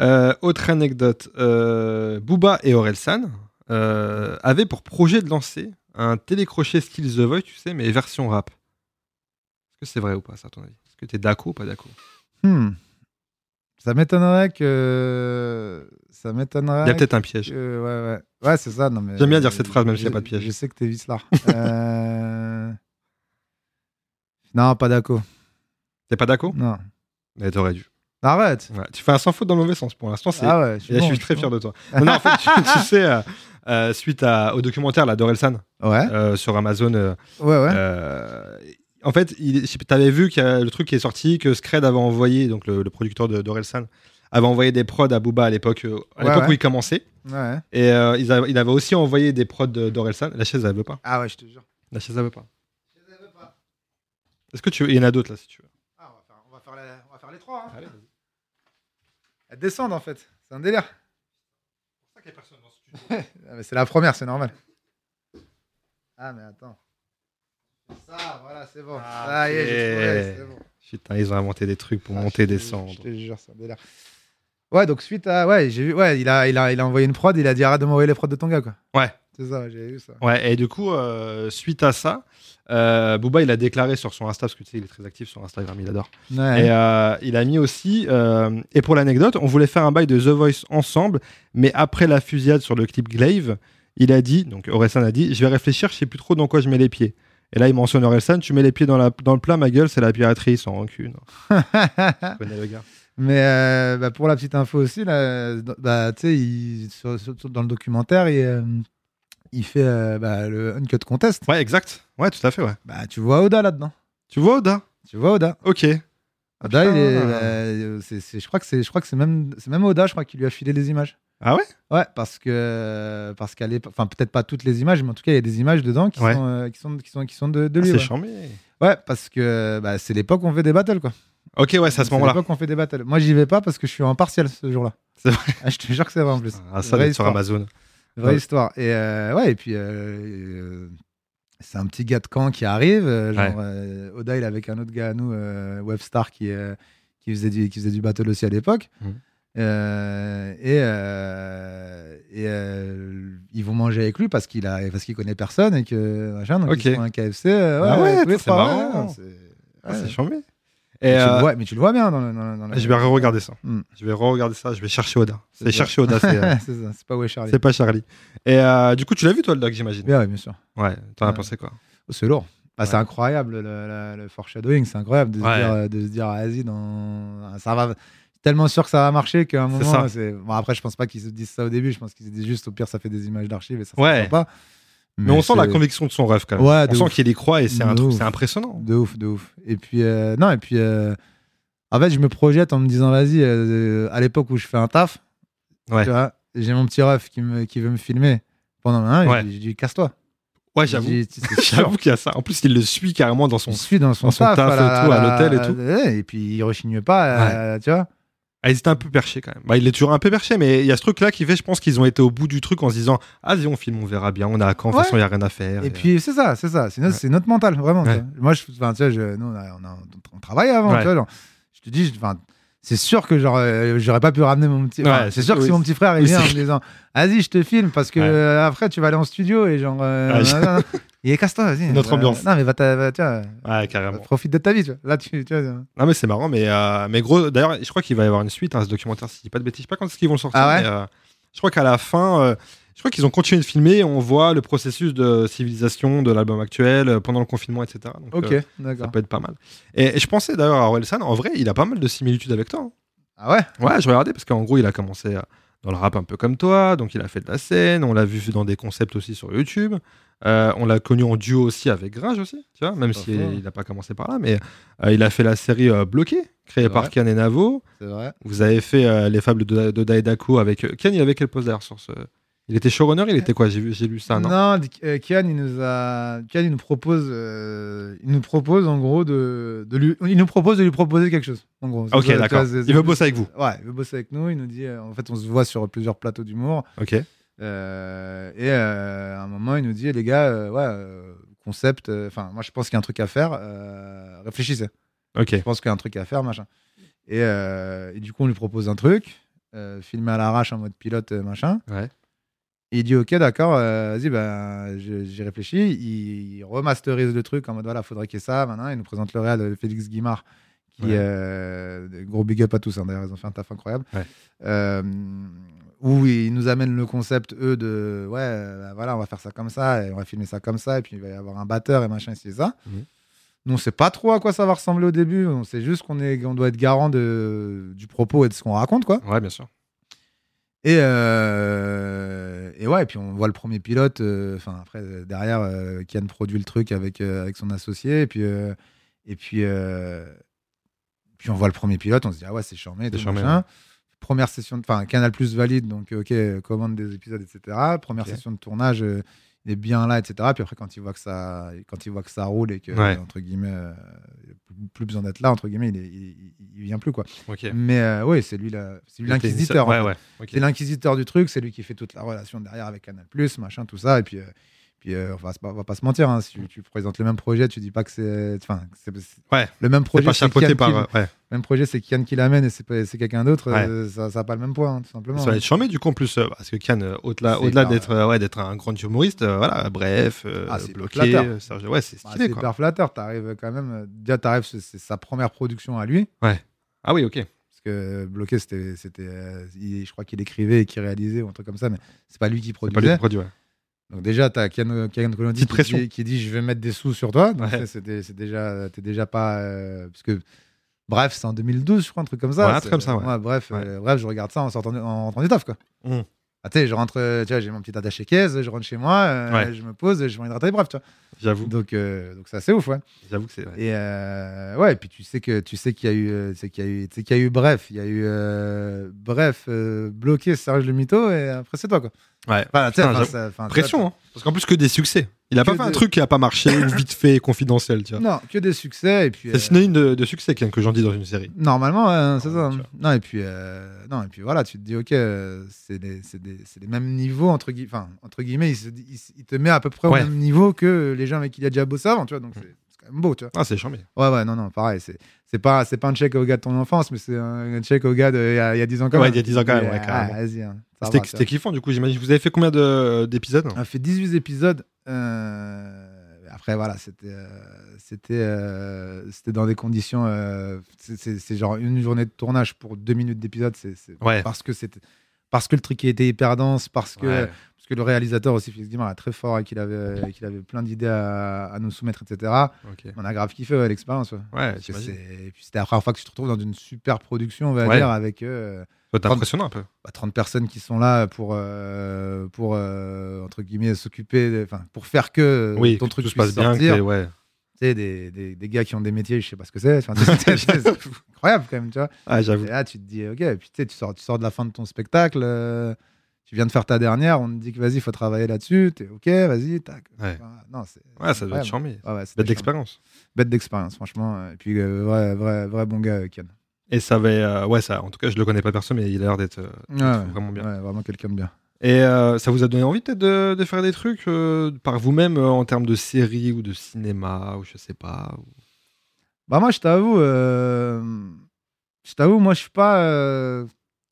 Speaker 1: Euh, autre anecdote. euh, Booba et Orelsan euh, avaient pour projet de lancer un télécrochet style The Voice, tu sais, mais version rap. Est-ce que c'est vrai ou pas, ça, à ton avis Est-ce que t'es d'accord ou pas d'accord
Speaker 2: Hmm. Ça m'étonnerait que. Ça m'étonnerait.
Speaker 1: Il y a peut-être un piège.
Speaker 2: que- Ouais, ouais. Ouais, c'est ça. non, mais-
Speaker 1: J'aime bien dire cette phrase, même s'il y a
Speaker 2: je-
Speaker 1: pas de piège.
Speaker 2: Je sais que t'es vicelard. Euh, Non, pas d'accord.
Speaker 1: T'es pas d'accord
Speaker 2: Non.
Speaker 1: Mais t'aurais dû.
Speaker 2: Arrête.
Speaker 1: Ouais, Tu fais un sans faute dans le mauvais sens pour l'instant. c'est-
Speaker 2: Ah ouais, je suis,
Speaker 1: Et là,
Speaker 2: bon,
Speaker 1: je suis très fier de toi. Non, non, en fait, tu, tu sais, euh, euh, suite à- au documentaire là, d'Orelsan
Speaker 2: Ouais,
Speaker 1: euh, sur Amazon. euh,
Speaker 2: ouais, ouais.
Speaker 1: euh, en fait, il- je- t'avais vu qu'il y a le truc qui est sorti, que Scred avait envoyé, donc le, le producteur de- d'Orelsan, avait envoyé des prods à Booba à l'époque euh, à
Speaker 2: Ouais,
Speaker 1: l'époque
Speaker 2: ouais.
Speaker 1: où il commençait.
Speaker 2: ouais.
Speaker 1: Et euh, ils avaient- il avait aussi envoyé des prods de- d'Orelsan. La chaise, elle veut pas.
Speaker 2: Ah ouais, je te jure.
Speaker 1: La chaise, elle veut pas. Est-ce que tu veux Il y en a d'autres là, si tu veux.
Speaker 2: Ah, on, va faire, on va faire la- on va faire les trois. Hein.
Speaker 1: Allez, vas-y.
Speaker 2: Elles descendent en fait. C'est un délire.
Speaker 1: C'est pour ça qu'il y a personne dans ce studio.
Speaker 2: Ah, mais c'est la première, c'est normal. Ah, mais attends. Ça, voilà, c'est bon.
Speaker 1: Ah,
Speaker 2: Ah, y est, j'ai trouvé,
Speaker 1: ok.
Speaker 2: c'est bon.
Speaker 1: Putain, ils ont inventé des trucs pour
Speaker 2: Ah,
Speaker 1: monter,
Speaker 2: je te-
Speaker 1: descendre.
Speaker 2: Je te jure, c'est un délire. Ouais, donc suite à. Ouais, j'ai vu. Ouais, il a, il, a, il a envoyé une prod, il a dit arrête de m'envoyer les prods de ton gars, quoi.
Speaker 1: Ouais.
Speaker 2: C'est ça, j'ai vu ça.
Speaker 1: Ouais, et du coup, euh, suite à ça, euh, Booba, il a déclaré sur son Insta, parce que tu sais, il est très actif sur Instagram, il adore.
Speaker 2: Ouais.
Speaker 1: Et euh, il a mis aussi, euh, et pour l'anecdote, on voulait faire un bail de The Voice ensemble, mais après la fusillade sur le clip Glaive, il a dit, donc Orelsan a dit, je vais réfléchir, je sais plus trop dans quoi je mets les pieds. Et là, il mentionne Orelsan, tu mets les pieds dans, la, dans le plat, ma gueule, c'est la piraterie, sans rancune. Je connais le gars.
Speaker 2: Mais euh, bah, pour la petite info aussi, là, euh, bah, tu sais, il- sur- sur- dans le documentaire, il, euh, il fait euh, bah, le Uncut Contest.
Speaker 1: Ouais, exact. Ouais, tout à fait, ouais.
Speaker 2: Bah, tu vois Oda là-dedans.
Speaker 1: Tu vois, Oda
Speaker 2: Tu vois Oda.
Speaker 1: Ok.
Speaker 2: Oda, il est,
Speaker 1: putain.
Speaker 2: euh, c'est- c'est- je crois que c'est, je crois que c'est même, c'est même Oda, je crois, qui lui a filé les images.
Speaker 1: Ah ouais
Speaker 2: Ouais, parce que, parce qu'elle est, enfin peut-être pas toutes les images, mais en tout cas, il y a des images dedans qui
Speaker 1: Ouais.
Speaker 2: sont, euh, qui sont, qui sont, qui sont de, de
Speaker 1: Ah,
Speaker 2: lui.
Speaker 1: C'est
Speaker 2: ouais.
Speaker 1: charmé.
Speaker 2: Ouais, parce que bah, c'est l'époque où on fait des battles, quoi.
Speaker 1: Ok, ouais, c'est à ce moment-là.
Speaker 2: l'époque où on fait des battles. Moi, j'y vais pas parce que je suis en partiel ce jour-là.
Speaker 1: C'est vrai.
Speaker 2: Ah, je te jure que c'est vrai en plus.
Speaker 1: Ah, ça,
Speaker 2: Vraie
Speaker 1: d'être sur
Speaker 2: histoire.
Speaker 1: Amazon.
Speaker 2: Vraie
Speaker 1: Ouais.
Speaker 2: histoire. Et euh, ouais, et puis euh, euh, c'est un petit gars de camp qui arrive. euh, genre,
Speaker 1: Ouais.
Speaker 2: euh, Oda, il est avec un autre gars à nous, euh, Webstar, qui, euh, qui, faisait du, qui faisait du battle aussi à l'époque.
Speaker 1: Mhm.
Speaker 2: Euh, et euh, et euh, ils vont manger avec lui parce qu'il a parce qu'il connaît personne et que machin donc
Speaker 1: Ok.
Speaker 2: ils se font un KFC euh, ouais,
Speaker 1: Ah ouais,
Speaker 2: tous
Speaker 1: putain,
Speaker 2: les
Speaker 1: c'est
Speaker 2: trois, ouais,
Speaker 1: marrant.
Speaker 2: ouais, c'est-
Speaker 1: Ah,
Speaker 2: ouais.
Speaker 1: c'est charmé.
Speaker 2: mais,
Speaker 1: Et
Speaker 2: tu le
Speaker 1: euh,
Speaker 2: vois, mais tu le vois bien dans le. Dans le- dans le-
Speaker 1: je vais re-regarder ça.
Speaker 2: Hmm.
Speaker 1: Je vais re-regarder ça. Je vais chercher Oda.
Speaker 2: C'est
Speaker 1: C'est
Speaker 2: ça.
Speaker 1: chercher Oda, c'est, euh,
Speaker 2: c'est ça, c'est pas où est Charlie.
Speaker 1: c'est pas Charlie. Et euh, du coup, tu l'as vu, toi, le doc, j'imagine
Speaker 2: Ouais, ouais, bien sûr.
Speaker 1: Ouais, t'en as
Speaker 2: Ouais.
Speaker 1: pensé quoi
Speaker 2: Oh, C'est lourd. Bah, C'est
Speaker 1: Ouais.
Speaker 2: incroyable le, le- le foreshadowing, c'est incroyable de,
Speaker 1: Ouais.
Speaker 2: se dire, euh, de se dire vas-y, dans... ah, ça va. Tellement sûr que ça va marcher qu'à un
Speaker 1: C'est
Speaker 2: moment,
Speaker 1: ça.
Speaker 2: c'est bon. Après, je pense pas qu'ils se disent ça au début. Je pense qu'ils se disent juste au pire, ça fait des images d'archives et ça. ça
Speaker 1: Ouais.
Speaker 2: se voit pas.
Speaker 1: Mais, on sent la
Speaker 2: c'est
Speaker 1: conviction de son rêve quand même.
Speaker 2: Ouais,
Speaker 1: on
Speaker 2: de
Speaker 1: sent
Speaker 2: ouf.
Speaker 1: qu'il y croit et c'est un
Speaker 2: De
Speaker 1: truc,
Speaker 2: ouf.
Speaker 1: c'est impressionnant.
Speaker 2: De ouf, de ouf. Et puis euh, non, et puis euh, en fait, je me projette en me disant vas-y. euh, à l'époque où je fais un taf,
Speaker 1: Ouais.
Speaker 2: tu vois, j'ai mon petit ref qui me qui veut me filmer pendant un.
Speaker 1: Ouais.
Speaker 2: an, J'ai dit casse-toi.
Speaker 1: Ouais,
Speaker 2: J'ai
Speaker 1: j'avoue.
Speaker 2: dit, C'est sûr.
Speaker 1: J'avoue qu'il y a ça. En plus, il le suit carrément dans son.
Speaker 2: On suit dans son,
Speaker 1: dans son taf
Speaker 2: à la-
Speaker 1: et tout, à
Speaker 2: la-
Speaker 1: l'hôtel et tout.
Speaker 2: ouais, Et puis il rechigne pas, euh, tu vois.
Speaker 1: Ah, il était un peu perché quand même. Bah, il est toujours un peu perché, mais il y a ce truc-là qui fait, je pense qu'ils ont été au bout du truc en se disant Ah, vas-y, on filme, on verra bien. On a quand De toute
Speaker 2: Ouais.
Speaker 1: façon, il n'y a rien à faire.
Speaker 2: Et puis c'est ça, c'est ça, c'est notre,
Speaker 1: Ouais.
Speaker 2: c'est notre mental, vraiment. tu
Speaker 1: Ouais.
Speaker 2: vois. Moi, je, enfin, tu vois, je- nous, on, a- on a- on travaille avant,
Speaker 1: Ouais.
Speaker 2: tu vois, genre, je te dis, je- enfin, c'est sûr que genre, euh, j'aurais pas pu ramener mon petit. enfin,
Speaker 1: Ouais,
Speaker 2: c'est sûr que
Speaker 1: oui.
Speaker 2: si mon petit frère il
Speaker 1: Oui,
Speaker 2: vient en
Speaker 1: c'est
Speaker 2: me disant, vas-y, je te filme parce que
Speaker 1: Ouais.
Speaker 2: euh, après tu vas aller en studio et genre, euh,
Speaker 1: Ouais, je-
Speaker 2: nan, nan, nan. il est casse-toi, vas-y.
Speaker 1: Notre
Speaker 2: Euh,
Speaker 1: ambiance. Ah
Speaker 2: Non mais va, ta- va- tu vois,
Speaker 1: Ouais, carrément.
Speaker 2: profite de ta vie, tu vois. Là, tu, tu vois.
Speaker 1: Non mais c'est marrant, mais, euh, mais gros, d'ailleurs, je crois qu'il va y avoir une suite, hein, ce documentaire, si je dis pas de bêtises, je sais pas quand est-ce qu'ils vont le sortir,
Speaker 2: Ah ouais
Speaker 1: mais, euh, je crois qu'à la fin, euh, je crois qu'ils ont continué de filmer, on voit le processus de civilisation de l'album actuel, euh, pendant le confinement, etc. Donc,
Speaker 2: Ok,
Speaker 1: euh, ça
Speaker 2: d'accord.
Speaker 1: peut être pas mal. Et, et je pensais d'ailleurs à Orelsan, en vrai, il a pas mal de similitudes avec toi. hein.
Speaker 2: Ah ouais.
Speaker 1: Ouais, je regardais parce qu'en gros, il a commencé euh, dans le rap un peu comme toi, donc il a fait de la scène, on l'a vu dans des concepts aussi sur YouTube. Euh, on l'a connu en duo aussi avec Gringe aussi, tu vois, même
Speaker 2: pas
Speaker 1: s'il
Speaker 2: faux.
Speaker 1: il n'a pas commencé par là, mais euh, il a fait la série euh, Bloqué, créée
Speaker 2: C'est
Speaker 1: par
Speaker 2: vrai.
Speaker 1: Kian et Navo.
Speaker 2: C'est vrai.
Speaker 1: Vous avez fait euh, les fables de, de Daedako avec. euh, Kian, il avait quel poste d'ailleurs sur ce. Il était showrunner, il était quoi J'ai vu- j'ai lu ça, non,
Speaker 2: Non, d- euh, Kian, il nous a, Kian, il nous propose, euh, il nous propose en gros de, de lui, il nous propose de lui proposer quelque chose. En gros.
Speaker 1: Ok,
Speaker 2: Tu vois,
Speaker 1: d'accord.
Speaker 2: tu vois, c'est-
Speaker 1: Il veut bosser avec vous.
Speaker 2: Ouais, il veut bosser avec nous. Il nous dit, euh, en fait, on se voit sur plusieurs plateaux d'humour.
Speaker 1: Ok.
Speaker 2: euh, et euh, à un moment, il nous dit, les gars, euh, ouais, euh, concept. euh, Enfin, moi, je pense qu'il y a un truc à faire. euh, réfléchissez.
Speaker 1: Ok.
Speaker 2: Je pense qu'il y a un truc à faire, machin. Et, euh, et du coup, on lui propose un truc, euh, filmé à l'arrache en mode pilote, euh, machin.
Speaker 1: Ouais.
Speaker 2: Et il dit ok d'accord euh, vas-y ben je- j'y réfléchis il, il remasterise le truc en mode voilà faudrait qu'il y ait ça maintenant il nous présente le réal euh, Félix Guimard qui
Speaker 1: Ouais.
Speaker 2: euh, gros big up à tous hein, d'ailleurs ils ont fait un taf incroyable
Speaker 1: Ouais.
Speaker 2: Euh, où ils nous amènent le concept eux de ouais euh, voilà on va faire ça comme ça et on va filmer ça comme ça et puis il va y avoir un batteur et machin c'est ça
Speaker 1: Mhm.
Speaker 2: nous on sait pas trop à quoi ça va ressembler au début on sait juste qu'on est on doit être garant de du propos et de ce qu'on raconte quoi
Speaker 1: Ouais, bien sûr.
Speaker 2: et, euh, et, Et ouais, et puis on voit le premier pilote, euh, enfin après euh, derrière, euh, Kian produit le truc avec, euh, avec son associé, et puis euh, et puis euh, puis on voit le premier pilote, on se dit ah ouais c'est charmé,
Speaker 1: C'est
Speaker 2: tout,
Speaker 1: charmé,
Speaker 2: machin.
Speaker 1: ouais.
Speaker 2: Première session, de- enfin Canal Plus valide, donc ok euh, commande des épisodes, etc. Première
Speaker 1: Ok.
Speaker 2: session de tournage, euh, il est bien là, etc. Puis après quand il voit que ça, quand il voit que ça roule et que
Speaker 1: Ouais.
Speaker 2: entre guillemets euh, plus- plus besoin d'être là entre guillemets, il, est- il, il- il vient plus quoi.
Speaker 1: Ok.
Speaker 2: Mais euh, ouais c'est lui la- c'est lui l'inquisiteur. en
Speaker 1: Ouais,
Speaker 2: fait.
Speaker 1: ouais.
Speaker 2: C'est l'inquisiteur du truc, c'est lui qui fait toute la relation derrière avec Canal+, machin, tout ça. Et puis, euh, puis euh, on, va, se- on va pas se mentir, hein, si tu, tu présentes le même projet, tu dis pas que c'est... Enfin, que c'est- c'est-
Speaker 1: Ouais.
Speaker 2: le même
Speaker 1: C'est
Speaker 2: projet,
Speaker 1: pas
Speaker 2: c'est
Speaker 1: chapeauté
Speaker 2: Kian
Speaker 1: par.
Speaker 2: qui-
Speaker 1: euh, Ouais.
Speaker 2: le même projet, c'est Kian qui l'amène et c'est pas- c'est quelqu'un d'autre,
Speaker 1: Ouais.
Speaker 2: euh, ça n'a pas le même poids, hein, tout simplement.
Speaker 1: Ça va être charmé du coup en plus, euh, parce que Kian, euh, au-delà,
Speaker 2: C'est
Speaker 1: au-delà
Speaker 2: hyper,
Speaker 1: d'être euh, ouais, d'être un grand humoriste, euh, voilà, bref, euh,
Speaker 2: Ah, c'est
Speaker 1: bloqué,
Speaker 2: flatteur.
Speaker 1: euh, Serge- ouais, c'est
Speaker 2: Bah,
Speaker 1: stylé
Speaker 2: c'est
Speaker 1: quoi.
Speaker 2: hyper flatteur, t'arrives quand même... euh, Déjà, t'arrives, c'est c'est sa première production à lui,
Speaker 1: Ah oui, ok.
Speaker 2: parce que euh, Bloqué, c'était... c'était, euh, il- je crois qu'il écrivait et qu'il réalisait, ou un truc comme ça, mais c'est pas lui qui
Speaker 1: C'est pas lui
Speaker 2: produisait.
Speaker 1: qui produit. ouais.
Speaker 2: Donc déjà, tu as Kian, Kian Koulondi
Speaker 1: Petite
Speaker 2: qui
Speaker 1: pression.
Speaker 2: dit, qui dit je vais mettre des sous sur toi. Donc
Speaker 1: Ouais.
Speaker 2: ça, c'est dé- c'est déjà, t'es déjà pas, euh, parce que bref, c'est en 2012, je crois, un truc comme ça.
Speaker 1: Ouais, un truc
Speaker 2: C'est-
Speaker 1: comme ça, ouais.
Speaker 2: bref,
Speaker 1: Ouais.
Speaker 2: euh, bref, je regarde ça en sortant, du- en rentrant du taf, quoi.
Speaker 1: Mm.
Speaker 2: Ah, tu sais, je rentre, euh, tu vois, j'ai mon petit attaché caisse, je rentre chez moi, euh,
Speaker 1: Ouais.
Speaker 2: je me pose, je vais hydrater, bref, tu vois.
Speaker 1: J'avoue,
Speaker 2: Donc, euh, donc c'est assez ouf, ouais.
Speaker 1: j'avoue que c'est. ouais.
Speaker 2: Et euh, ouais, et puis tu sais que tu sais qu'il y a eu, euh, tu sais qu'il y a eu, tu sais qu'il y a eu, bref, il y a eu, euh, bref, euh, bloqué Serge le mytho et après c'est toi, quoi.
Speaker 1: Ouais.
Speaker 2: Enfin, tu sais,
Speaker 1: Putain,
Speaker 2: enfin,
Speaker 1: j'avoue.
Speaker 2: ça- enfin, tu vois,
Speaker 1: Pression, hein. parce qu'en plus que des succès. Il a
Speaker 2: Que
Speaker 1: pas fait un
Speaker 2: des-
Speaker 1: truc qui a pas marché ou vite fait, confidentiel, tu vois.
Speaker 2: Non, que des succès. Et puis,
Speaker 1: C'est
Speaker 2: euh,
Speaker 1: synonyme de, de succès, Kian, que j'en dis dans une série.
Speaker 2: normalement, euh, c'est
Speaker 1: Normalement,
Speaker 2: ça.
Speaker 1: tu
Speaker 2: Non, et puis, euh, non, et puis voilà, tu te dis, ok, euh, c'est des- c'est des- c'est les mêmes niveaux, entre, gui- enfin, entre guillemets, il, se dit- il se- il te met à peu près
Speaker 1: Ouais. Mm.
Speaker 2: au même niveau que les gens avec qui il a déjà bossé avant, tu vois, donc c'est c'est quand même beau, tu vois.
Speaker 1: Ah, c'est charmé.
Speaker 2: Ouais, ouais, non, non, pareil, c'est c'est pas, c'est pas un check au gars de ton enfance, mais c'est un, un check au gars d'il y, a- il y a 10 ans quand
Speaker 1: Ouais,
Speaker 2: même.
Speaker 1: il y a 10 ans quand même,
Speaker 2: Mais,
Speaker 1: ouais,
Speaker 2: ah,
Speaker 1: carrément.
Speaker 2: Vas-y, hein, ça va,
Speaker 1: C'était
Speaker 2: tu
Speaker 1: c'était kiffant, du coup, j'imagine. Vous avez fait combien de- d'épisodes
Speaker 2: on a fait 18 épisodes. euh, Après, voilà, c'était euh, c'était euh, c'était dans des conditions. euh, c'est- c'est c'est genre une journée de tournage pour deux minutes d'épisode. c'est c'est-
Speaker 1: Ouais.
Speaker 2: Parce que c'était. Parce que le truc était hyper dense, Ah, parce que,
Speaker 1: Ouais.
Speaker 2: parce que le réalisateur aussi, Félix Guimard, est très fort et qu'il avait, qu'il avait plein d'idées à, à nous soumettre, etc.
Speaker 1: Ok.
Speaker 2: On a grave kiffé ouais, l'expérience. ouais.
Speaker 1: Ouais,
Speaker 2: Parce que
Speaker 1: j'imagine.
Speaker 2: c'est- et puis C'était la première fois que tu te retrouves dans une super production, on va
Speaker 1: Ouais.
Speaker 2: dire, avec euh,
Speaker 1: Ça doit t'impressionner un peu.
Speaker 2: bah, 30 personnes qui sont là pour, euh, pour euh, entre guillemets, s'occuper, de- enfin, pour faire que euh,
Speaker 1: Oui,
Speaker 2: ton
Speaker 1: que
Speaker 2: truc
Speaker 1: tout se
Speaker 2: puisse
Speaker 1: passe bien. que
Speaker 2: sortir.
Speaker 1: t'es- ouais.
Speaker 2: Tu sais, des, des, des gars qui ont des métiers, je sais pas ce que c'est. Enfin, tu sais, c'est- c'est- c'est incroyable quand même, tu vois.
Speaker 1: Ah,
Speaker 2: Et
Speaker 1: j'avoue.
Speaker 2: là, tu te dis, ok, puis tu sais, tu sors, tu sors de la fin de ton spectacle, euh, tu viens de faire ta dernière, on te dit que vas-y, il faut travailler là-dessus, t'es ok, vas-y, tac.
Speaker 1: Ouais.
Speaker 2: Enfin, non, c'est.
Speaker 1: Ouais, ça doit être
Speaker 2: incroyable.
Speaker 1: charmé.
Speaker 2: Ouais, ouais, c'était
Speaker 1: Bête
Speaker 2: chiant.
Speaker 1: d'expérience.
Speaker 2: Bête d'expérience, franchement. Et puis, euh, vrai, vrai, vrai bon gars, euh, Ken.
Speaker 1: Et ça avait. euh, ouais, ça, en tout cas, je le connais pas perso, mais il a l'air d'être euh,
Speaker 2: Ouais,
Speaker 1: d'être
Speaker 2: ouais.
Speaker 1: vraiment bien.
Speaker 2: Ouais, vraiment quelqu'un de bien.
Speaker 1: Et euh, ça vous a donné envie peut-être de, de faire des trucs euh, par vous-même euh, en termes de séries ou de cinéma ou je sais pas. ou-
Speaker 2: Bah moi, je t'avoue, euh, je t'avoue, moi, je suis pas, euh,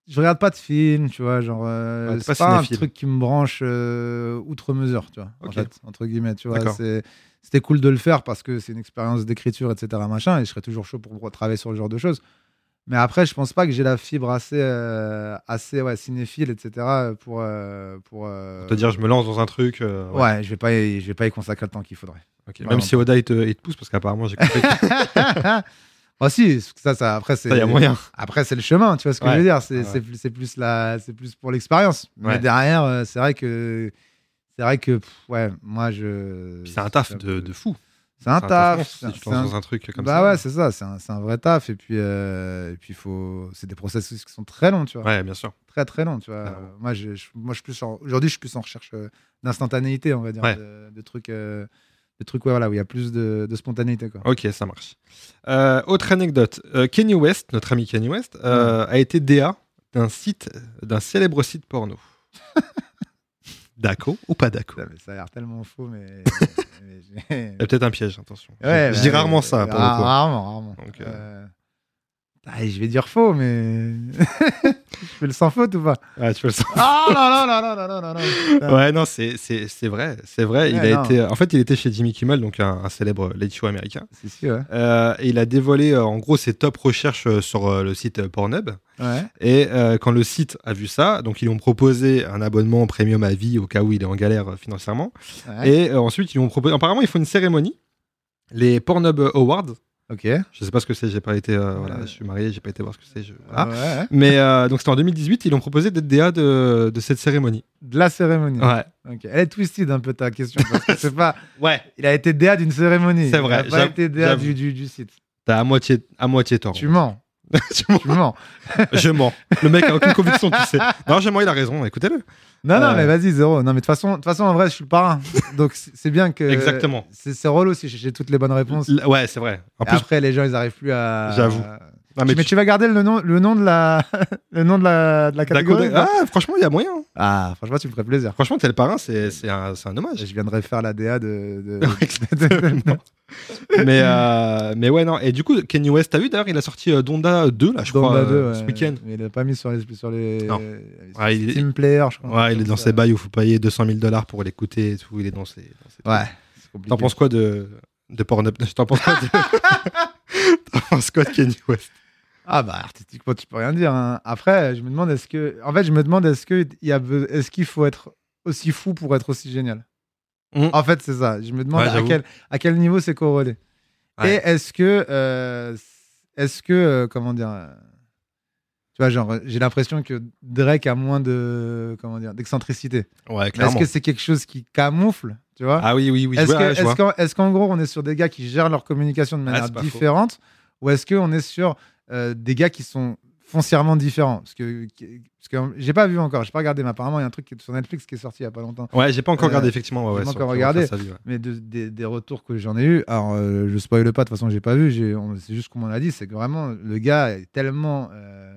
Speaker 2: je regarde pas de films, tu vois, genre, euh,
Speaker 1: Ouais, t'es
Speaker 2: c'est
Speaker 1: pas
Speaker 2: pas un
Speaker 1: cinéphile.
Speaker 2: truc qui me branche euh, outre mesure, tu vois, en
Speaker 1: Ok.
Speaker 2: fait, entre guillemets, tu vois,
Speaker 1: D'accord.
Speaker 2: c'est- c'était cool de le faire parce que c'est une expérience d'écriture, etc., machin, et je serais toujours chaud pour travailler sur le genre de choses. Mais après, je pense pas que j'ai la fibre assez, euh, assez, ouais, cinéphile, etc., pour, euh, pour, euh,
Speaker 1: Pour te dire, je me lance dans un truc. euh,
Speaker 2: ouais, je vais pas, y- je vais pas y consacrer le temps qu'il faudrait.
Speaker 1: ok.
Speaker 2: Ouais,
Speaker 1: Même
Speaker 2: non.
Speaker 1: si Oda il te, il te pousse parce qu'apparemment j'ai compris que
Speaker 2: Bah si, ça, ça, après, c'est.
Speaker 1: ça y a moyen.
Speaker 2: Après, c'est le chemin, tu vois ce que
Speaker 1: Ouais.
Speaker 2: je veux dire. C'est
Speaker 1: Ouais.
Speaker 2: c'est plus, c'est plus, la- c'est plus pour l'expérience.
Speaker 1: Ouais.
Speaker 2: Mais derrière, euh, c'est vrai que. C'est vrai que, pff, ouais, moi, je.
Speaker 1: Puis C'est un taf de, de fou.
Speaker 2: C'est un
Speaker 1: C'est
Speaker 2: taf.
Speaker 1: Si tu te
Speaker 2: c'est
Speaker 1: lances
Speaker 2: un-
Speaker 1: dans un truc comme
Speaker 2: bah
Speaker 1: ça.
Speaker 2: ouais, c'est ça. C'est un, c'est un vrai taf. Et puis, euh, et puis faut... c'est des processus qui sont très longs, tu vois.
Speaker 1: Ouais, bien sûr.
Speaker 2: Très, très longs, tu vois.
Speaker 1: Clairement.
Speaker 2: Euh, Moi, je, je- moi je suis plus en... aujourd'hui, je suis plus en recherche euh, d'instantanéité, on va dire.
Speaker 1: Ouais.
Speaker 2: De, de trucs, euh, de trucs ouais, voilà, où il y a plus de, de spontanéité, quoi.
Speaker 1: Ok, ça marche. Euh, autre anecdote. Euh, Kenny West, notre ami Kenny West, euh, a été DA d'un site, d'un célèbre site porno. D'accord ou pas d'accord
Speaker 2: Putain, mais ça a l'air tellement faux, mais. mais j'ai-
Speaker 1: Il y a peut-être un piège, attention.
Speaker 2: Ouais,
Speaker 1: je
Speaker 2: bah,
Speaker 1: dis rarement ça.
Speaker 2: euh,
Speaker 1: Pour
Speaker 2: ra-
Speaker 1: le coup.
Speaker 2: Rarement, rarement.
Speaker 1: Donc, euh,
Speaker 2: Euh, ah, je vais dire faux, mais. je fais le sans faute ou pas
Speaker 1: Ah, tu peux le sentir.
Speaker 2: Ah là là là là là là là là Putain.
Speaker 1: Ouais, non, c'est c'est- c'est vrai. C'est vrai. il
Speaker 2: Ah. Ouais,
Speaker 1: a
Speaker 2: non.
Speaker 1: été, en fait, il était chez Jimmy Kimmel, donc un, un célèbre late show américain.
Speaker 2: Si, si, ouais.
Speaker 1: Euh, et il a dévoilé, euh, en gros, ses top recherches euh, sur euh, le site euh, Pornhub.
Speaker 2: Ouais.
Speaker 1: Et euh, quand le site a vu ça, donc ils lui ont proposé un abonnement premium à vie au cas où il est en galère euh, financièrement.
Speaker 2: ouais.
Speaker 1: Et euh, ensuite, ils lui ont proposé. Apparemment, ils font une cérémonie, les Pornhub Awards.
Speaker 2: Ok.
Speaker 1: Je sais pas ce que c'est, j'ai pas été. euh, voilà, je suis marié, j'ai pas été voir ce que c'est. je- voilà.
Speaker 2: Ouais, ouais.
Speaker 1: Mais euh, donc c'était en 2018, ils ont proposé d'être DA de, de cette cérémonie.
Speaker 2: De la cérémonie.
Speaker 1: Ouais.
Speaker 2: Ok. Elle est twisted un peu ta question. Parce que c'est pas...
Speaker 1: Ouais.
Speaker 2: Il a été DA d'une cérémonie.
Speaker 1: C'est vrai,
Speaker 2: Il a pas
Speaker 1: j'avoue-
Speaker 2: été DA
Speaker 1: j'avoue.
Speaker 2: du, du, du site.
Speaker 1: T'as à moitié, à moitié tort.
Speaker 2: Tu mens.
Speaker 1: Tu mens.
Speaker 2: Tu mens.
Speaker 1: je mens. Le mec a aucune conviction, tu sais. Non, je mens, il a raison, écoutez-le.
Speaker 2: Non, non,
Speaker 1: Euh.
Speaker 2: mais vas-y, zéro. Non, mais de toute façon, de toute façon, en vrai, je suis le parrain. Donc, c'est c'est bien que.
Speaker 1: Exactement.
Speaker 2: C'est c'est rôle aussi. J'ai- J'ai toutes les bonnes réponses.
Speaker 1: L- Ouais, c'est vrai. En
Speaker 2: Et
Speaker 1: plus,
Speaker 2: après, les gens, ils arrivent plus à.
Speaker 1: J'avoue. non,
Speaker 2: Ah, Tu-
Speaker 1: mais
Speaker 2: mais, tu... vas garder le nom, le nom de la, le nom de la, de la
Speaker 1: D'accord,
Speaker 2: catégorie. hein.
Speaker 1: d'accord. Ah, franchement, il y a moyen.
Speaker 2: Ah, franchement, tu me ferais plaisir.
Speaker 1: Franchement, t'es le parrain, c'est c'est un, c'est un hommage.
Speaker 2: Je viendrai faire la DA de. de-
Speaker 1: Ouais, exactement. mais, euh, mais ouais, non. Et du coup, Kenny West, t'as vu d'ailleurs, il a sorti euh, Donda 2, là, je
Speaker 2: Dans
Speaker 1: crois,
Speaker 2: la deux,
Speaker 1: euh, ce
Speaker 2: ouais.
Speaker 1: week-end.
Speaker 2: Mais il a pas mis sur les. Sur les
Speaker 1: Non.
Speaker 2: sur
Speaker 1: Ouais, il-
Speaker 2: Team Player, je crois. euh,
Speaker 1: Ouais, euh, il est dans
Speaker 2: Ça-
Speaker 1: ses bails où il faut payer 200 000 dollars pour l'écouter et tout. Il est dans ses. dans ses-
Speaker 2: Ouais. c'est compliqué.
Speaker 1: T'en penses quoi de, de Pornhub T'en penses quoi de... T'en penses quoi de Kenny West
Speaker 2: Ah bah artistiquement tu peux rien dire. hein. Après je me demande est-ce que en fait je me demande est-ce que il y a be- est-ce qu'il faut être aussi fou pour être aussi génial.
Speaker 1: Mm.
Speaker 2: En fait c'est ça. Je me demande
Speaker 1: Ouais,
Speaker 2: à
Speaker 1: j'avoue.
Speaker 2: quel à quel niveau c'est corrélé.
Speaker 1: Ouais.
Speaker 2: Et est-ce que euh, est-ce que euh, comment dire euh, tu vois genre j'ai l'impression que Drake a moins de comment dire d'excentricité.
Speaker 1: Ouais,
Speaker 2: Est-ce que c'est quelque chose qui camoufle tu vois?
Speaker 1: Ah oui, oui, oui. je
Speaker 2: Est-ce
Speaker 1: vois,
Speaker 2: que-
Speaker 1: ouais, je vois.
Speaker 2: est-ce qu'en est-ce qu'en gros, on est sur des gars qui gèrent leur communication de manière
Speaker 1: c'est pas faux.
Speaker 2: différente ou est-ce qu'on est sur euh, des gars qui sont foncièrement différents Parce que, qui- parce que euh, j'ai pas vu encore, j'ai pas regardé, mais apparemment, il y a un truc qui est sur Netflix qui est sorti il y a pas longtemps.
Speaker 1: Ouais, j'ai pas encore
Speaker 2: Euh,
Speaker 1: regardé, effectivement. Ouais,
Speaker 2: j'ai
Speaker 1: ouais,
Speaker 2: pas
Speaker 1: sur-
Speaker 2: encore
Speaker 1: sur
Speaker 2: regardé.
Speaker 1: sa vie, ouais.
Speaker 2: Mais de- des, des retours que j'en ai eu, alors euh, je spoile pas, de toute façon, j'ai pas vu, j'ai- on- c'est juste qu'on m'en a dit, c'est que vraiment, le gars est tellement euh,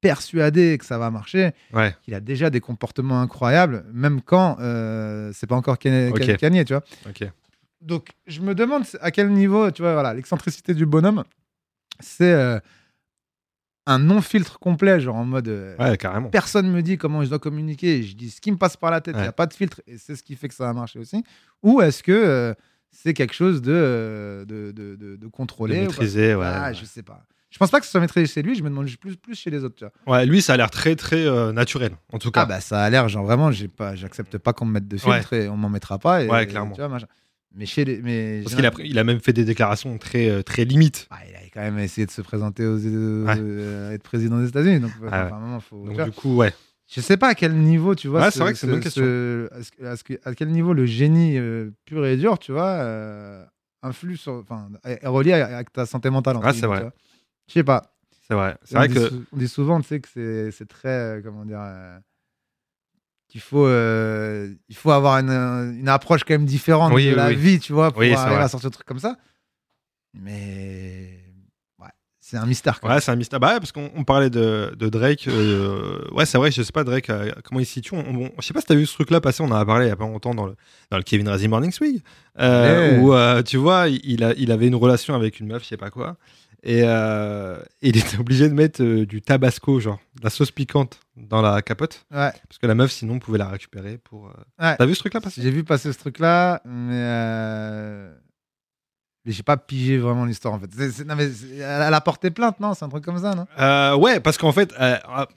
Speaker 2: persuadé que ça va marcher
Speaker 1: Ouais.
Speaker 2: qu'il a déjà des comportements incroyables, même quand euh, c'est pas encore Ken-
Speaker 1: Ok.
Speaker 2: Ken- Kanye, tu vois.
Speaker 1: Ok.
Speaker 2: Donc, je me demande à quel niveau, tu vois, voilà, l'excentricité du bonhomme, c'est euh, un non-filtre complet, genre en mode euh,
Speaker 1: Ouais, carrément.
Speaker 2: personne me dit comment je dois communiquer, je dis ce qui me passe par la tête, il
Speaker 1: Ouais.
Speaker 2: n'y a pas de filtre, et c'est ce qui fait que ça a marché aussi. Ou est-ce que euh, c'est quelque chose de, euh, de, de, de- de
Speaker 1: Le
Speaker 2: contrôlé ou pas
Speaker 1: maîtriser, ouais.
Speaker 2: Ah,
Speaker 1: ouais.
Speaker 2: Je sais pas. Je pense pas que ce soit maîtrisé chez lui, je me demande juste plus, plus chez les autres, tu vois.
Speaker 1: Ouais, lui, ça a l'air très, très euh, naturel, en tout cas.
Speaker 2: Ah bah ça a l'air genre vraiment j'ai pas j'accepte pas qu'on me mette de filtre et on m'en mettra pas et
Speaker 1: Ouais, clairement.
Speaker 2: tu vois, machin. mais chez les mais
Speaker 1: Parce
Speaker 2: j'ai
Speaker 1: qu'il a,
Speaker 2: l'impression-
Speaker 1: il a même fait des déclarations très, euh, très limites.
Speaker 2: Ah, il a quand même essayé de se présenter aux, aux-
Speaker 1: Ouais. Ah
Speaker 2: euh, être président des États-Unis donc
Speaker 1: ouais.
Speaker 2: enfin, à un moment, faut tu
Speaker 1: Donc,
Speaker 2: vois.
Speaker 1: du coup, ouais.
Speaker 2: je sais pas à quel niveau tu vois
Speaker 1: Ouais, c'est vrai que c'est une bonne
Speaker 2: ce- à, ce- à ce que- à quel niveau le génie euh, pur et dur tu vois euh, influe sur enfin est est relié à, à ta santé mentale entre
Speaker 1: Ah, c'est
Speaker 2: guillemets,
Speaker 1: vrai.
Speaker 2: tu vois. je sais pas
Speaker 1: C'est vrai. C'est
Speaker 2: on,
Speaker 1: vrai
Speaker 2: dit
Speaker 1: que.
Speaker 2: sou- on dit souvent, tu sais, que c'est- c'est très, euh, comment dire, euh, qu'il faut, euh, il faut avoir une, euh, une approche quand même différente
Speaker 1: Oui,
Speaker 2: de
Speaker 1: oui,
Speaker 2: la
Speaker 1: oui.
Speaker 2: vie, tu vois, pour
Speaker 1: Oui, c'est
Speaker 2: arriver
Speaker 1: vrai.
Speaker 2: à sortir un truc comme ça. Mais ouais, c'est un mystère. Quand
Speaker 1: Ouais, c'est un mystère. Bah ouais, parce qu'on on parlait de, de Drake. euh, ouais, c'est vrai, je sais pas, Drake, euh, comment il se situe. On- on- je sais pas si t'as vu ce truc-là passer, on en a parlé il y a pas longtemps dans le, dans le Kevin Razi Morning Swig. euh,
Speaker 2: Ouais.
Speaker 1: Où, euh, tu vois, il, a, il avait une relation avec une meuf, je sais pas quoi. Et euh, il était obligé de mettre euh, du tabasco, genre, de la sauce piquante dans la capote.
Speaker 2: même. Ouais,
Speaker 1: Parce que la meuf, sinon, pouvait la récupérer pour. euh,
Speaker 2: Ouais.
Speaker 1: T'as vu ce truc-là passer
Speaker 2: j'ai vu passer ce truc-là, mais. euh, Mais j'ai pas pigé vraiment l'histoire en fait. C'est- c'est- non, mais c'est- elle elle a porté plainte, non C'est un truc comme ça, non
Speaker 1: Euh, ouais, parce qu'en fait, euh, ah,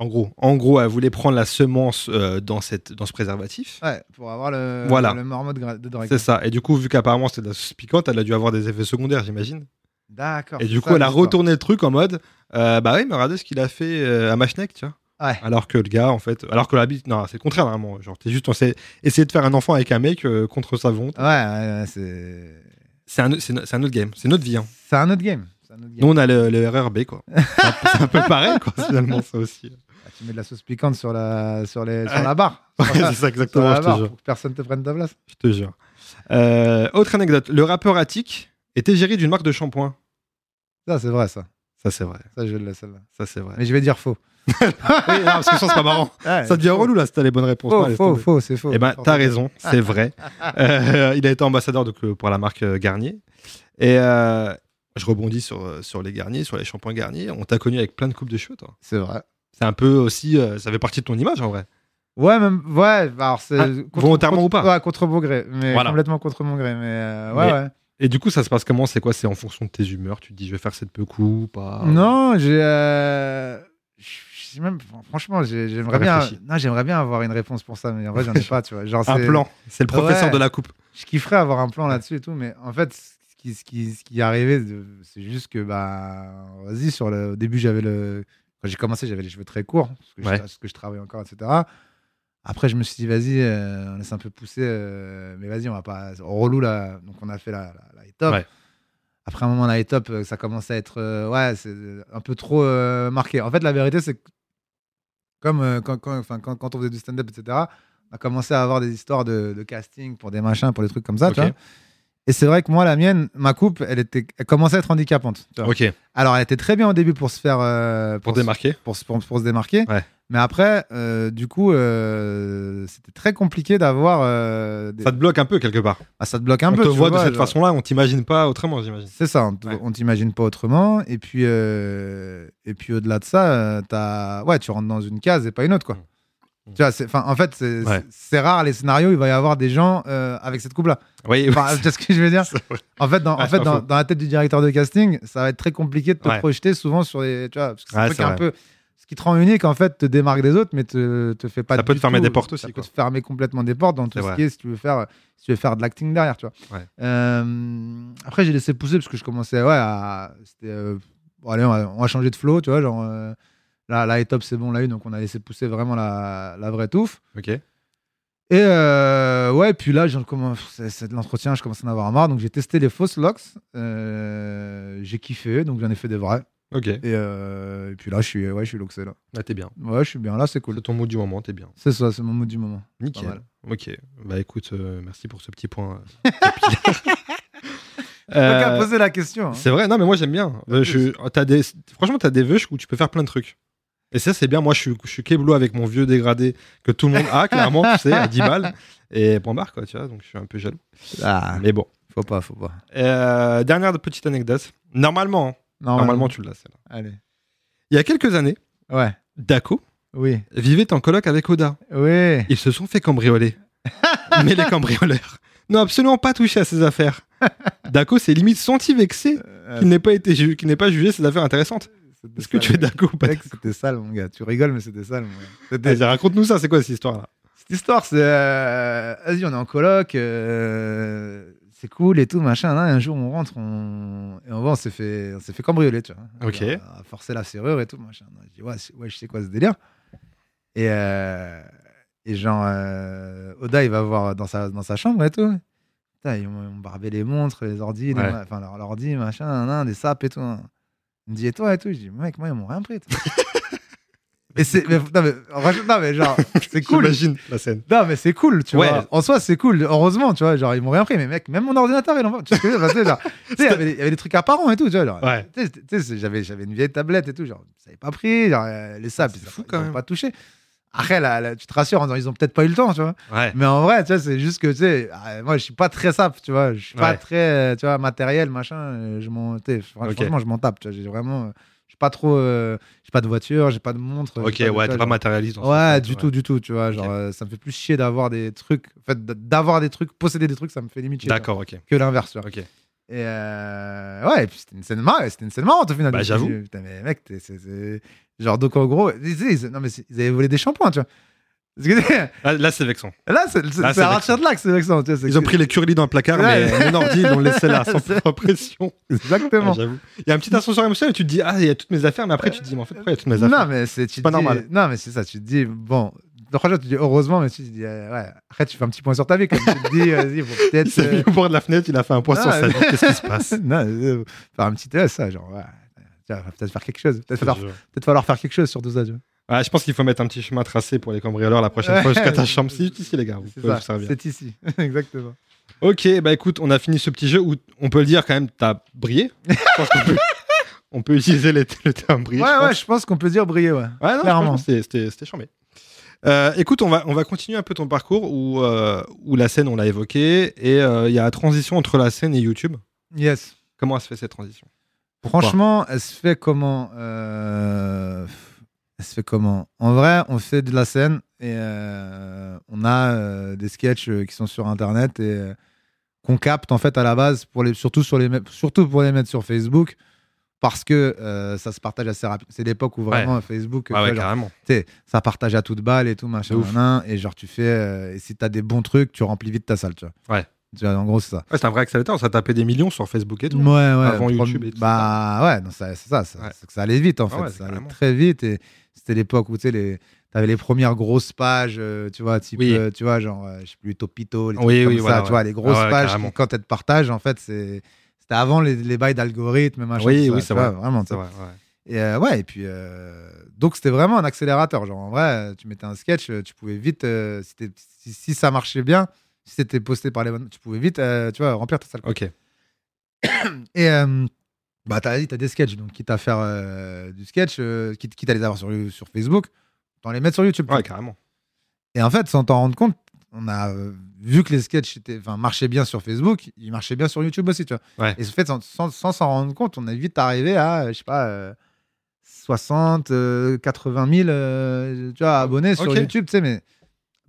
Speaker 1: en gros, en gros, elle voulait prendre la semence euh, dans, cette, dans ce préservatif.
Speaker 2: Ouais, pour avoir le,
Speaker 1: Voilà.
Speaker 2: le marmot de, gra- de Drake.
Speaker 1: C'est ça. Et du coup, vu qu'apparemment c'était de la sauce piquante, elle a dû avoir des effets secondaires, j'imagine.
Speaker 2: D'accord.
Speaker 1: Et
Speaker 2: c'est
Speaker 1: du coup,
Speaker 2: ça,
Speaker 1: elle a
Speaker 2: l'histoire.
Speaker 1: retourné le truc en mode euh, Bah oui, mais regardez ce qu'il a fait euh, à Machnek, tu vois.
Speaker 2: Ouais.
Speaker 1: Alors que le gars, en fait, alors que la bite, non, c'est le contraire, vraiment. Genre, t'es juste, on sait- essayer de faire un enfant avec un mec euh, contre sa volonté.
Speaker 2: Ouais, ouais, ouais, c'est.
Speaker 1: C'est un, c'est no- c'est un autre game, c'est notre vie. hein.
Speaker 2: C'est un autre game. C'est un autre game.
Speaker 1: Nous, on a le, le RRB, quoi. c'est un- c'est un peu pareil, quoi, finalement, ça aussi.
Speaker 2: Ah, tu mets de la sauce piquante sur la, sur les, sur la barre.
Speaker 1: Ouais,
Speaker 2: Sur la-
Speaker 1: c'est ça,
Speaker 2: sur
Speaker 1: exactement,
Speaker 2: la
Speaker 1: je te
Speaker 2: barre,
Speaker 1: jure.
Speaker 2: pour que personne te prenne ta place.
Speaker 1: Je te jure. Euh, autre anecdote le rappeur Attic était géré d'une marque de shampoing.
Speaker 2: Ça, c'est vrai, ça.
Speaker 1: Ça, c'est vrai.
Speaker 2: Ça, je le celle-là.
Speaker 1: Ça, c'est vrai.
Speaker 2: Mais je vais dire faux.
Speaker 1: Oui, non, parce que sinon, c'est pas marrant.
Speaker 2: Ouais,
Speaker 1: Ça devient
Speaker 2: faux.
Speaker 1: relou là si t'as les bonnes réponses. Non,
Speaker 2: Faux,
Speaker 1: Ah, laisse
Speaker 2: faux,
Speaker 1: tomber.
Speaker 2: faux, c'est faux.
Speaker 1: Eh ben,
Speaker 2: Fort
Speaker 1: t'as
Speaker 2: bien.
Speaker 1: raison, c'est vrai. Euh, il a été ambassadeur donc, euh, pour la marque euh, Garnier. Et euh, je rebondis sur, euh, sur les Garnier, sur les shampoings Garnier. On t'a connu avec plein de coupes de cheveux, toi.
Speaker 2: C'est vrai.
Speaker 1: C'est un peu aussi, euh, ça fait partie de ton image en vrai.
Speaker 2: Ouais, même, ouais, bah, alors c'est.
Speaker 1: Ah,
Speaker 2: contre-
Speaker 1: volontairement
Speaker 2: contre-
Speaker 1: ou pas
Speaker 2: Ouais, contre mon gré. Mais
Speaker 1: Voilà.
Speaker 2: complètement contre mon gré. Mais euh, ouais,
Speaker 1: Mais-
Speaker 2: ouais.
Speaker 1: Et du coup, ça se passe comment C'est quoi C'est en fonction de tes humeurs Tu te dis, je vais faire cette ah. peu coup ou pas
Speaker 2: Non, j'ai. euh, je sais même, franchement, j'ai- j'aimerais
Speaker 1: T'as
Speaker 2: bien,
Speaker 1: réfléchi.
Speaker 2: non, j'aimerais bien avoir une réponse pour ça, mais en vrai, j'en ai pas, tu vois. Genre,
Speaker 1: Un
Speaker 2: c'est-
Speaker 1: plan. C'est le professeur
Speaker 2: Ouais.
Speaker 1: de la coupe.
Speaker 2: je kifferais avoir un plan là-dessus et tout, mais en fait, ce qui, ce qui, ce qui arrivait, de- c'est juste que, bah, vas-y, sur le, au début, j'avais le. Quand j'ai commencé, j'avais les cheveux très courts, parce que,
Speaker 3: Ouais.
Speaker 2: je, parce que je travaille encore, etc. Après, je me suis dit, vas-y, euh, on laisse un peu pousser, euh, mais vas-y, on va pas. On reloue là. Donc, on a fait la, la, la high top.
Speaker 3: Ouais.
Speaker 2: Après un moment, la high top, euh, ça commence à être euh, ouais, c'est euh, un peu trop euh, marqué. En fait, la vérité, c'est que, comme euh, quand, quand, enfin, quand, quand on faisait du stand-up, etc., on a commencé à avoir des histoires de, de casting pour des machins, pour des trucs comme ça. tu
Speaker 1: Ok.
Speaker 2: vois. Et c'est vrai que moi, la mienne, ma coupe, elle, était, elle commençait à être handicapante. tu vois.
Speaker 1: Ok,
Speaker 2: Alors, elle était très bien au début pour se faire. euh,
Speaker 1: pour
Speaker 2: se-
Speaker 1: démarquer.
Speaker 2: pour, se- pour, pour se démarquer.
Speaker 3: Ouais.
Speaker 2: Mais après, euh, du coup, euh, c'était très compliqué d'avoir. euh, des-
Speaker 1: Ça te bloque un peu quelque part.
Speaker 2: Ah, ça te bloque un
Speaker 1: on
Speaker 2: peu.
Speaker 1: te
Speaker 2: tu
Speaker 1: voit de
Speaker 2: vois,
Speaker 1: cette
Speaker 2: genre.
Speaker 1: façon-là, on t'imagine pas autrement, j'imagine.
Speaker 2: C'est ça, on t-
Speaker 1: Ouais.
Speaker 2: on t'imagine pas autrement. Et puis, euh, et puis au-delà de ça, euh, t'as- ouais, tu rentres dans une case et pas une autre. Quoi.
Speaker 1: Mm.
Speaker 2: Tu vois, c'est- 'fin, en fait, c'est
Speaker 3: Ouais.
Speaker 2: c'est- c'est rare les scénarios, il va y avoir des gens euh, avec cette coupe-là.
Speaker 1: Oui,
Speaker 2: Enfin, tu vois ce que je veux dire
Speaker 1: c'est vrai.
Speaker 2: En fait, dans, en
Speaker 1: Ouais,
Speaker 2: fait
Speaker 1: pas
Speaker 2: dans,
Speaker 1: faux.
Speaker 2: dans la tête du directeur de casting, ça va être très compliqué de te
Speaker 3: Ouais.
Speaker 2: projeter souvent sur les. Tu vois, parce que c'est
Speaker 3: Ouais,
Speaker 2: un truc
Speaker 3: c'est
Speaker 2: un
Speaker 3: vrai.
Speaker 2: peu. Ce qui te rend unique, en fait, te démarque des autres, mais te, te fait pas.
Speaker 3: Ça peut
Speaker 2: du
Speaker 3: te fermer
Speaker 2: tout-
Speaker 3: des portes aussi,
Speaker 2: Ça peut
Speaker 3: quoi.
Speaker 2: te fermer complètement des portes dans tout
Speaker 3: C'est
Speaker 2: ce
Speaker 3: vrai.
Speaker 2: qui est si tu veux faire, si tu veux faire de l'acting derrière, tu vois.
Speaker 3: Ouais.
Speaker 2: Euh, après, j'ai laissé pousser parce que je commençais, ouais, à. C'était. euh, bon, allez, on va, on va changer de flow, tu vois, genre. euh, là, là, est top, c'est bon, là, une, donc on a laissé pousser vraiment la, la vraie touffe.
Speaker 1: Ok.
Speaker 2: Et euh, ouais, puis là, j'en commen- pff, c'est c'est de l'entretien, je commence à en avoir marre. Donc j'ai testé les fausses locks. euh, j'ai kiffé, donc j'en ai fait des vrais.
Speaker 1: Ok.
Speaker 2: Et, euh, et puis là, je suis, ouais, je suis loxé là.
Speaker 1: Là, t'es bien.
Speaker 2: Ouais, je suis bien là, c'est cool.
Speaker 1: C'est ton mot du moment, t'es bien.
Speaker 2: C'est ça, c'est mon mot du moment. Pas
Speaker 1: Nickel.
Speaker 2: mal.
Speaker 1: Ok. Bah écoute, euh, merci pour ce petit point. euh, capillaire.
Speaker 2: T'as qu'à
Speaker 1: Euh,
Speaker 2: poser la question. hein.
Speaker 1: C'est vrai, non, mais moi j'aime bien. Euh, je, t'as des, franchement, t'as des vœux où tu peux faire plein de trucs. Et ça, c'est bien. Moi, je suis, je suis keblo avec mon vieux dégradé que tout le monde a, clairement, tu sais, à 10 balles. Et point barre, quoi, tu vois. Donc, je suis un peu jaloux.
Speaker 2: Ah,
Speaker 1: Mais bon.
Speaker 2: faut pas, faut pas.
Speaker 1: Euh, dernière petite anecdote. Normalement, hein.
Speaker 2: Normalement,
Speaker 1: normalement, tu l'as, celle-là.
Speaker 2: Allez.
Speaker 1: Il y a quelques années,
Speaker 2: Ouais.
Speaker 1: Daco
Speaker 2: Oui.
Speaker 1: vivait en coloc avec Oda.
Speaker 2: Oui.
Speaker 1: Ils se sont fait cambrioler. Mais les cambrioleurs n'ont absolument pas touché à ses affaires. Daco s'est limite senti vexé
Speaker 2: Euh,
Speaker 1: qu'il n'ait pas, été ju- qu'il n'ait pas jugé ses affaires intéressantes.
Speaker 2: c'était
Speaker 1: Est-ce que
Speaker 2: sale,
Speaker 1: tu es
Speaker 2: mec.
Speaker 1: Daco ou pas
Speaker 2: C'est vrai que C'était sale, mon gars. Tu rigoles, mais c'était sale. mon gars. C'était-
Speaker 1: Vas-y, raconte-nous ça, c'est quoi cette histoire-là
Speaker 2: Cette histoire, c'est. euh, Vas-y, on est en coloc, euh, c'est cool et tout, machin. là, un jour, on rentre, on... et on voit, on s'est fait, on s'est fait cambrioler, tu vois. hein.
Speaker 1: Ok.
Speaker 2: On a forcé la serrure et tout, machin. Je dis, ouais, c'est- ouais, je sais quoi ce délire. Et, euh, et genre, euh, Oda, il va voir dans sa, dans sa chambre et tout. Putain, ils m'ont ils m'ont barbé les montres, les ordi, les
Speaker 3: Ouais.
Speaker 2: ma- enfin, leur, leur ordi, machin, nan, nan, des sapes et tout. hein. Il me dit, et toi et tout Je dis, mec, moi, ils m'ont rien pris. toi. et c'est. Mais, non, mais, en vrai, non, mais genre, c'est cool.
Speaker 1: J'imagine la scène.
Speaker 2: Non, mais c'est cool, tu
Speaker 1: Ouais.
Speaker 2: vois. En soi, c'est cool. Heureusement, tu vois. Genre, ils m'ont rien pris, mais mec, même mon ordinateur, ils l'ont pas. Tu sais, parce que, genre, tu sais, il y avait- il y avait des trucs apparents et tout, tu vois. genre.
Speaker 1: Ouais.
Speaker 2: Tu sais, tu sais, c'est- j'avais, j'avais une vieille tablette et tout, genre, ça n'avait pas pris, genre, euh, les sables,
Speaker 1: C'est
Speaker 2: ils
Speaker 1: fou,
Speaker 2: ont-
Speaker 1: quand
Speaker 2: ils ont
Speaker 1: même.
Speaker 2: pas touché. Après, là, là, tu te rassures en disant, ils ont peut-être pas eu le temps, tu vois.
Speaker 3: Ouais.
Speaker 2: Mais en vrai, tu vois, c'est juste que, tu sais, euh, moi, je suis pas très sap, tu vois. Je suis pas
Speaker 3: Ouais.
Speaker 2: très, euh, tu vois, matériel, machin. euh, Je m'en, tu sais, fran-
Speaker 3: Ok.
Speaker 2: franchement, je m'en tape, tu vois. J'ai vraiment, euh, je suis pas trop, euh, j'ai pas de voiture, j'ai pas de montre. j'ai
Speaker 3: Ok,
Speaker 2: de- tu vois,
Speaker 3: ouais, t'es pas
Speaker 2: genre-
Speaker 3: matérialiste. dans ce
Speaker 2: Ouais,
Speaker 3: sens-là,
Speaker 2: du tout, du tout, tu vois. Genre,
Speaker 3: Ok.
Speaker 2: euh, ça me fait plus chier d'avoir des trucs. En fait, d- d'avoir des trucs, posséder des trucs, ça me fait limite chier.
Speaker 3: D'accord, ok.
Speaker 2: tu vois, Que l'inverse, tu vois.
Speaker 3: Ok.
Speaker 2: Et euh, ouais, et puis c'était une scène marrante, c'était une scène marrante au final.
Speaker 3: Bah,
Speaker 2: Je me suis
Speaker 3: j'avoue.
Speaker 2: dit, Putain, mais mec, t'es- c'est- c'est- Genre, donc en gros, ils, ils- non, mais c'est- ils avaient volé des shampoings, tu vois. Parce que-
Speaker 3: Là, là, c'est vexant.
Speaker 2: là, c'est c'est-
Speaker 3: Là,
Speaker 2: c'est
Speaker 3: c'est
Speaker 2: à partir de là que c'est vexant, tu vois, c'est
Speaker 1: Ils ont
Speaker 2: que-
Speaker 1: pris les curly dans le placard,
Speaker 2: Ouais.
Speaker 1: mais mon ordi, ils l'ont laissé là, sans
Speaker 2: C'est-
Speaker 1: pression.
Speaker 2: Exactement.
Speaker 1: J'avoue. Il y a un petit ascenseur émotionnel, tu te dis, ah, il y a toutes mes affaires, mais après, tu te dis, mais en fait, pourquoi il y a toutes mes
Speaker 2: Non,
Speaker 1: affaires
Speaker 2: mais c'est tu
Speaker 1: pas
Speaker 2: te dis-
Speaker 1: normal.
Speaker 2: Non, mais c'est ça. Tu te dis, bon, donc, franchement, tu te dis heureusement, mais tu te dis, euh, ouais, après, tu fais un petit point sur ta vie. Quand tu te dis, vas-y, faut
Speaker 1: Il
Speaker 2: peut-être.
Speaker 1: s'est mis
Speaker 2: euh,
Speaker 1: au bord de la fenêtre, il a fait un point sur
Speaker 2: Ah,
Speaker 1: sa vie, qu'est-ce qui se passe
Speaker 2: non, euh, faire un petit test, ça, genre, ouais, tiens, va peut-être faire quelque chose. Peut-être
Speaker 1: Je te
Speaker 2: falloir,
Speaker 1: jure.
Speaker 2: peut-être falloir faire quelque chose sur tout ça, tu vois.
Speaker 1: Ah, je pense qu'il faut mettre un petit chemin tracé pour les cambrioleurs la prochaine
Speaker 2: Ouais.
Speaker 1: fois jusqu'à ta chambre. C'est juste ici, les gars. Vous
Speaker 2: C'est
Speaker 1: pouvez vous
Speaker 2: ça,
Speaker 1: servir.
Speaker 2: c'est ici. Exactement.
Speaker 1: Ok, bah écoute, on a fini ce petit jeu où on peut le dire quand même, t'as brillé. Je pense qu'on peut, on peut utiliser les- le terme briller.
Speaker 2: Ouais,
Speaker 1: je
Speaker 2: ouais, je pense qu'on peut dire briller, ouais.
Speaker 1: Ouais, non,
Speaker 2: Clairement.
Speaker 1: franchement, c'était- C'était c'était charmé. Euh, écoute, on va, on va continuer un peu ton parcours où, euh, où la scène, on l'a évoqué, et euh, il y a la transition entre la scène et YouTube.
Speaker 2: Yes.
Speaker 1: Comment se fait cette transition
Speaker 2: Franchement, elle se fait comment euh, Elle se fait comment En vrai, on fait de la scène et euh, on a euh, des sketchs euh, qui sont sur Internet et euh, qu'on capte en fait à la base, pour les, surtout, sur les, me- surtout pour les mettre sur Facebook, parce que euh, ça se partage assez rapidement. C'est l'époque où vraiment Facebook,
Speaker 3: Ouais,
Speaker 2: euh, tu
Speaker 3: ouais,
Speaker 2: vois, genre,
Speaker 3: carrément.
Speaker 2: tu sais, ça partage à toute balle et tout, machin,
Speaker 3: De ouf.
Speaker 2: nanan, et genre tu fais, euh, et si t'as des bons trucs, tu remplis vite ta salle, tu vois.
Speaker 3: Ouais.
Speaker 2: Tu vois, en gros, c'est ça.
Speaker 1: Ouais, c'est un vrai accélérateur, ça tapait des millions sur Facebook et tout.
Speaker 2: Ouais, ouais.
Speaker 1: Avant
Speaker 2: prom-
Speaker 1: YouTube et tout
Speaker 2: Bah ouais, non, ça- c'est ça. ça
Speaker 1: Ouais.
Speaker 2: c'est que ça allait vite, en
Speaker 1: Ah
Speaker 2: fait.
Speaker 1: ouais,
Speaker 2: ça allait
Speaker 1: carrément.
Speaker 2: très vite. Et c'était l'époque où, tu sais, les... t'avais les premières grosses pages, euh, tu vois, type,
Speaker 1: Oui.
Speaker 2: euh, tu vois, genre, euh, je sais plus, Topito, les
Speaker 1: Oui,
Speaker 2: trucs
Speaker 1: oui,
Speaker 2: comme ça,
Speaker 1: voilà,
Speaker 2: tu
Speaker 1: ouais.
Speaker 2: vois, les grosses
Speaker 1: Ah ouais,
Speaker 2: pages
Speaker 1: carrément.
Speaker 2: qui, quand elles te partagent, en fait, c'est... C'était avant les, les bails d'algorithmes, machin.
Speaker 1: Oui,
Speaker 2: tout ça,
Speaker 1: oui,
Speaker 2: tu
Speaker 1: c'est
Speaker 2: vois,
Speaker 1: vrai.
Speaker 2: Vraiment,
Speaker 1: C'est
Speaker 2: tu sais.
Speaker 1: vrai, ouais.
Speaker 2: Et euh, ouais, et puis. euh, Donc, c'était vraiment un accélérateur. Genre, en vrai, euh, tu mettais un sketch, euh, tu pouvais vite. euh, si, t'es- si- si ça marchait bien, si c'était posté par les bonnes. Tu pouvais vite, euh, tu vois, remplir ta salle.
Speaker 1: Ok.
Speaker 2: Et. euh, bah, t'as dit, t'as des sketchs. Donc, quitte à faire euh, du sketch, euh, quitte, quitte à les avoir sur, sur Facebook, t'en les mettre sur YouTube.
Speaker 1: Ouais, carrément.
Speaker 2: Et en fait, sans t'en rendre compte, on a euh, vu que les sketchs étaient, enfin, marchaient bien sur Facebook, ils marchaient bien sur YouTube aussi, tu vois.
Speaker 1: Ouais.
Speaker 2: Et ce fait, sans- sans sans s'en rendre compte, on est vite arrivé à, euh, je sais pas, euh, 60, euh, 80 000 euh, tu vois, abonnés sur
Speaker 1: Ok.
Speaker 2: YouTube, tu sais, mais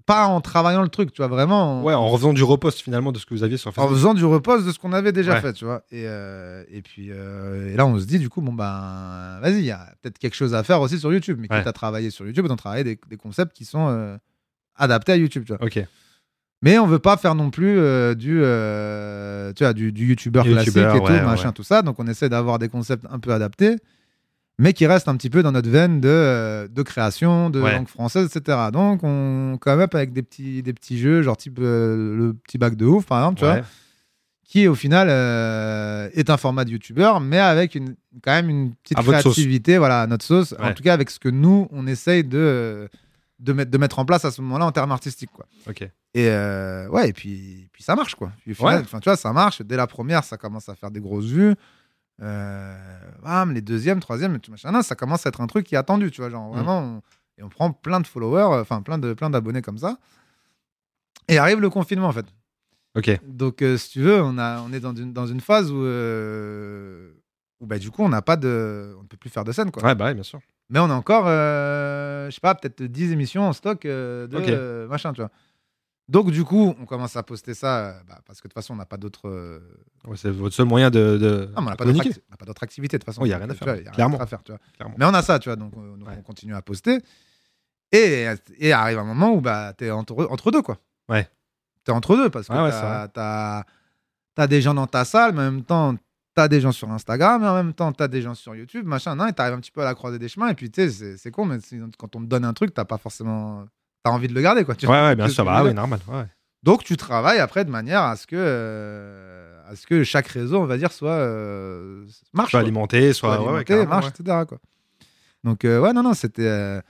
Speaker 2: pas en travaillant le truc, tu vois, vraiment. en-
Speaker 1: Ouais, en refaisant du repost finalement de ce que vous aviez sur
Speaker 2: en
Speaker 1: Facebook.
Speaker 2: faisant du repose de ce qu'on avait déjà
Speaker 1: Ouais.
Speaker 2: fait, tu vois. Et, euh, et puis euh, et là, on se dit, du coup, bon, ben, vas-y, il y a peut-être quelque chose à faire aussi sur YouTube. Mais
Speaker 1: Ouais.
Speaker 2: quitte à travailler sur YouTube, on travaille des, des concepts qui sont euh, adaptés à YouTube, tu vois.
Speaker 1: Ok.
Speaker 2: Mais on veut pas faire non plus euh, du, euh, tu vois, du, du youtubeur
Speaker 1: Du
Speaker 2: classique
Speaker 1: youtubeur,
Speaker 2: et
Speaker 1: ouais,
Speaker 2: tout, machin,
Speaker 1: ouais.
Speaker 2: tout ça. Donc on essaie d'avoir des concepts un peu adaptés, mais qui restent un petit peu dans notre veine de, euh, de création, de
Speaker 1: Ouais.
Speaker 2: langue française, etc. Donc on come up avec des petits, des petits jeux, genre type euh, le petit bac de ouf, par exemple, tu vois,
Speaker 1: Ouais.
Speaker 2: qui au final euh, est un format de youtubeur, mais avec une, quand même une petite
Speaker 1: À votre sauce.
Speaker 2: créativité, voilà, à notre sauce. En
Speaker 1: Ouais.
Speaker 2: tout cas, avec ce que nous, on essaye de, de, mettre, de mettre en place à ce moment-là en termes artistiques, quoi.
Speaker 1: Ok.
Speaker 2: Et euh, ouais, et puis, puis ça marche quoi. Puis au final,
Speaker 1: Ouais.
Speaker 2: enfin, tu vois, ça marche. Dès la première, ça commence à faire des grosses vues. Euh, bam, les deuxièmes, troisièmes, tout machin. Non, ça commence à être un truc qui est attendu, tu vois.
Speaker 1: Mm.
Speaker 2: Genre vraiment, on- et on prend plein de followers, euh, enfin plein de plein d'abonnés comme ça. Et arrive le confinement en fait.
Speaker 1: Ok.
Speaker 2: Donc euh, si tu veux, on a, on est dans une dans une phase où euh, où bah du coup on n'a pas de, on ne peut plus faire de scène quoi.
Speaker 1: Ouais, bah ouais, bien sûr.
Speaker 2: Mais on a encore, euh, je sais pas, peut-être 10 émissions en stock euh, de
Speaker 1: Ok.
Speaker 2: euh, machin, tu vois. Donc, du coup, on commence à poster ça euh, bah, parce que de toute façon, on n'a pas d'autres. euh,
Speaker 1: Ouais, c'est votre seul moyen de. de
Speaker 2: non, Ah, mais on n'a
Speaker 1: de
Speaker 2: pas d'autres
Speaker 1: communiquer.
Speaker 2: acti- on n'a pas d'autres activités de toute façon.
Speaker 1: Oh, y a
Speaker 2: Donc,
Speaker 1: rien à
Speaker 2: tu
Speaker 1: faire,
Speaker 2: vois, y a rien
Speaker 1: clairement.
Speaker 2: d'autre à faire, tu vois.
Speaker 1: Clairement.
Speaker 2: Mais on a ça, tu vois, donc, euh, donc
Speaker 1: Ouais.
Speaker 2: on continue à poster. Et, et arrive un moment où bah, tu es entre, entre deux, quoi.
Speaker 1: Ouais.
Speaker 2: Tu es entre deux parce que
Speaker 1: Ouais, ouais, c'est
Speaker 2: t'as
Speaker 1: vrai.
Speaker 2: tu as, des gens dans ta salle, mais en même temps, tu as des gens sur Instagram, et en même temps, tu as des gens sur YouTube, machin. Non, et tu arrives un petit peu à la croisée des chemins. Et puis, tu sais, c'est- c'est con, mais c'est- quand on te donne un truc, tu pas forcément. Tu as envie de le garder, quoi. tu
Speaker 1: Ouais, ouais, bien
Speaker 2: Tu-
Speaker 1: sûr.
Speaker 2: tu-
Speaker 1: Bah, oui, normal. Ouais.
Speaker 2: donc tu travailles après de manière à ce que, euh, à ce que chaque réseau, on va dire, soit euh, marche,
Speaker 1: Soit
Speaker 2: quoi.
Speaker 1: alimenté, soit. Ah
Speaker 2: soit
Speaker 1: ouais, ouais,
Speaker 2: alimenté,
Speaker 1: carrément,
Speaker 2: marche,
Speaker 1: ouais.
Speaker 2: etc. Quoi. Donc euh, ouais, non, non, c'était, euh,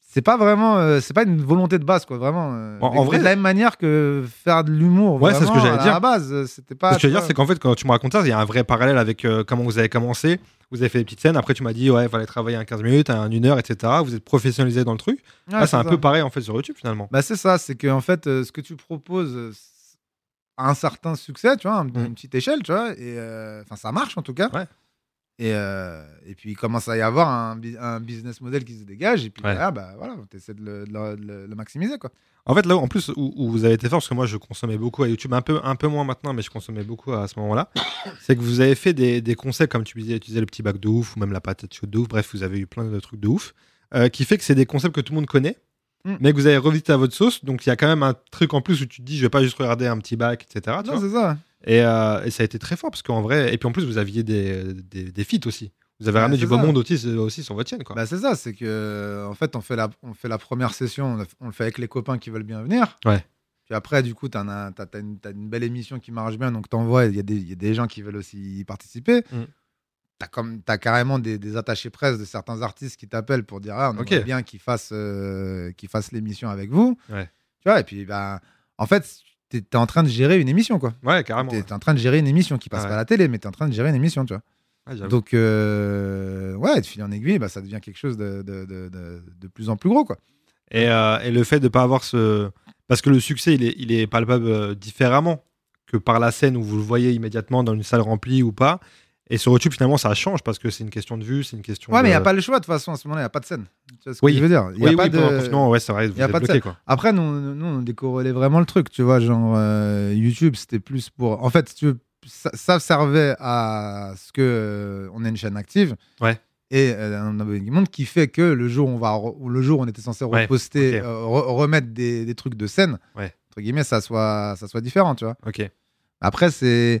Speaker 2: c'est pas vraiment, euh, c'est pas une volonté de base, quoi, vraiment. euh,
Speaker 1: En- en
Speaker 2: mais
Speaker 1: vrai-
Speaker 2: de la même manière que faire de l'humour,
Speaker 1: Ouais, c'est ce
Speaker 2: vraiment,
Speaker 1: que j'allais
Speaker 2: à la
Speaker 1: dire.
Speaker 2: base, euh, c'était
Speaker 1: Ce
Speaker 2: pas.
Speaker 1: que je veux
Speaker 2: tu
Speaker 1: dire, c'est qu'en fait, quand tu me racontes ça, il y a un vrai parallèle avec euh, comment vous avez commencé. Vous avez fait des petites scènes. Après, tu m'as dit, ouais, il fallait travailler un 15 minutes, un 1 heure, etc. Vous êtes professionnalisé dans le truc.
Speaker 2: vois. Ouais,
Speaker 1: Là, ah, c'est un
Speaker 2: ça.
Speaker 1: peu pareil, en fait, sur YouTube, finalement.
Speaker 2: Bah, c'est ça, c'est que en fait, euh, ce que tu proposes euh, c- a un certain succès, tu vois, un-
Speaker 1: Mm.
Speaker 2: une petite échelle, tu vois, et euh, enfin ça marche en tout cas.
Speaker 1: Ouais.
Speaker 2: Et, euh, et puis il commence à y avoir un, bu- un business model qui se dégage, et puis
Speaker 1: Ouais.
Speaker 2: derrière, bah voilà, t'essaies de le, de le- de le- de le maximiser quoi.
Speaker 1: En fait, là, en plus, où, où vous avez été fort, parce que moi, je consommais beaucoup à YouTube, un peu, un peu moins maintenant, mais je consommais beaucoup à ce moment-là, c'est que vous avez fait des, des concepts, comme tu disais, tu disais le petit bac de ouf, ou même la patate chaude de ouf, bref, vous avez eu plein de trucs de ouf, euh, qui fait que c'est des concepts que tout le monde connaît,
Speaker 2: Mm.
Speaker 1: mais que vous avez revisité à votre sauce, donc il y a quand même un truc en plus où tu te dis, je vais pas juste regarder un petit bac, etc. tu
Speaker 2: Non,
Speaker 1: vois.
Speaker 2: c'est ça.
Speaker 1: et, euh, et ça a été très fort, parce qu'en vrai, et puis en plus, vous aviez des, des, des feats aussi. Vous avez
Speaker 2: Ouais,
Speaker 1: ramené
Speaker 2: c'est
Speaker 1: du beau
Speaker 2: ça.
Speaker 1: monde aussi, aussi sur votre chaîne, quoi.
Speaker 2: Bah c'est ça, c'est que en fait on fait la, on fait la première session, on, le- on le fait avec les copains qui veulent bien venir.
Speaker 1: Ouais.
Speaker 2: Puis après, du coup, t'en as, t'as, t'as une, t'as une belle émission qui marche bien, donc t'envoies, il y, a des- il y a des gens qui veulent aussi y participer.
Speaker 1: Mm.
Speaker 2: T'as, comme, t'as carrément des, des attachés presse de certains artistes qui t'appellent pour dire Ah, on
Speaker 1: Ok.
Speaker 2: aimerait bien qu'ils fassent, euh, qu'ils fassent l'émission avec vous.
Speaker 1: Ouais.
Speaker 2: Tu vois, et puis bah, en fait, t'es, t'es en train de gérer une émission, quoi.
Speaker 1: ouais, carrément.
Speaker 2: t'es,
Speaker 1: ouais.
Speaker 2: t'es en train de gérer une émission qui passe
Speaker 1: Ah ouais.
Speaker 2: pas à la télé, mais t'es en train de gérer une émission, tu vois.
Speaker 1: Ouais, j'avoue.
Speaker 2: Donc, euh, ouais, de fil en aiguille, bah, ça devient quelque chose de, de, de- de- de plus en plus gros, quoi.
Speaker 1: Et, euh, et le fait de pas avoir ce. Parce que le succès, il est, il est palpable euh, différemment que par la scène où vous le voyez immédiatement dans une salle remplie ou pas. Et sur YouTube, finalement, ça change parce que c'est une question de vue, c'est une question
Speaker 2: Ouais,
Speaker 1: de.
Speaker 2: mais il n'y a pas le choix, de toute façon, à ce moment-là, il n'y a pas de scène. Tu vois ce que
Speaker 1: Oui.
Speaker 2: je veux dire Il y
Speaker 1: Oui,
Speaker 2: a
Speaker 1: oui,
Speaker 2: pas de-
Speaker 1: pendant le confinement, ouais, c'est vrai, vous
Speaker 2: y a
Speaker 1: êtes
Speaker 2: pas de
Speaker 1: bloqué, quoi.
Speaker 2: Après, nous, on- nous, on décorrélait vraiment le truc, tu vois. Genre, euh, YouTube, c'était plus pour. En fait, si tu veux, ça, ça servait à ce que euh, on ait une chaîne active.
Speaker 1: Ouais.
Speaker 2: Et euh, un abonnement qui monte, qui fait que le jour où on va, re- le jour où on était censé
Speaker 1: Ouais,
Speaker 2: reposter,
Speaker 1: ok.
Speaker 2: euh, re- remettre des, des trucs de scène,
Speaker 1: Ouais.
Speaker 2: trucs entre guillemets, ça soit, ça soit différent, tu vois.
Speaker 1: Ok.
Speaker 2: Après, c'est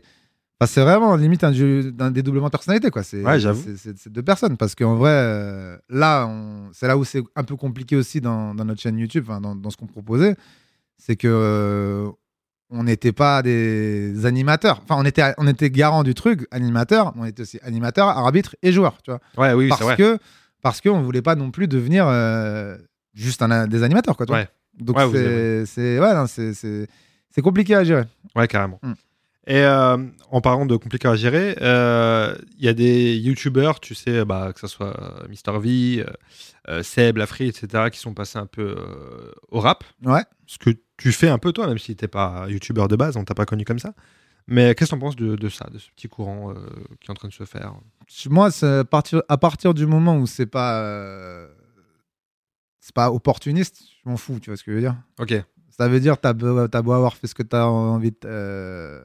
Speaker 2: enfin, c'est vraiment limite un, jeu- un dédoublement de personnalité, quoi. C'est
Speaker 1: Ouais, j'avoue.
Speaker 2: c'est- c'est- c'est deux personnes. Parce qu'en vrai, euh, là, on- c'est là où c'est un peu compliqué aussi dans, dans notre chaîne YouTube, enfin, dans, dans ce qu'on proposait. C'est que euh, on n'était pas des animateurs. Enfin, on était, on était garant du truc, animateur. mais On était aussi animateur, arbitre et joueur, tu vois.
Speaker 1: Ouais, oui, c'est
Speaker 2: parce
Speaker 1: vrai.
Speaker 2: que parce qu'on voulait pas non plus devenir euh, juste un, des animateurs, quoi. tu vois.
Speaker 1: Ouais.
Speaker 2: Donc
Speaker 1: Ouais, vous
Speaker 2: c'est- c'est ouais, non, c'est- c'est c'est compliqué à gérer.
Speaker 1: Ouais, carrément.
Speaker 2: Mm.
Speaker 1: Et euh, en parlant de compliqué à gérer, euh, il y a des youtubeurs, tu sais, bah, que ce soit Mister V, euh, euh, Seb, Lafri, etc., qui sont passés un peu euh, au rap.
Speaker 2: Ouais.
Speaker 1: Ce que tu fais un peu toi, même si t'es pas youtubeur de base, on t'a pas connu comme ça. Mais qu'est-ce que t'en penses de, de ça, de ce petit courant euh, qui est en train de se faire
Speaker 2: moi, c'est à partir, à partir du moment où c'est pas, euh, c'est pas opportuniste, je m'en fous, tu vois ce que je veux dire.
Speaker 1: Ok,
Speaker 2: Ça veut dire, t'as beau, t'as beau avoir fait ce que t'as envie de, euh,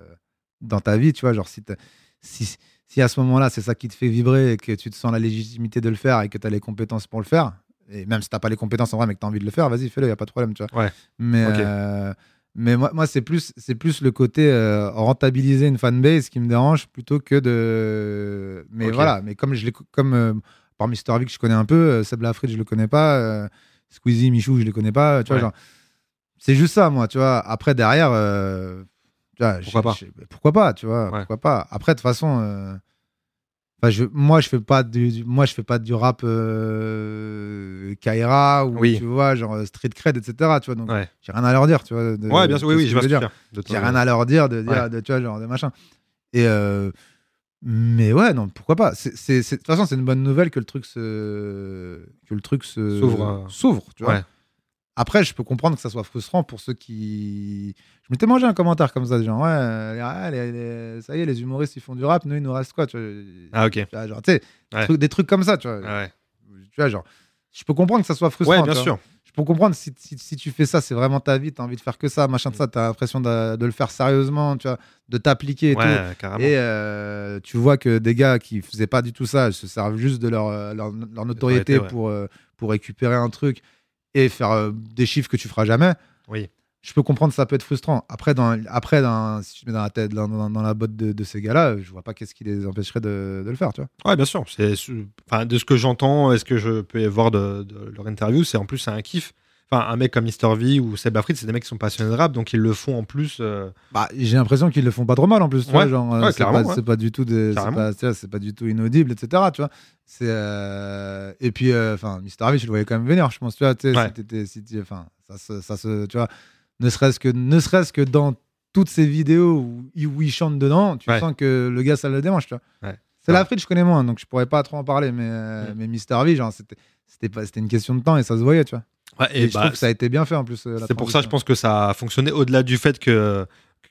Speaker 2: dans ta vie, tu vois, genre si, t'as- si, si à ce moment-là, c'est ça qui te fait vibrer et que tu te sens la légitimité de le faire et que t'as les compétences pour le faire, et même si t'as pas les compétences en vrai, mais que t'as envie de le faire, vas-y, fais-le, y a pas de problème, tu vois.
Speaker 1: Ouais.
Speaker 2: Mais,
Speaker 1: Ok.
Speaker 2: euh, mais moi, moi c'est plus, c'est plus le côté euh, rentabiliser une fanbase qui me dérange plutôt que de. Mais
Speaker 1: Ok.
Speaker 2: voilà, mais comme je l'ai, comme euh, par Mister Vic, je connais un peu, euh, Seb Lafrite, je le connais pas, euh, Squeezie, Michou, je les connais pas, tu vois,
Speaker 1: Ouais.
Speaker 2: genre. C'est juste ça, moi, tu vois. Après, derrière, euh, tu vois,
Speaker 1: Pourquoi
Speaker 2: je-
Speaker 1: pas
Speaker 2: je- mais pourquoi pas, tu vois,
Speaker 1: Ouais.
Speaker 2: pourquoi pas. Après, de toute façon, euh, enfin, je, moi, je fais pas du, du- moi, je fais pas du rap euh, Kaira ou
Speaker 1: Oui.
Speaker 2: tu vois, genre euh, street cred, etc. Tu vois, donc
Speaker 1: Ouais.
Speaker 2: j'ai rien à leur dire, tu vois. de-
Speaker 1: ouais, bien sûr, oui,
Speaker 2: de
Speaker 1: oui,
Speaker 2: ce
Speaker 1: je
Speaker 2: que
Speaker 1: vais
Speaker 2: dire.
Speaker 1: dire. De
Speaker 2: J'ai
Speaker 1: ton-
Speaker 2: rien à leur dire de dire,
Speaker 1: Ouais.
Speaker 2: de, tu vois, genre de machin. Et euh, mais ouais, non, pourquoi pas. C'est- c'est- c'est- De toute façon, c'est une bonne nouvelle que le truc se que le truc se
Speaker 1: S'ouvre, euh.
Speaker 2: s'ouvre, tu vois.
Speaker 1: Ouais.
Speaker 2: Après, je peux comprendre que ça soit frustrant pour ceux qui. Je m'étais mangé un commentaire comme ça, genre ouais, euh, les- ah, les- les- ça y est, les humoristes ils font du rap, nous il nous reste quoi, tu vois.
Speaker 1: Ah, ok.
Speaker 2: Tu vois, genre, tu sais, des
Speaker 1: Ouais.
Speaker 2: trucs- des trucs comme ça, tu vois.
Speaker 1: Ouais,
Speaker 2: Tu vois, genre, je peux comprendre que ça soit frustrant.
Speaker 1: Ouais, bien
Speaker 2: tu vois
Speaker 1: sûr.
Speaker 2: je peux comprendre si, si, si tu fais ça, c'est vraiment ta vie, t'as envie de faire que ça,
Speaker 1: Mm.
Speaker 2: machin de ça, t'as l'impression de, de le faire sérieusement, tu vois, de t'appliquer et tout.
Speaker 1: Ouais, carrément.
Speaker 2: Et euh, tu vois que des gars qui faisaient pas du tout ça, ils se servent juste de leur, euh, leur, leur notoriété
Speaker 1: Notoriété, ouais.
Speaker 2: pour, euh, pour récupérer un truc et faire euh, des chiffres que tu feras jamais.
Speaker 1: Oui.
Speaker 2: Je peux comprendre, ça peut être frustrant. Après, dans, après dans, si je mets dans la tête, dans, dans- dans la botte de, de ces gars-là, je vois pas qu'est-ce qui les empêcherait de, de le faire, tu vois.
Speaker 1: Ouais, bien sûr. C'est, su- enfin, de ce que j'entends, est-ce que je peux voir de, de leur interview, c'est en plus c'est un kiff. Enfin, un mec comme Mr V ou Seb Afrid, c'est des mecs qui sont passionnés de rap, donc ils le font en plus. euh,
Speaker 2: Bah, j'ai l'impression qu'ils le font pas trop mal en plus. tu vois,
Speaker 1: Ouais.
Speaker 2: genre, euh,
Speaker 1: Ouais,
Speaker 2: c'est, pas,
Speaker 1: clairement, ouais.
Speaker 2: c'est pas du tout, des- c'est
Speaker 1: Carrément.
Speaker 2: pas, tu vois, c'est pas du tout inaudible, etc. Tu vois. C'est euh, et puis, euh, enfin, Mister Harvey, je le voyais quand même venir. Je pense, tu vois, tu sais,
Speaker 1: Ouais.
Speaker 2: si t'étais- si t'y- enfin, ça se, ça se- tu vois, ne serait-ce que, ne serait-ce que dans toutes ces vidéos où, il- où il chante dedans, tu
Speaker 1: Ouais.
Speaker 2: sens que le gars, ça le démange, tu vois.
Speaker 1: Ouais.
Speaker 2: C'est
Speaker 1: Ouais.
Speaker 2: la frite, je connais moins, donc je pourrais pas trop en parler, mais, euh,
Speaker 1: Mm.
Speaker 2: mais Mister Harvey, genre, c'était, c'était pas, c'était une question de temps et ça se voyait, tu vois.
Speaker 1: ouais,
Speaker 2: Et,
Speaker 1: et
Speaker 2: je
Speaker 1: bah,
Speaker 2: trouve que ça a été bien fait en plus. euh, la
Speaker 1: c'est pour ça, je
Speaker 2: transition.
Speaker 1: pense que ça a fonctionné au-delà du fait que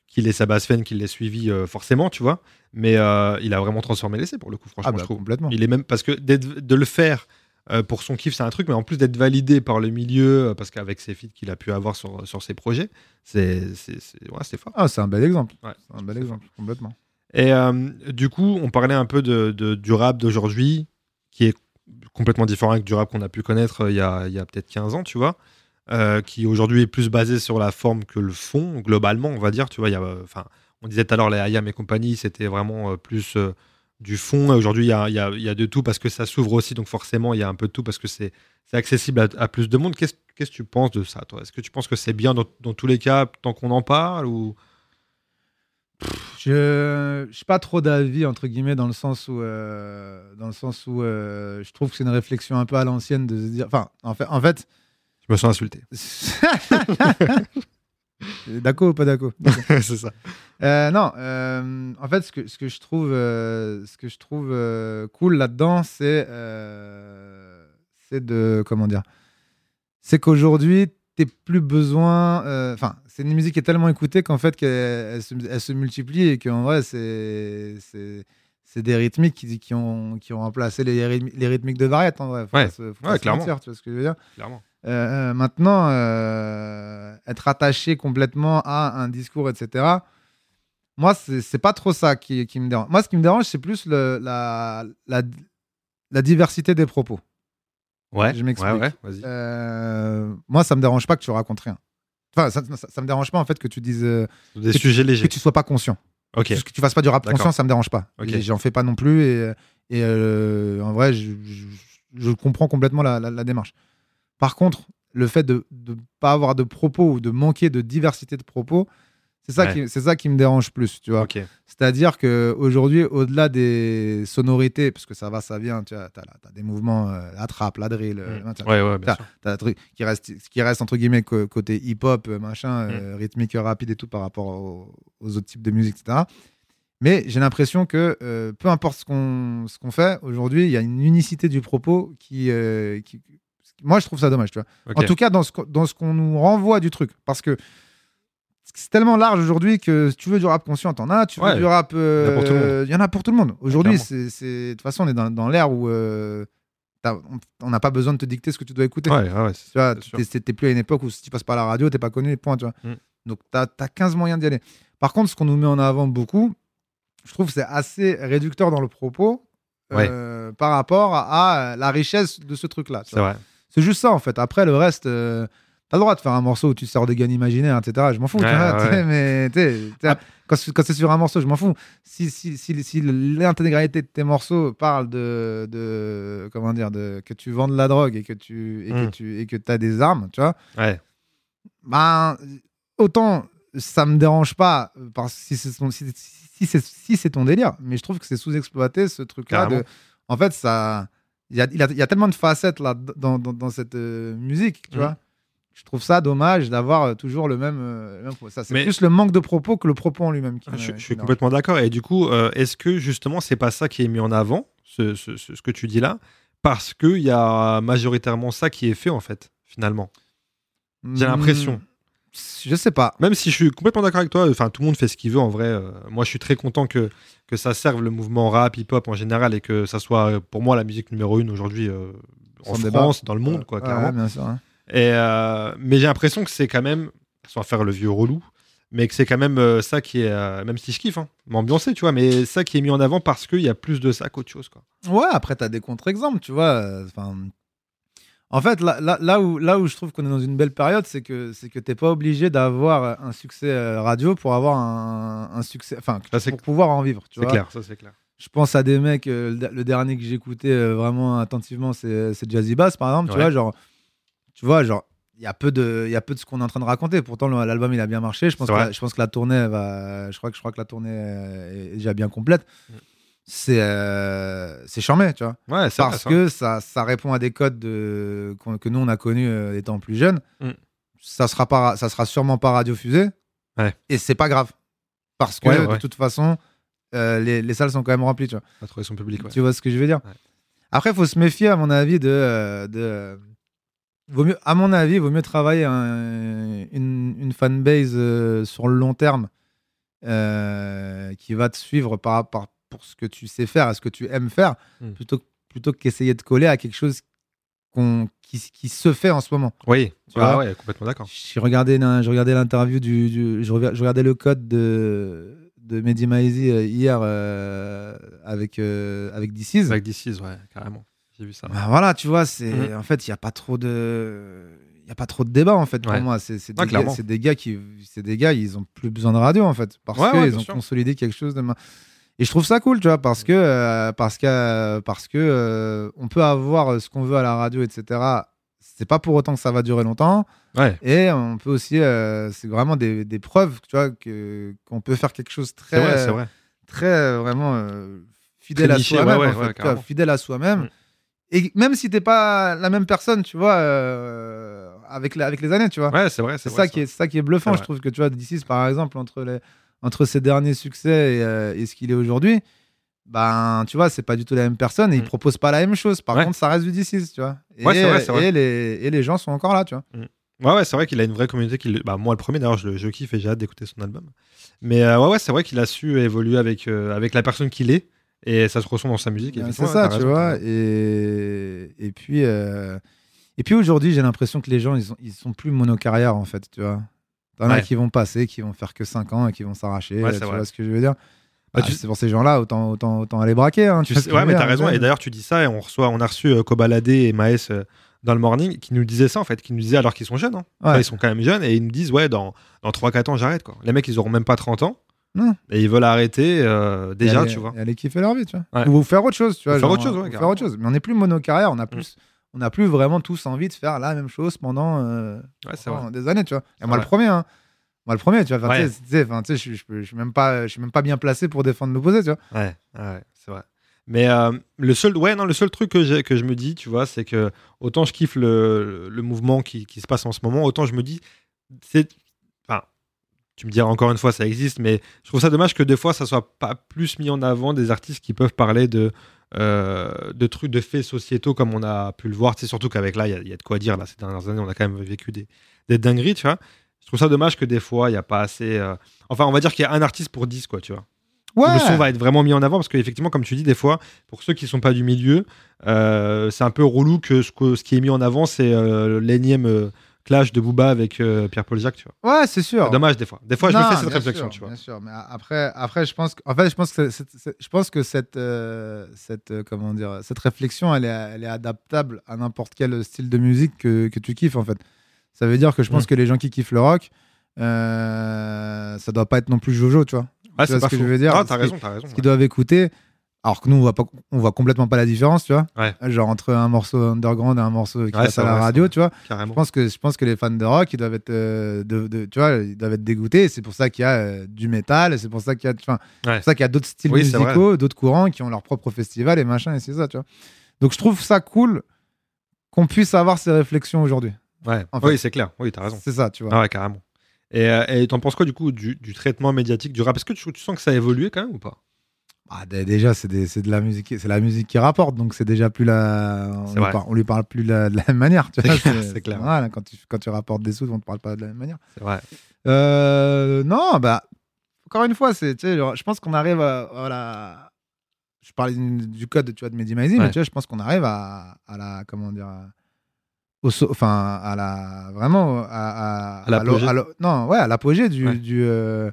Speaker 1: qu'il ait sa base fan, qu'il l'ait suivi euh, forcément, tu vois. Mais euh, il a vraiment transformé l'essai pour le coup, franchement,
Speaker 2: Ah bah,
Speaker 1: je trouve.
Speaker 2: complètement.
Speaker 1: Il est même parce que d'être- de le faire euh, pour son kiff, c'est un truc, mais en plus d'être validé par le milieu, euh, parce qu'avec ses feats qu'il a pu avoir sur, sur ses projets, c'est c'est c'est- ouais, c'est fort.
Speaker 2: Ah, c'est un bel exemple.
Speaker 1: Ouais,
Speaker 2: C'est un bel exemple, complètement.
Speaker 1: Et euh, du coup, on parlait un peu de, de- du rap d'aujourd'hui, qui est complètement différent que du rap qu'on a pu connaître euh, il y a, il y a peut-être 15 ans, tu vois, euh, qui aujourd'hui est plus basé sur la forme que le fond, globalement, on va dire, tu vois, il y a, euh, 'fin, on disait tout à l'heure, les IAM et compagnie, c'était vraiment euh, plus euh, du fond, et aujourd'hui, il y a, il y a- il y a de tout, parce que ça s'ouvre aussi, donc forcément, il y a un peu de tout, parce que c'est c'est accessible à, à plus de monde. Qu'est-ce qu'est-ce que tu penses de ça, toi Est-ce que tu penses que c'est bien dans, dans tous les cas, tant qu'on en parle, ou...
Speaker 2: Je n'ai pas trop d'avis, entre guillemets, dans le sens où, euh, dans le sens où euh, je trouve que c'est une réflexion un peu à l'ancienne de se dire. Enfin, en fait. En fait
Speaker 1: Je me sens insulté.
Speaker 2: d'accord ou pas d'accord
Speaker 1: c'est ça.
Speaker 2: Euh, non, euh, en fait, ce que, ce que je trouve, euh, ce que je trouve euh, cool là-dedans, c'est euh, c'est de. Comment dire C'est qu'aujourd'hui, t'es plus besoin. euh, Enfin, c'est une musique qui est tellement écoutée qu'en fait, qu'elle elle se, elle se multiplie et qu'en vrai, c'est. c'est- C'est des rythmiques qui, qui, ont, qui ont remplacé les, rythmi- les rythmiques de variette, en vrai. Faut
Speaker 1: Ouais.
Speaker 2: pas se- faut pas
Speaker 1: Ouais,
Speaker 2: se
Speaker 1: clairement.
Speaker 2: mentir, tu vois ce que je veux dire
Speaker 1: Clairement.
Speaker 2: euh, euh, maintenant, euh, être attaché complètement à un discours, etc. Moi, c'est c'est pas trop ça qui, qui me dérange. Moi, ce qui me dérange, c'est plus le- la, la, la diversité des propos.
Speaker 1: Ouais,
Speaker 2: Je m'explique.
Speaker 1: ouais, ouais, vas-y.
Speaker 2: Euh, moi, ça me dérange pas que tu racontes rien. Enfin, ça, ça, ça me dérange pas en fait que tu dises euh,
Speaker 1: Des
Speaker 2: que tu-
Speaker 1: sujets légers.
Speaker 2: que tu sois pas conscient.
Speaker 1: Ok.
Speaker 2: Juste que tu fasses pas du rap
Speaker 1: D'accord.
Speaker 2: conscient, ça me dérange pas.
Speaker 1: Ok.
Speaker 2: Et J'en fais pas non plus. Et, et, euh, en vrai, je, je- je comprends complètement la, la- la démarche. Par contre, le fait de ne pas avoir de propos ou de manquer de diversité de propos, c'est ça,
Speaker 1: Ouais.
Speaker 2: qui- c'est ça qui me dérange plus. Tu vois.
Speaker 1: Ok.
Speaker 2: C'est-à-dire que aujourd'hui, au-delà des sonorités, parce que ça va, ça vient, tu as, des mouvements, euh, la trappe, la drill, euh,
Speaker 1: Mm.
Speaker 2: t'as-
Speaker 1: Ouais, ouais, bien
Speaker 2: t'as-
Speaker 1: sûr.
Speaker 2: t'as un truc qui reste, qui reste entre guillemets co- côté hip-hop, euh,
Speaker 1: Mm.
Speaker 2: machin, euh, rythmique rapide et tout par rapport au- aux autres types de musique, etc. Mais j'ai l'impression que euh, peu importe ce qu'on ce qu'on fait aujourd'hui, il y a une unicité du propos qui, euh, qui- moi je trouve ça dommage, tu vois.
Speaker 1: Ok.
Speaker 2: En tout cas dans ce qu'on- dans ce qu'on nous renvoie du truc, parce que c'est tellement large aujourd'hui que si tu veux du rap conscient, t'en as, tu veux
Speaker 1: Ouais.
Speaker 2: du rap,
Speaker 1: Il y en
Speaker 2: euh,
Speaker 1: a pour tout le monde.
Speaker 2: il y en a pour tout le monde. Aujourd'hui,
Speaker 1: clairement.
Speaker 2: c'est c'est- de toute façon on est dans, dans l'ère où euh, t'as- on- on n'a pas besoin de te dicter ce que tu dois écouter.
Speaker 1: Ouais, ouais, ouais, c'est
Speaker 2: Tu vois,
Speaker 1: bien sûr.
Speaker 2: t'es- t'es t'es plus à une époque où si tu passes par la radio, t'es pas connu, point, tu vois.
Speaker 1: Mm.
Speaker 2: Donc, t'as as 15 moyens d'y aller. Par contre, ce qu'on nous met en avant beaucoup, je trouve que c'est assez réducteur dans le propos euh, par rapport à, à la richesse de ce truc-là. tu
Speaker 1: C'est
Speaker 2: vois.
Speaker 1: vrai.
Speaker 2: C'est juste ça, en fait. Après, le reste, euh, t'as le droit de faire un morceau où tu sors des gains imaginaires, etc. Je m'en fous, tu
Speaker 1: Ouais,
Speaker 2: vois,
Speaker 1: ouais.
Speaker 2: t'sais, mais t'sais, t'sais,
Speaker 1: Ah.
Speaker 2: quand, c'est- quand c'est sur un morceau, je m'en fous. Si, si, si, si l'intégralité de tes morceaux parle de, de- Comment dire de, Que tu vends de la drogue et que tu et
Speaker 1: Mm.
Speaker 2: que tu et que t'as des armes, tu vois,
Speaker 1: Ouais.
Speaker 2: ben, autant ça me dérange pas parce que si c'est ton, si, si- si c'est- si c'est ton délire, mais je trouve que c'est sous-exploité ce truc-là.
Speaker 1: Carrément.
Speaker 2: de- En fait, ça, il y a, il y a- il y a tellement de facettes là dans, dans- dans cette euh, musique, tu
Speaker 1: Mhm.
Speaker 2: vois. Je trouve ça dommage d'avoir euh, toujours le même. euh, le même propos. ça, c'est
Speaker 1: Mais-
Speaker 2: plus le manque de propos que le propos en lui-même. qui
Speaker 1: Ah, Je,
Speaker 2: me-
Speaker 1: je
Speaker 2: qui
Speaker 1: suis
Speaker 2: me
Speaker 1: complètement d'accord. Et du coup, euh, est-ce que justement, c'est pas ça qui est mis en avant, ce, ce- ce- ce que tu dis là, parce qu'il y a majoritairement ça qui est fait, en fait, finalement
Speaker 2: dérange.
Speaker 1: J'ai
Speaker 2: Hmm,
Speaker 1: l'impression.
Speaker 2: Je sais pas.
Speaker 1: Même si je suis complètement d'accord avec toi, enfin, tout le monde fait ce qu'il veut, en vrai. euh, moi, je suis très content que, que ça serve le mouvement rap, hip-hop en général, et que ça soit, euh, pour moi, la musique numéro une aujourd'hui euh, en
Speaker 2: Sans débat.
Speaker 1: France, dans le monde, quoi,
Speaker 2: Ouais,
Speaker 1: clairement.
Speaker 2: ouais, bien sûr, hein.
Speaker 1: Et, euh, mais j'ai l'impression que c'est quand même, sans faire le vieux relou, mais que c'est quand même euh, ça qui est, euh, même si je kiffe, hein, m'ambiancer, tu vois, mais ça qui est mis en avant parce qu'il y a plus de ça qu'autre chose, quoi.
Speaker 2: Ouais, après, t'as des contre-exemples, tu vois. euh, Enfin. En fait, là, là, là où, là où je trouve qu'on est dans une belle période, c'est que c'est que t'es pas obligé d'avoir un succès euh, radio pour avoir un, un succès, enfin,
Speaker 1: Ça, Ah, c'est
Speaker 2: pour pouvoir en vivre. Tu
Speaker 1: c'est
Speaker 2: vois.
Speaker 1: clair, ça c'est clair.
Speaker 2: Je pense à des mecs. euh, le, le dernier que j'écoutais euh, vraiment attentivement, c'est c'est Jazzy Bass, par exemple. Tu
Speaker 1: Ouais.
Speaker 2: vois, genre, tu vois, genre, il y a peu de, il y a peu de ce qu'on est en train de raconter. Pourtant, le- l'album il a bien marché. Je pense,
Speaker 1: C'est
Speaker 2: que
Speaker 1: vrai.
Speaker 2: la, je pense que la tournée elle va, je crois que je crois que la tournée euh, est déjà bien complète.
Speaker 1: Mm.
Speaker 2: C'est, euh, c'est charmé, tu vois
Speaker 1: Ouais, c'est
Speaker 2: parce que ça, ça répond à des codes de- qu'on- que nous on a connus euh, étant plus jeunes.
Speaker 1: Mm.
Speaker 2: Ça sera pas, ra- ça sera sûrement pas radiofusé.
Speaker 1: Ouais.
Speaker 2: Et c'est pas grave parce que
Speaker 1: Ouais,
Speaker 2: de
Speaker 1: ouais.
Speaker 2: toute façon, euh, les, les salles sont quand même remplies. Tu vois,
Speaker 1: a trouvé son public, ouais.
Speaker 2: tu vois ce que je veux dire.
Speaker 1: Ouais.
Speaker 2: Après, il faut se méfier, à mon avis, de, euh, de- vaut mieux, à mon avis, vaut mieux travailler un- une, une fanbase euh, sur le long terme euh, qui va te suivre par, par, pour ce que tu sais faire, à ce que tu aimes faire,
Speaker 1: Mm.
Speaker 2: plutôt, que- plutôt qu'essayer de coller à quelque chose qu'on qui, qui se fait en ce moment.
Speaker 1: Oui,
Speaker 2: Tu
Speaker 1: ah
Speaker 2: vois.
Speaker 1: ouais, complètement d'accord.
Speaker 2: J'ai regardé, l'in- j'ai regardé l'interview du, du- je, revi- je regardais le code de, de Mehdi Maizi euh, hier euh, avec, euh, avec This Is.
Speaker 1: Zach DC's, ouais, carrément. J'ai vu ça.
Speaker 2: Bah voilà, tu vois, c'est
Speaker 1: Mhm.
Speaker 2: en fait, il y a pas trop de il y a pas trop de débat en fait pour
Speaker 1: Ouais.
Speaker 2: moi, c'est c'est
Speaker 1: Ah,
Speaker 2: des, gars-
Speaker 1: clairement.
Speaker 2: c'est des gars qui c'est des gars, ils ont plus besoin de radio en fait parce
Speaker 1: Ouais,
Speaker 2: que
Speaker 1: ouais,
Speaker 2: ils
Speaker 1: bien
Speaker 2: ont
Speaker 1: sûr.
Speaker 2: consolidé quelque chose de ma- Et je trouve ça cool, tu vois, parce que euh, parce que euh, parce que euh, on peut avoir euh, ce qu'on veut à la radio etc. C'est pas pour autant que ça va durer longtemps
Speaker 1: Ouais,
Speaker 2: et on peut aussi euh, c'est vraiment des, des preuves, tu vois, que qu'on peut faire quelque chose très
Speaker 1: c'est vrai, c'est vrai.
Speaker 2: très euh, vraiment euh, fidèle,
Speaker 1: Très
Speaker 2: à
Speaker 1: niché,
Speaker 2: soi-même,
Speaker 1: ouais, ouais,
Speaker 2: en fait,
Speaker 1: ouais,
Speaker 2: tu vois,
Speaker 1: carrément.
Speaker 2: fidèle à soi-même.
Speaker 1: Mm.
Speaker 2: Et même si t'es pas la même personne, tu vois, euh, avec, la- avec les années, tu vois.
Speaker 1: Ouais, c'est vrai,
Speaker 2: c'est
Speaker 1: c'est
Speaker 2: ça,
Speaker 1: vrai.
Speaker 2: qui est- c'est ça qui est bluffant,
Speaker 1: C'est
Speaker 2: je
Speaker 1: vrai.
Speaker 2: trouve que tu vois, DC, par exemple, entre, les, entre ses derniers succès et, euh, et ce qu'il est aujourd'hui, ben, tu vois, c'est pas du tout la même personne et il
Speaker 1: Mm.
Speaker 2: propose pas la même chose. Par
Speaker 1: Ouais.
Speaker 2: contre, ça reste du DC, tu vois. Et,
Speaker 1: Ouais, c'est vrai, c'est vrai.
Speaker 2: Et, les, et les gens sont encore là, tu vois.
Speaker 1: Ouais, ouais, c'est vrai qu'il a une vraie communauté. Qui... le- Bah, moi, le premier, d'ailleurs, je, le- je kiffe et j'ai hâte d'écouter son album. Mais euh, ouais, ouais, c'est vrai qu'il a su évoluer avec, euh, avec la personne qu'il est. Et ça se ressent dans sa musique.
Speaker 2: Ben, C'est
Speaker 1: effectivement,
Speaker 2: ça,
Speaker 1: t'as
Speaker 2: tu
Speaker 1: raison, t'as
Speaker 2: vois.
Speaker 1: raison.
Speaker 2: Et, et puis, euh, et puis aujourd'hui, j'ai l'impression que les gens, ils, sont- ils sont plus monocarrières, en fait, tu vois. T'en as
Speaker 1: Ouais.
Speaker 2: qui vont passer, qui vont faire que 5 ans et qui vont s'arracher. euh,
Speaker 1: Ouais,
Speaker 2: tu
Speaker 1: c'est vrai.
Speaker 2: vois ce que je veux dire
Speaker 1: Bah,
Speaker 2: Ah,
Speaker 1: tu-
Speaker 2: C'est pour ces gens-là, autant, autant, autant aller braquer. hein,
Speaker 1: Tu
Speaker 2: vois
Speaker 1: sais-
Speaker 2: ce que
Speaker 1: ouais,
Speaker 2: je
Speaker 1: mais
Speaker 2: veux
Speaker 1: t'as
Speaker 2: dire,
Speaker 1: raison.
Speaker 2: ouais.
Speaker 1: Et d'ailleurs, tu dis ça, et on reçoit, on a reçu euh, Kobalade et Maes euh, dans le morning qui nous disaient ça, en fait, qui nous disaient alors qu'ils sont jeunes. hein. Enfin,
Speaker 2: Ouais.
Speaker 1: ils sont quand même jeunes et ils nous disent, ouais, dans, dans 3-4 ans, j'arrête. quoi. Les mecs, ils auront même pas 30 ans
Speaker 2: Non.
Speaker 1: et ils veulent arrêter euh,
Speaker 2: Et
Speaker 1: déjà,
Speaker 2: aller-
Speaker 1: tu vois.
Speaker 2: et Aller kiffer leur vie, tu vois.
Speaker 1: Ouais.
Speaker 2: Ou faire autre chose, tu vois.
Speaker 1: Faire
Speaker 2: genre,
Speaker 1: autre chose, ouais,
Speaker 2: ou faire
Speaker 1: carrément. Mm.
Speaker 2: autre chose. Mais on n'est plus monocarrière, on a plus. On n'a plus vraiment tous envie de faire la même chose pendant, euh,
Speaker 1: Ouais, c'est vrai.
Speaker 2: pendant des années, tu vois. Et
Speaker 1: C'est
Speaker 2: moi, le
Speaker 1: vrai.
Speaker 2: premier, hein. Moi, le premier, tu vois. Enfin,
Speaker 1: Ouais.
Speaker 2: tu sais, tu sais, enfin, tu sais, je- je peux- je suis même pas, je suis même pas bien placé pour défendre l'opposé, tu vois.
Speaker 1: Ouais, ouais, c'est vrai. Mais euh, le seul, ouais, non, le seul truc que, j'ai- que je me dis, tu vois, c'est que autant je kiffe le, le mouvement qui, qui se passe en ce moment, autant je me dis, c'est, enfin, tu me diras encore une fois, ça existe, mais je trouve ça dommage que des fois, ça soit pas plus mis en avant des artistes qui peuvent parler de euh, de trucs, de faits sociétaux comme on a pu le voir. C'est surtout qu'avec là, il y a- il y, a de quoi dire. Là, ces dernières années, on a quand même vécu des, des dingueries, tu vois. Je trouve ça dommage que des fois, il n'y a pas assez. euh, Enfin, on va dire qu'il y a un artiste pour 10, quoi, tu vois
Speaker 2: Ouais.
Speaker 1: le son va être vraiment mis en avant parce qu'effectivement, comme tu dis, des fois, pour ceux qui sont pas du milieu, euh, c'est un peu relou que ce, que- ce qui est mis en avant, c'est euh, l'énième euh, clash de Booba avec euh, Pierre-Paul Jacques. Tu vois.
Speaker 2: Ouais, c'est sûr.
Speaker 1: C'est Ah, dommage des fois. Des fois, je
Speaker 2: Non,
Speaker 1: me fais cette
Speaker 2: bien
Speaker 1: réflexion.
Speaker 2: sûr,
Speaker 1: tu vois.
Speaker 2: Bien sûr, mais a- après, après, je pense, que- en fait, je pense que cette, cette- je pense que cette, euh, cette, euh, comment dire, cette réflexion, elle est, elle est adaptable à n'importe quel style de musique que, que tu kiffes, en fait. Ça veut dire que je pense
Speaker 1: Mm.
Speaker 2: que les gens qui kiffent le rock, euh, ça doit pas être non plus Jojo, tu vois.
Speaker 1: Ah,
Speaker 2: vois
Speaker 1: c'est pas
Speaker 2: ce que
Speaker 1: faux.
Speaker 2: je veux dire
Speaker 1: Ah, t'as
Speaker 2: Ce qui-
Speaker 1: raison, t'as raison.
Speaker 2: Ce
Speaker 1: ouais.
Speaker 2: qu'ils doivent écouter. Alors que nous, on voit, pas, on voit complètement pas la différence, tu vois.
Speaker 1: Ouais.
Speaker 2: Genre entre un morceau underground et un morceau qui
Speaker 1: Ouais,
Speaker 2: passe
Speaker 1: c'est
Speaker 2: à la
Speaker 1: vrai, c'est
Speaker 2: radio,
Speaker 1: vrai.
Speaker 2: tu vois. Je
Speaker 1: Carrément.
Speaker 2: pense que je pense que les fans de rock ils doivent être euh, de, de- tu vois ils doivent être dégoûtés. C'est pour ça qu'il y a euh, du métal. et C'est pour ça qu'il y a enfin, c'est
Speaker 1: Ouais.
Speaker 2: pour ça qu'il y a d'autres styles
Speaker 1: Oui, c'est vrai.
Speaker 2: musicaux, d'autres courants qui ont leur propre festival et machin et c'est ça tu vois. Donc je trouve ça cool qu'on puisse avoir ces réflexions aujourd'hui.
Speaker 1: Ouais.
Speaker 2: en fait.
Speaker 1: Oui, c'est clair. Oui, t'as raison.
Speaker 2: C'est ça tu vois.
Speaker 1: Ah ouais, carrément. Et euh, et t'en penses quoi du coup du, du traitement médiatique du rap Est-ce que tu, tu sens que ça a évolué quand même ou pas
Speaker 2: Bah, dé- déjà c'est des- c'est de la musique qui- c'est la musique qui rapporte donc c'est déjà plus la on,
Speaker 1: C'est
Speaker 2: lui
Speaker 1: vrai.
Speaker 2: par- on lui parle plus la- de la même manière. tu
Speaker 1: C'est
Speaker 2: vois,
Speaker 1: clair, c'est clair.
Speaker 2: normal, hein, quand tu quand tu rapportes des sous on te parle pas de la même manière.
Speaker 1: C'est vrai.
Speaker 2: Euh, non, bah, encore une fois, c'est, tu sais, genre, je pense qu'on arrive à, à la- Je parlais du du code, tu vois, de Medimaisy, mais
Speaker 1: Ouais.
Speaker 2: tu vois, je pense qu'on arrive à, à la, comment dire, à- au so- enfin, à la, vraiment, à, à,
Speaker 1: À l'apogée.
Speaker 2: l'o- l'o- non, ouais, à l'apogée du,
Speaker 1: Ouais.
Speaker 2: du, euh,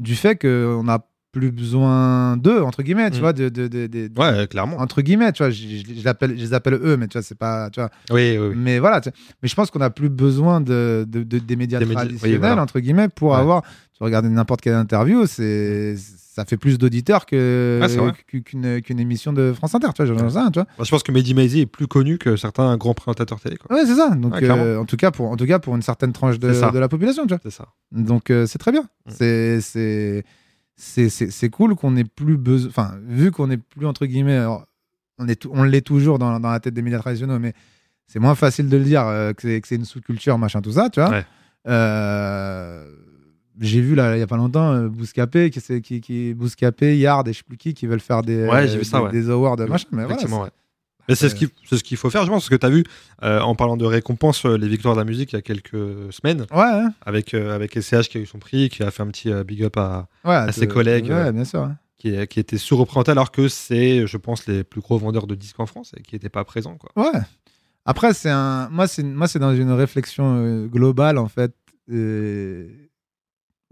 Speaker 2: du fait qu'on n'a plus besoin d'eux, entre guillemets, tu
Speaker 1: Mm.
Speaker 2: vois, de, de, de- de- de-
Speaker 1: Ouais, euh, clairement.
Speaker 2: entre guillemets, tu vois, je, je- je l'appelle, je les appelle eux, mais tu vois, c'est pas, tu vois,
Speaker 1: Oui, oui, oui.
Speaker 2: mais voilà, tu- mais je pense qu'on n'a plus besoin de, de- de- des médias
Speaker 1: Des médias- oui,
Speaker 2: traditionnels,
Speaker 1: voilà.
Speaker 2: entre guillemets, pour
Speaker 1: Ouais.
Speaker 2: avoir. Tu regardes n'importe quelle interview, c'est ça fait plus d'auditeurs que
Speaker 1: Ah, c'est vrai.
Speaker 2: qu'u- qu'une qu'une émission de France Inter, tu vois, genre ça, tu vois.
Speaker 1: Moi, je pense que Mehdi Maizy est plus connu que certains grands présentateurs télé. quoi.
Speaker 2: Ouais, c'est ça. Donc,
Speaker 1: Ouais, clairement.
Speaker 2: euh, en tout cas pour en tout cas pour une certaine tranche de,
Speaker 1: C'est ça.
Speaker 2: de la population, tu vois.
Speaker 1: C'est ça.
Speaker 2: Donc euh, c'est très bien.
Speaker 1: Mm.
Speaker 2: C'est c'est c'est c'est- c'est cool qu'on ait plus besoin. Enfin, vu qu'on est plus entre guillemets, alors, on est tou- on l'est toujours dans, dans la tête des médias traditionnels, mais c'est moins facile de le dire euh, que c'est- que c'est une sous-culture, machin, tout ça, tu vois.
Speaker 1: Ouais.
Speaker 2: Euh, J'ai vu là il y a pas longtemps euh, Bouscapé, qui, c'est- qui, qui Bouscapé, Yard et je sais plus qui qui veulent faire des
Speaker 1: Ouais, j'ai vu
Speaker 2: des-
Speaker 1: ça, ouais.
Speaker 2: des awards, machin. Mais voilà,
Speaker 1: Effectivement, ouais. Mais c'est ce qu'il c'est ce qu'il faut faire, je pense, parce que tu as vu, euh, en parlant de récompense, euh, les victoires de la musique il y a quelques semaines,
Speaker 2: c'est- ouais, hein.
Speaker 1: avec, euh, avec SCH qui a eu son prix, qui a fait un petit euh, big up à.
Speaker 2: ouais, à
Speaker 1: ses collègues,
Speaker 2: Ouais,
Speaker 1: euh,
Speaker 2: bien sûr. hein.
Speaker 1: qui, est- qui était sous-représenté, alors que c'est, je pense, les plus gros vendeurs de disques en France et qui n'étaient pas présents. Quoi.
Speaker 2: Ouais. Après, c'est un. Moi, c'est moi, c'est dans une réflexion euh, globale en fait. euh,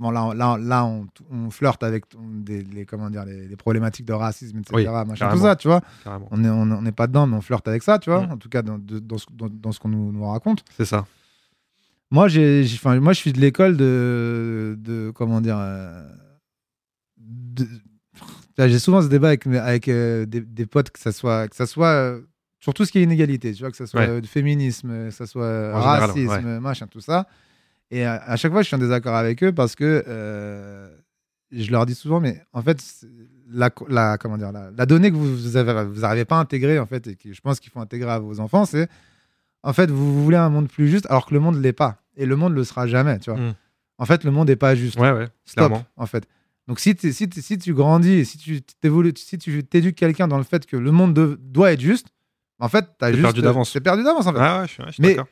Speaker 2: Bon, là, on- là, on- là, on, on flirte avec on- des, les, comment dire, les, les problématiques de racisme, etc.
Speaker 1: Oui,
Speaker 2: machin, tout
Speaker 1: carrément.
Speaker 2: ça, tu vois.
Speaker 1: Carrément.
Speaker 2: On n'est on, on est pas dedans, mais on flirte avec ça, tu vois.
Speaker 1: Mm.
Speaker 2: En tout cas, dans, de- dans ce, dans- dans ce qu'on nous, nous raconte.
Speaker 1: C'est ça.
Speaker 2: Moi, j'ai, j'ai- enfin, moi, je suis de l'école de, de comment dire. euh, de- Tu vois, J'ai souvent ce débat avec, mes- avec euh, des, des potes, que ça soit, que ça soit euh, sur tout ce qui est inégalité, tu vois, que ça soit
Speaker 1: Ouais.
Speaker 2: euh, de féminisme, euh, que ça soit euh,
Speaker 1: En général,
Speaker 2: racisme, euh, machin, tout ça. Et à, à chaque fois, je suis en désaccord avec eux parce que euh, je leur dis souvent, mais en fait, c'est- la, co- la- comment dire, la, la donnée que vous vous avez- vous n'arrivez pas à intégrer, en fait, et que je pense qu'il faut intégrer à vos enfants, c'est en fait, vous, vous voulez un monde plus juste alors que le monde ne l'est pas. Et le monde ne le sera jamais, tu vois.
Speaker 1: Mm.
Speaker 2: En fait, le monde n'est pas juste.
Speaker 1: Ouais, ouais,
Speaker 2: Stop,
Speaker 1: clairement.
Speaker 2: en fait. Donc, si, t'es- si, t'es- si tu grandis, et si tu t'évolues, si tu t'éduques quelqu'un dans le fait que le monde de- doit être juste, en fait, t'as
Speaker 1: T'es
Speaker 2: juste.
Speaker 1: perdu d'avance.
Speaker 2: T'es perdu d'avance, en fait.
Speaker 1: Ouais, ouais, je suis, ouais, je suis
Speaker 2: Mais-
Speaker 1: d'accord.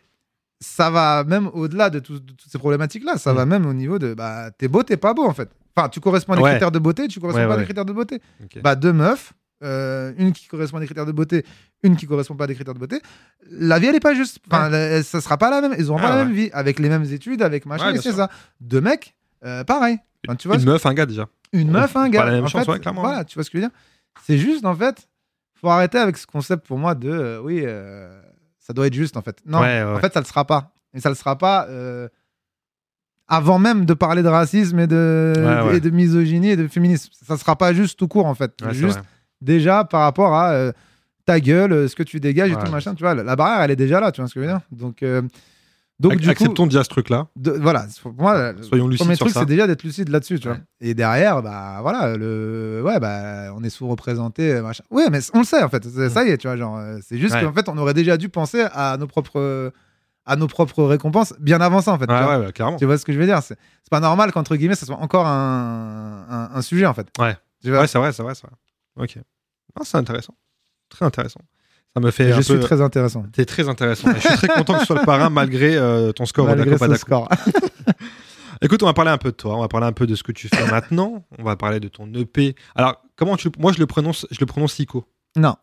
Speaker 2: Ça va même au-delà de, tout- de toutes ces problématiques-là. Ça
Speaker 1: Mm.
Speaker 2: va même au niveau de. Bah, t'es beau, t'es pas beau, en fait. Enfin, tu corresponds à des
Speaker 1: Ouais.
Speaker 2: critères de beauté, tu corresponds
Speaker 1: Ouais,
Speaker 2: pas à
Speaker 1: ouais,
Speaker 2: des critères de beauté.
Speaker 1: Ok.
Speaker 2: Bah, deux meufs, euh, une qui correspond à des critères de beauté, une qui correspond pas à des critères de beauté. La vie, elle est pas juste. Enfin, la- ça sera pas la même. Ils auront
Speaker 1: Ah,
Speaker 2: pas la
Speaker 1: ouais.
Speaker 2: même vie avec les mêmes études, avec machin.
Speaker 1: Ouais,
Speaker 2: et
Speaker 1: bien
Speaker 2: c'est
Speaker 1: sûr.
Speaker 2: ça. Deux mecs, euh, pareil. Enfin, tu vois,
Speaker 1: Une meuf, un gars déjà.
Speaker 2: une
Speaker 1: on-
Speaker 2: meuf,
Speaker 1: on
Speaker 2: un
Speaker 1: a
Speaker 2: gars.
Speaker 1: la même
Speaker 2: En
Speaker 1: chance,
Speaker 2: fait,
Speaker 1: ouais, clairement,
Speaker 2: Voilà, tu vois ce que je veux dire. C'est juste en fait, faut arrêter avec ce concept pour moi de euh, oui. euh, Ça doit être juste, en fait. Non,
Speaker 3: Ouais, ouais,
Speaker 2: en
Speaker 3: ouais.
Speaker 2: fait, ça le sera pas. Et ça le sera pas euh, avant même de parler de racisme et de,
Speaker 3: Ouais, ouais.
Speaker 2: et de misogynie et de féminisme. Ça sera pas juste tout court, en fait.
Speaker 3: Ouais, c'est
Speaker 2: juste
Speaker 3: vrai.
Speaker 2: déjà par rapport à euh, ta gueule, euh, ce que tu dégages
Speaker 3: Ouais,
Speaker 2: et tout
Speaker 3: je
Speaker 2: machin. Tu vois, la, la barrière, elle est déjà là, tu vois ce que je veux dire Donc, euh, donc
Speaker 1: Ac-
Speaker 2: du coup,
Speaker 1: Acceptons déjà ce truc-là.
Speaker 2: de- voilà, pour moi, le
Speaker 1: Soyons lucides
Speaker 2: premier
Speaker 1: sur
Speaker 2: truc,
Speaker 1: ça.
Speaker 2: c'est déjà d'être lucide là-dessus, tu vois.
Speaker 3: Ouais.
Speaker 2: Et derrière, bah voilà, le, ouais, bah on est sous-représenté, euh, machin. Ouais, mais on le sait en fait,
Speaker 1: Mm.
Speaker 2: C'est- ça y est, tu vois, genre, euh, c'est juste
Speaker 3: Ouais.
Speaker 2: qu'en fait, on aurait déjà dû penser à nos propres, à nos propres récompenses bien avant ça, en fait. tu
Speaker 1: Ouais,
Speaker 2: vois.
Speaker 1: ouais, ouais, carrément.
Speaker 2: Tu vois ce que je veux dire C'est c'est pas normal qu'entre guillemets, ça soit encore un, un- un sujet en fait.
Speaker 3: Ouais.
Speaker 2: Tu vois
Speaker 1: Ouais, c'est vrai, c'est vrai, c'est vrai. Ok. Ah, c'est intéressant. Très intéressant. Ça me fait.
Speaker 2: Et
Speaker 1: un
Speaker 2: je suis
Speaker 1: peu-
Speaker 2: très intéressant.
Speaker 1: T'es très intéressant. Et je suis très content que tu sois le parrain malgré euh, ton score
Speaker 2: Malgré
Speaker 1: au Daco Padaco.
Speaker 2: ce score.
Speaker 1: Écoute, on va parler un peu de toi. On va parler un peu de ce que tu fais maintenant. On va parler de ton EP. Alors, comment tu. Moi, je le prononce, je le prononce ICO.
Speaker 2: non.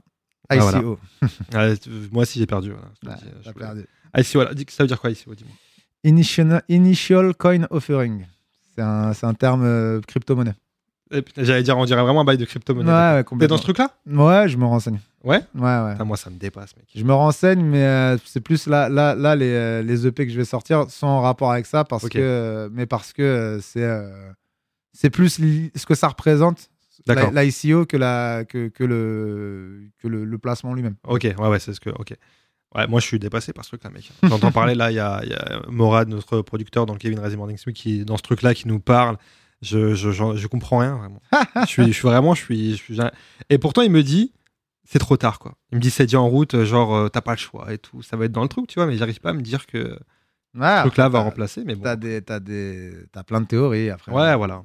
Speaker 1: Ah,
Speaker 2: ICO.
Speaker 1: voilà. Ah, tu- moi aussi, j'ai perdu. voilà. Je te
Speaker 2: Ouais,
Speaker 1: dis, euh, je
Speaker 2: t'as
Speaker 1: voulais-
Speaker 2: perdu.
Speaker 1: ICO, alors, dis- ça veut dire quoi ICO Dis-moi.
Speaker 2: Initial, initial Coin Offering. C'est un, c'est un terme euh, crypto-monnaie.
Speaker 1: Eh, putain, J'allais dire, on dirait vraiment un bail de
Speaker 2: Ouais,
Speaker 1: crypto-monnaie.
Speaker 2: ouais,
Speaker 1: T'es
Speaker 2: complètement.
Speaker 1: dans ce truc-là
Speaker 2: Ouais, je me renseigne.
Speaker 1: Ouais
Speaker 2: Ouais, ouais.
Speaker 1: Putain, Moi, ça me dépasse, mec.
Speaker 2: Je me renseigne, mais euh, c'est plus là, là, là les, euh, les EP que je vais sortir sont en rapport avec ça, parce
Speaker 1: Ok.
Speaker 2: que, euh, mais parce que euh, c'est euh, c'est plus li- ce que ça représente,
Speaker 1: D'accord.
Speaker 2: l'ICO, que, la, que, que, le, que le, le placement lui-même.
Speaker 1: Ok, ouais, ouais, c'est ce que. Ok. Ouais, moi, je suis dépassé par ce truc-là, mec. J'entends parler, là, il y a, il y a Morad, notre producteur dans le Kevin Razy Morning Sweet, qui est dans ce truc-là, qui nous parle. Je, je, je, je comprends rien, vraiment. je, suis, je suis vraiment. Je suis, je suis- Et pourtant, il me dit, c'est trop tard, quoi. Il me dit, c'est déjà en route, genre, euh, t'as pas le choix et tout. Ça va être dans le truc, tu vois, mais j'arrive pas à me dire que
Speaker 2: Ouais,
Speaker 1: ce truc-là va
Speaker 2: t'as-
Speaker 1: remplacer, mais bon.
Speaker 2: Ah, euh, T'as des, t'as des, t'as plein de théories après.
Speaker 1: Ouais, voilà.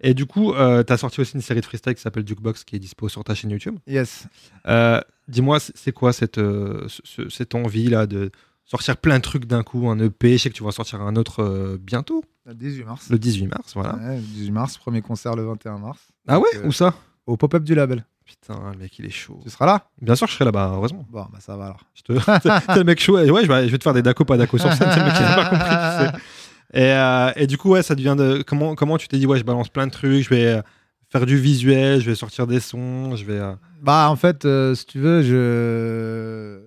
Speaker 1: Et du coup, euh, t'as sorti aussi une série de freestyle qui s'appelle Jukebox, qui est dispo sur ta chaîne YouTube.
Speaker 2: Yes.
Speaker 1: Euh, Dis-moi, c'est c'est quoi cette, euh, ce- ce- cette envie là de sortir plein de trucs d'un coup, un EP Je sais que tu vas en sortir un autre euh, bientôt,
Speaker 2: Le 18 mars.
Speaker 1: le 18 mars, voilà.
Speaker 2: Ouais, le 18 mars, premier concert le 21 mars.
Speaker 1: Ah ouais
Speaker 2: Donc, euh,
Speaker 1: Où ça
Speaker 2: Au pop-up du label.
Speaker 1: Putain, le mec il est chaud.
Speaker 2: Tu seras là
Speaker 1: Bien sûr, je serai là-bas, heureusement.
Speaker 2: Bon, bah ça va alors.
Speaker 1: Je te... T'es le mec chaud, ouais, ouais, je vais, je vais te faire des dacos, pas dacos sur scène, c'est le mec qui n'a pas compris. tu sais. Et, euh, et du coup, ouais, ça devient de. Comment, comment tu t'es dit, ouais, je balance plein de trucs, je vais euh, faire du visuel, je vais sortir des sons, je vais. euh,
Speaker 2: Bah en fait, euh, si tu veux, je...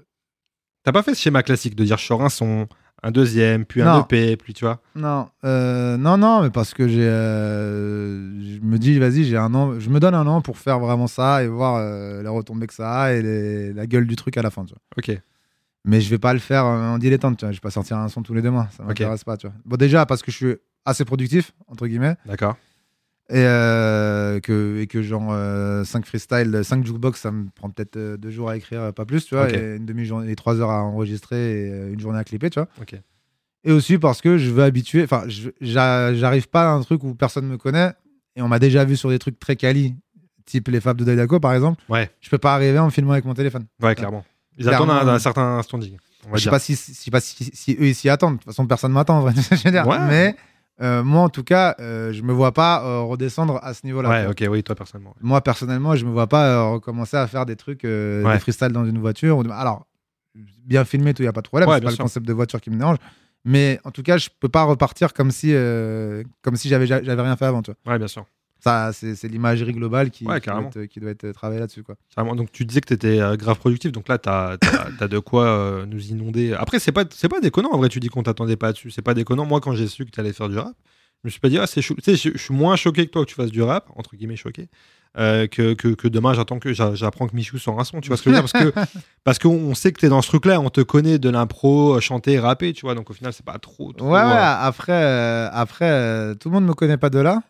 Speaker 1: T'as pas fait ce schéma classique de dire je sors un son, un deuxième, puis un
Speaker 2: Non.
Speaker 1: EP, puis tu vois.
Speaker 2: Non, euh, non, non, mais parce que j'ai, euh, je me dis, vas-y, j'ai un an, je me donne un an pour faire vraiment ça et voir euh, les retombées que ça a et les- la gueule du truc à la fin, tu vois.
Speaker 1: Ok.
Speaker 2: Mais je vais pas le faire euh, en dilettante, tu vois. Je vais pas sortir un son tous les deux mois, ça m'intéresse pas, tu vois. Bon, déjà parce que je suis assez productif entre guillemets
Speaker 1: D'accord.
Speaker 2: et euh, que et que genre euh, 5 freestyle, 5 jukebox, ça me prend peut-être 2 deux jours à écrire, euh, pas plus, tu vois,
Speaker 1: Ok.
Speaker 2: et une demi-journée, et trois heures à enregistrer et euh, une journée à clipper, tu vois.
Speaker 1: Ok.
Speaker 2: Et aussi parce que je veux habituer. Enfin, je- j'a- j'arrive pas à un truc où personne me connaît et on m'a déjà vu sur des trucs très quali, type les fables de Daidako par exemple.
Speaker 1: Ouais.
Speaker 2: Je peux pas arriver en filmant avec mon téléphone.
Speaker 1: Ouais, clairement. Ils
Speaker 2: Clairement.
Speaker 1: attendent un, un certain standing. On va
Speaker 2: Je sais
Speaker 1: dire.
Speaker 2: pas si, si- je sais pas si, si eux ils s'y attendent. De toute façon, personne m'attend. en vrai, je veux dire.
Speaker 1: Ouais.
Speaker 2: Mais euh, moi en tout cas, euh, je me vois pas euh, redescendre à ce niveau-là.
Speaker 1: ouais, ok, oui, toi personnellement.
Speaker 2: Moi personnellement, je me vois pas euh, recommencer à faire des trucs, euh,
Speaker 1: Ouais.
Speaker 2: des freestyles dans une voiture. ou de- Alors, bien filmé, tout, il n'y a pas de problème.
Speaker 1: Ouais,
Speaker 2: c'est
Speaker 1: bien
Speaker 2: pas
Speaker 1: sûr.
Speaker 2: le concept de voiture qui me dérange. Mais en tout cas, je peux pas repartir comme si, euh, comme si j'avais, ja- j'avais rien fait avant. Tu vois.
Speaker 1: Ouais, bien sûr.
Speaker 2: Ça, c'est, c'est l'imagerie globale qui,
Speaker 1: Ouais,
Speaker 2: qui, doit
Speaker 1: carrément.
Speaker 2: être, qui doit être euh, travaillée là-dessus. Quoi.
Speaker 1: Carrément. Donc tu disais que t'étais euh, grave productif, donc là t'as as, de quoi euh, nous inonder. Après c'est pas c'est pas déconnant en vrai. Tu dis qu'on t'attendait pas dessus, c'est pas déconnant. Moi quand j'ai su que t'allais faire du rap, je me suis pas dit ah c'est chou. Tu sais, je je suis moins choqué que toi que tu fasses du rap entre guillemets choqué euh, que, que, que demain j'attends que j'a- j'apprends que Michou sort un son. Tu vois ce que je veux dire parce que parce qu'on sait que t'es dans ce truc-là, on te connaît de l'impro, euh, chanter, rapper, tu vois. Donc au final c'est pas trop. trop,
Speaker 2: Ouais, ouais,
Speaker 1: euh,
Speaker 2: après, euh, après euh, tout le monde me connaît pas de là.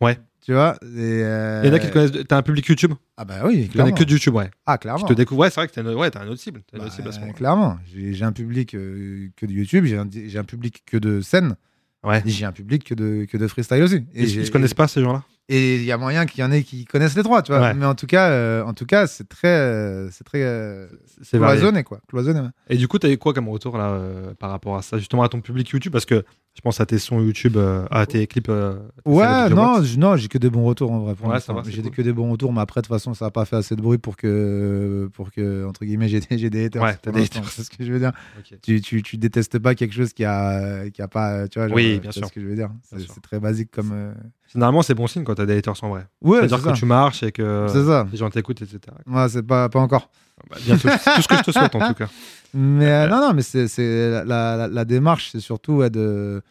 Speaker 1: Ouais.
Speaker 2: Tu vois et, euh,
Speaker 1: Il y en a qui te connaissent. T'as un public YouTube.
Speaker 2: Ah, bah oui,
Speaker 1: Tu connais
Speaker 2: clairement.
Speaker 1: que de YouTube, ouais.
Speaker 2: Ah,
Speaker 1: Tu
Speaker 2: clairement.
Speaker 1: te Eh découvres. Ouais, c'est vrai que t'as une, ouais, t'as une autre cible. T'as une
Speaker 2: Bah,
Speaker 1: autre cible à ce moment-là.
Speaker 2: clairement, j'ai j'ai un public euh, que de YouTube, j'ai un, j'ai un public que de scène,
Speaker 1: Ouais.
Speaker 2: et j'ai un public que de, que de freestyle aussi.
Speaker 1: Ils,
Speaker 2: j'ai-
Speaker 1: ils se connaissent pas ces gens-là.
Speaker 2: Et il y a moyen qu'il y en ait qui connaissent les trois, tu vois.
Speaker 1: Ouais.
Speaker 2: Mais en tout cas, euh, en tout cas, c'est très, euh, c'est très euh,
Speaker 1: C'est varié.
Speaker 2: cloisonné quoi, cloisonné. ouais.
Speaker 1: Et du coup, t'as eu quoi comme retour là euh, par rapport à ça, justement à ton public YouTube, parce que je pense à tes sons YouTube, euh, à tes clips. euh, tes séries
Speaker 2: Ouais,
Speaker 1: de
Speaker 2: non,
Speaker 1: Jobbox.
Speaker 2: j- non, j'ai que des bons retours en vrai. pour
Speaker 1: Ouais,
Speaker 2: l'instant.
Speaker 1: ça va, c'est
Speaker 2: J'ai
Speaker 1: cool.
Speaker 2: que des bons retours, mais après de toute façon, ça n'a pas fait assez de bruit pour que, pour que entre guillemets, j'ai des, j'ai des haters.
Speaker 1: Ouais, t'as
Speaker 2: pour
Speaker 1: des
Speaker 2: l'instant,
Speaker 1: haters.
Speaker 2: C'est ce que je veux dire.
Speaker 1: Ok.
Speaker 2: Tu, tu, tu détestes pas quelque chose qui a, qui a pas, euh, tu vois. genre,
Speaker 1: Oui,
Speaker 2: euh,
Speaker 1: bien
Speaker 2: c'est
Speaker 1: sûr.
Speaker 2: Ce que je veux dire. C'est
Speaker 1: sûr.
Speaker 2: c'est très basique comme. euh,
Speaker 1: Généralement, c'est bon signe quand t'as des haters en vrai.
Speaker 2: Ouais,
Speaker 1: C'est-à-dire
Speaker 2: c'est ça.
Speaker 1: que tu euh, marches et que
Speaker 2: C'est ça.
Speaker 1: les gens t'écoutent, etc.
Speaker 2: Ouais, c'est pas, pas encore.
Speaker 1: Bah, bientôt, c'est tout ce que je te souhaite en tout cas.
Speaker 2: Mais euh, non, non, mais c'est c'est la, la- la démarche, c'est surtout ouais, de.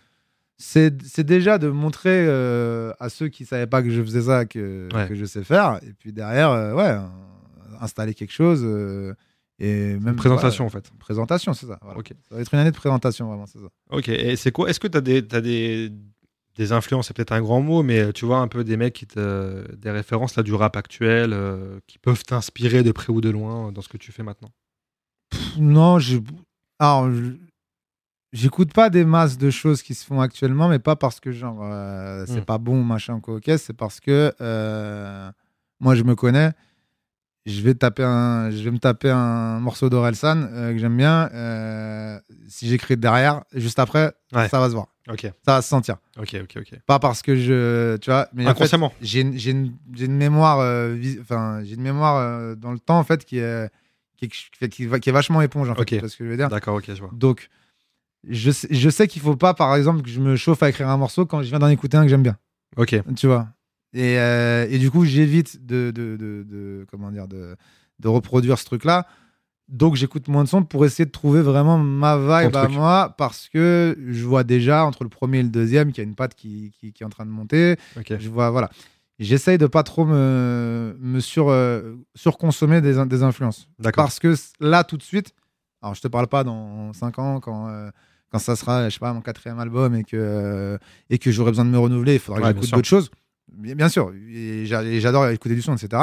Speaker 2: C'est c'est déjà de montrer euh, à ceux qui savaient pas que je faisais ça que,
Speaker 1: Ouais.
Speaker 2: que je sais faire. Et puis derrière, euh, ouais, euh, installer quelque chose. euh, et même,
Speaker 1: Une présentation en fait.
Speaker 2: ouais, présentation, c'est ça. voilà.
Speaker 1: Ok.
Speaker 2: Ça va être une année de présentation, vraiment, c'est ça.
Speaker 1: Ok, et c'est quoi Est-ce que t'as des, t'as des, des influences C'est peut-être un grand mot, mais euh, tu vois un peu des mecs qui te. des références là, du rap actuel euh, qui peuvent t'inspirer de près ou de loin euh, dans ce que tu fais maintenant
Speaker 2: Non, je. Alors, je- j'écoute pas des masses de choses qui se font actuellement, mais pas parce que, genre, euh, c'est
Speaker 1: Hmm.
Speaker 2: pas bon, machin, ou quoi, ok, c'est parce que euh, moi, je me connais. Je vais, taper un, je vais me taper un morceau d'Orelsan euh, que j'aime bien. euh, si j'écris derrière, juste après,
Speaker 1: Ouais.
Speaker 2: ça va se voir.
Speaker 1: Ok,
Speaker 2: Ça va se sentir.
Speaker 1: ok, ok, ok.
Speaker 2: Pas parce que je. Tu vois, mais en fait,
Speaker 1: Inconsciemment.
Speaker 2: j'ai une, j'ai une- j'ai une mémoire, euh, vis- enfin, j'ai une mémoire euh, dans le temps en fait qui est qui, est- qui est- qui est vachement éponge en fait,
Speaker 1: Ok.
Speaker 2: tu vois ce que je veux dire.
Speaker 1: D'accord, ok, je vois.
Speaker 2: Donc je sais, je sais qu'il faut pas par exemple que je me chauffe à écrire un morceau quand je viens d'en écouter un que j'aime bien,
Speaker 1: Ok,
Speaker 2: tu vois. Et, euh, et du coup j'évite de, de, de- de- comment dire de, de reproduire ce truc là. Donc j'écoute moins de sons pour essayer de trouver vraiment ma vibe
Speaker 1: Ton
Speaker 2: à
Speaker 1: truc.
Speaker 2: moi parce que je vois déjà entre le premier et le deuxième qu'il y a une patte qui, qui, qui est en train de monter.
Speaker 1: ok.
Speaker 2: Je vois, voilà. J'essaye de pas trop me, me sur, euh, surconsommer des, in- des influences.
Speaker 1: D'accord.
Speaker 2: Parce que c- là, tout de suite, alors je te parle pas dans 5 ans quand, euh, quand ça sera, je sais pas, mon quatrième album et que, euh, et que j'aurai besoin de me renouveler, il faudra que
Speaker 1: Ouais,
Speaker 2: j'écoute
Speaker 1: bien
Speaker 2: d'autres choses. Bien, bien sûr, et j'a- et j'adore écouter du son, etc.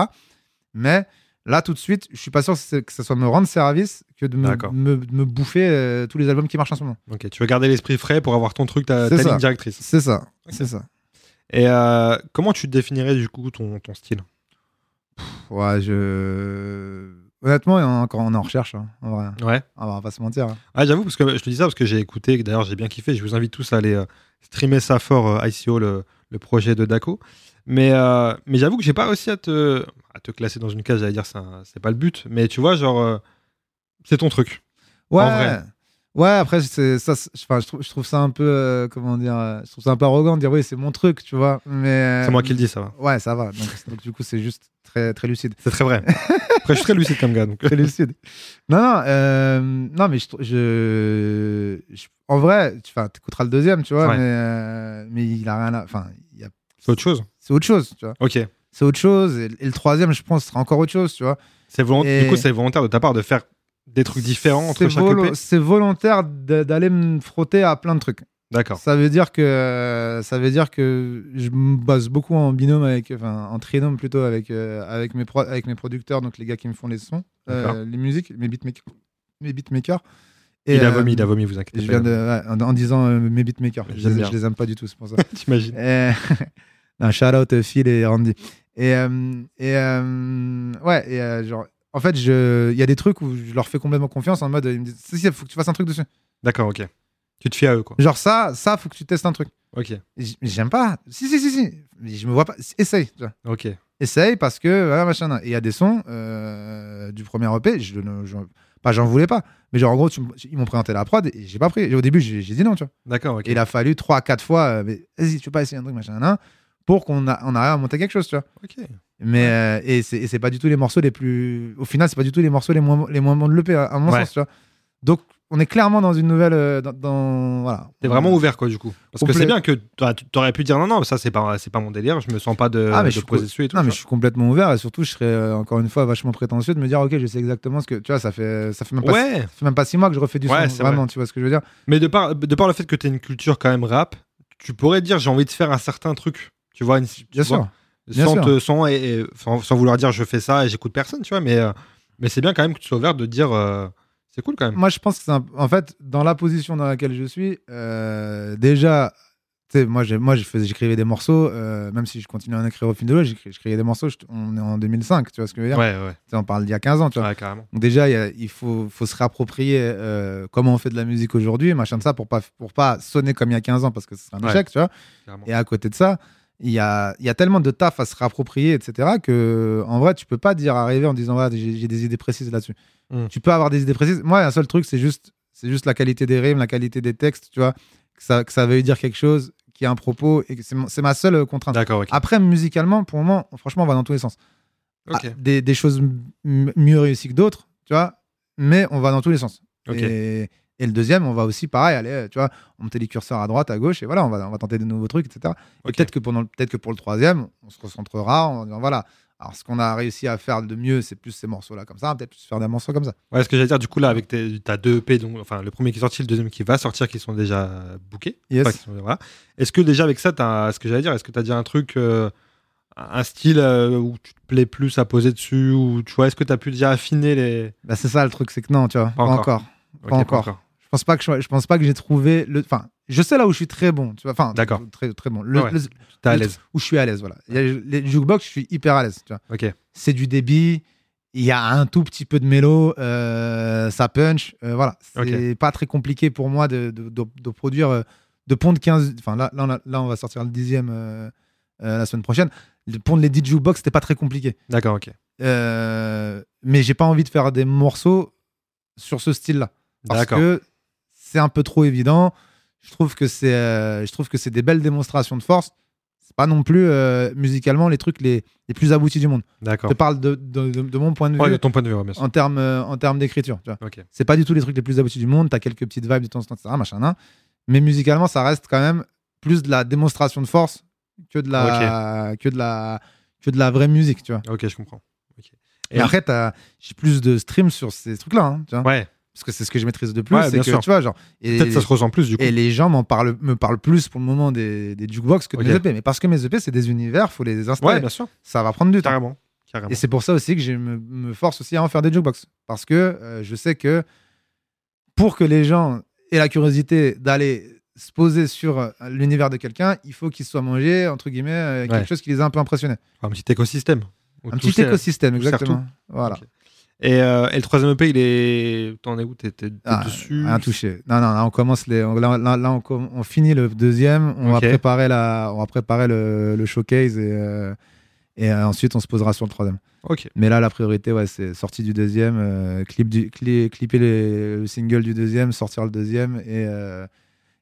Speaker 2: Mais là, tout de suite, je suis pas sûr que c'est- que ça soit me rendre service que de me,
Speaker 1: D'accord.
Speaker 2: me- me bouffer euh, tous les albums qui marchent en ce moment.
Speaker 1: Ok, tu veux garder l'esprit frais pour avoir ton truc, ta,
Speaker 2: C'est
Speaker 1: ta
Speaker 2: ça.
Speaker 1: ligne directrice.
Speaker 2: C'est ça.
Speaker 1: Ok.
Speaker 2: C'est ça.
Speaker 1: Et euh, comment tu définirais du coup ton, ton style
Speaker 2: Ouais, je. Honnêtement, on, encore- on est en recherche, hein, en vrai.
Speaker 1: Ouais.
Speaker 2: Ah bah, on va pas se mentir. hein.
Speaker 1: Ah, j'avoue, parce que je te dis ça parce que j'ai écouté, et que d'ailleurs j'ai bien kiffé. Je vous invite tous à aller euh, streamer ça fort, euh, ICO, le, le projet de Daco. Mais, euh, mais j'avoue que j'ai pas réussi à te, à te classer dans une case, j'allais dire, c'est un- c'est pas le but. Mais tu vois, genre, euh, c'est ton truc.
Speaker 2: Ouais.
Speaker 1: vrai.
Speaker 2: Ouais, après, c'est- ça, c'est- enfin, je, trouve, je trouve ça un peu. euh, comment dire euh, Je trouve ça un peu arrogant de dire oui, c'est mon truc, tu vois. Mais. euh,
Speaker 1: C'est moi qui le dis, ça va.
Speaker 2: Ouais, ça va. Donc, donc, du coup, c'est juste très, très lucide.
Speaker 1: C'est très vrai. Après, je suis très lucide comme gars. Donc... euh,
Speaker 2: Très lucide. Non, non, euh, non, mais je, trou- je, je- En vrai, tu enfin, écouteras le deuxième, tu vois,
Speaker 1: Ouais.
Speaker 2: mais, euh, mais il a rien à. Enfin, il y a-
Speaker 1: C'est autre chose.
Speaker 2: c'est autre chose, tu vois.
Speaker 1: Ok.
Speaker 2: C'est autre chose. Et, et le troisième, je pense, sera encore autre chose, tu vois.
Speaker 1: C'est volont-
Speaker 2: Et-
Speaker 1: Du coup, c'est volontaire de ta part de faire des trucs différents entre
Speaker 2: C'est
Speaker 1: chaque
Speaker 2: volo-
Speaker 1: EP.
Speaker 2: C'est volontaire de- d'aller me frotter à plein de trucs.
Speaker 1: D'accord.
Speaker 2: Ça veut dire que ça veut dire que je me bosse beaucoup en binôme avec, enfin en trinôme plutôt avec euh, avec mes pro- avec mes producteurs, donc les gars qui me font les sons, euh,
Speaker 1: D'accord.
Speaker 2: les musiques, mes beatmakers, mes beatmakers.
Speaker 1: il a
Speaker 2: euh,
Speaker 1: vomi, il a vomi, vous inquiétez
Speaker 2: Je
Speaker 1: pas.
Speaker 2: viens de, ouais, en, en disant euh, mes beatmakers, je
Speaker 1: J'aime
Speaker 2: les,
Speaker 1: bien.
Speaker 2: je les aime pas du tout, c'est pour ça.
Speaker 1: T'imagines.
Speaker 2: Euh, un shout out euh, Phil et Randy. Et, euh, et euh, ouais, et, euh, genre, en fait, je- il y a des trucs où je leur fais complètement confiance en mode, ils me disent, si, si, faut que tu fasses un truc dessus.
Speaker 1: D'accord, ok. Tu te fies à eux, quoi.
Speaker 2: Genre, ça, ça, faut que tu testes un truc.
Speaker 1: Ok.
Speaker 2: Et j- mais J'aime pas. Si, si, si, si. Mais je me vois pas. Essaye. tu vois.
Speaker 1: Ok.
Speaker 2: Essaye parce que, voilà, machin. nan. Et il y a des sons euh, du premier EP, je, ne- je- pas, j'en voulais pas. Mais genre, en gros, tu m- ils m'ont présenté la prod et j'ai pas pris. Et Au début, j'ai j'ai dit non, tu vois.
Speaker 1: D'accord, ok.
Speaker 2: Et il a fallu 3-4 fois, euh, mais vas-y, tu peux pas essayer un truc, machin, nan, pour qu'on a- on arrive à monter quelque chose, tu vois.
Speaker 1: Ok.
Speaker 2: Mais euh, et c'est et c'est pas du tout les morceaux les plus. Au final, c'est pas du tout les morceaux les moins les moins bons de l'EP à, à mon
Speaker 1: Ouais.
Speaker 2: sens, tu vois. Donc on est clairement dans une nouvelle euh, dans, dans- voilà.
Speaker 1: T'es vraiment ouvert, quoi, du coup. Parce que
Speaker 2: Complet-
Speaker 1: c'est bien que t'aurais- t'aurais pu dire non, non, ça, c'est pas, c'est pas mon délire, je me sens pas de,
Speaker 2: Ah, mais
Speaker 1: de
Speaker 2: je suis
Speaker 1: poser
Speaker 2: co-
Speaker 1: dessus et tout.
Speaker 2: Non mais
Speaker 1: tu
Speaker 2: je suis complètement ouvert et surtout je serais euh, encore une fois vachement prétentieux de me dire ok je sais exactement ce que tu vois ça fait ça fait même
Speaker 1: vois.
Speaker 2: pas
Speaker 1: Ouais,
Speaker 2: ça fait même pas six mois que je refais du
Speaker 1: Ouais,
Speaker 2: son
Speaker 1: c'est
Speaker 2: vraiment tu vois ce que je veux dire
Speaker 1: mais de par, de par le fait que t'es une culture quand même rap, tu pourrais dire j'ai envie de faire un certain truc. Tu vois, une, tu
Speaker 2: bien
Speaker 1: vois,
Speaker 2: sûr bien
Speaker 1: sans,
Speaker 2: sûr.
Speaker 1: te- sans, et, et- sans, sans vouloir dire je fais ça et j'écoute personne, tu vois, mais, euh, mais c'est bien quand même que tu sois ouvert de dire euh, c'est cool quand même.
Speaker 2: moi je pense que c'est un- en fait dans la position dans laquelle je suis euh, déjà tu sais, moi j'ai- moi je faisais- j'écrivais des morceaux euh, même si je continue à en écrire au fil de l'eau j'écris- j'écrivais des morceaux je- on est en 2005 tu vois ce que je veux dire
Speaker 1: Ouais, ouais,
Speaker 2: Tu sais, on parle d'il y a 15 ans tu vois
Speaker 1: ouais, carrément.
Speaker 2: Donc déjà, il y a- il faut, faut se réapproprier euh, comment on fait de la musique aujourd'hui, machin de ça, pour pas, pour pas sonner comme il y a 15 ans, parce que ce serait un
Speaker 1: Ouais.
Speaker 2: échec, tu vois.
Speaker 1: carrément.
Speaker 2: Et à côté de ça, il y a, il y a tellement de taf à se réapproprier, etc., que en vrai, tu peux pas dire arriver en disant, voilà, j'ai j'ai des idées précises là-dessus.
Speaker 1: Mm.
Speaker 2: Tu peux avoir des idées précises. Moi, un seul truc, c'est juste, c'est juste la qualité des rimes, la qualité des textes, tu vois, que ça, que ça veut dire quelque chose, qu'il y ait un propos. et que C'est mon- c'est ma seule euh, contrainte.
Speaker 1: D'accord, ok.
Speaker 2: Après, musicalement, pour le moment, franchement, on va dans tous les sens.
Speaker 1: Ok,
Speaker 2: Ah, des, des choses m- mieux réussies que d'autres, tu vois, mais on va dans tous les sens.
Speaker 1: ok.
Speaker 2: Et, et le deuxième, on va aussi pareil, aller, euh, tu vois, on montait les curseurs à droite, à gauche, et voilà, on va, on va tenter de nouveaux trucs, etc. Et
Speaker 1: Ok.
Speaker 2: Peut-être que, pendant le- peut-être que pour le troisième, on se recentrera en disant, voilà, alors ce qu'on a réussi à faire de mieux, c'est plus ces morceaux-là comme ça, peut-être plus faire des morceaux comme ça.
Speaker 1: Ouais, ce que j'allais dire, du coup, là, avec tes, t'as deux EP, donc, enfin, le premier qui est sorti, le deuxième qui va sortir, qui sont déjà bookés.
Speaker 2: Yes.
Speaker 1: Enfin, qui sont- voilà. Est-ce que déjà avec ça, t'as, ce que j'allais dire, est-ce que tu as déjà un truc, euh, un style euh, où tu te plais plus à poser dessus ou tu vois, est-ce que tu as pu déjà affiner les.
Speaker 2: Bah, c'est ça le truc, c'est que non, tu vois, pas,
Speaker 1: encore.
Speaker 2: encore.
Speaker 1: Ok,
Speaker 2: encore. Je pense pas que je, je pense pas que j'ai trouvé le. Enfin, je sais là où je suis très bon, tu vois. Enfin,
Speaker 1: D'accord.
Speaker 2: Très très bon. Le-
Speaker 1: Ouais.
Speaker 2: le-
Speaker 1: T'es à
Speaker 2: le-
Speaker 1: l'aise.
Speaker 2: où je suis à l'aise, voilà. Il y a- les jukebox, je suis hyper à l'aise, tu vois.
Speaker 1: Ok.
Speaker 2: c'est du débit. Il y a un tout petit peu de mélo, euh, ça punch. euh, voilà, c'est pas très compliqué pour moi de, de, de- de produire, euh, de pondre 15. Enfin, là, là, on a- là, on va sortir le dixième euh, euh, la semaine prochaine. De pondre les 10 jukebox, c'était pas très compliqué.
Speaker 1: D'accord, ok.
Speaker 2: Euh, mais j'ai pas envie de faire des morceaux sur ce style-là. Parce
Speaker 1: D'accord.
Speaker 2: que c'est un peu trop évident. Je trouve que c'est, euh, je trouve que c'est des belles démonstrations de force. C'est pas non plus euh, musicalement les trucs les, les plus aboutis du monde. Je
Speaker 1: D'accord.
Speaker 2: te parle de, de- de- de mon point de vue
Speaker 1: Ouais, de ton point de vue, ouais, bien sûr.
Speaker 2: en termes euh, en termes d'écriture. tu vois.
Speaker 1: Ok.
Speaker 2: C'est pas du tout les trucs les plus aboutis du monde. T'as quelques petites vibes de temps en temps, etc. Machin, nan. Mais musicalement, ça reste quand même plus de la démonstration de force que de la que de la que de la vraie musique. Tu vois.
Speaker 1: Ok, je comprends. Ok.
Speaker 2: Et, après, t'as- j'ai plus de streams sur ces trucs-là, hein, tu vois.
Speaker 1: Mm. Ouais,
Speaker 2: parce que c'est ce que je maîtrise de plus.
Speaker 1: Ouais,
Speaker 2: c'est
Speaker 1: bien
Speaker 2: que,
Speaker 1: sûr.
Speaker 2: tu vois, genre. Et,
Speaker 1: peut-être ça se ressent plus du coup.
Speaker 2: et les gens m'en parlent, me parlent plus pour le moment des, des jukebox que de
Speaker 1: Ok.
Speaker 2: mes EP. Mais parce que mes EP, c'est des univers, faut les installer.
Speaker 1: Ouais, bien sûr.
Speaker 2: ça va prendre du temps.
Speaker 1: Carrément. Carrément.
Speaker 2: Et c'est pour ça aussi que je me, me force aussi à en faire des jukebox. Parce que euh, je sais que pour que les gens aient la curiosité d'aller se poser sur euh, l'univers de quelqu'un, il faut qu'ils soient mangés, entre guillemets, euh, quelque
Speaker 1: Ouais.
Speaker 2: chose qui les a un peu impressionnés.
Speaker 1: Un petit écosystème. Où
Speaker 2: un
Speaker 1: tout
Speaker 2: petit
Speaker 1: sert.
Speaker 2: écosystème,
Speaker 1: tout sert
Speaker 2: exactement. Voilà.
Speaker 1: Ok. Et, euh, et le troisième EP, il est. T'en es où T'es t'es- t'es
Speaker 2: Ah,
Speaker 1: dessus
Speaker 2: Rien touché. Non, non, là, on commence les. on- Là, là- là, on, com- on finit le deuxième. On
Speaker 1: Ok.
Speaker 2: va préparer, la, on va préparer le, le showcase et, euh, et euh, ensuite on se posera sur le troisième.
Speaker 1: Ok.
Speaker 2: Mais là, la priorité, ouais, c'est sortie du deuxième, euh, clip du, cli- clipper les- le single du deuxième, sortir le deuxième et, euh,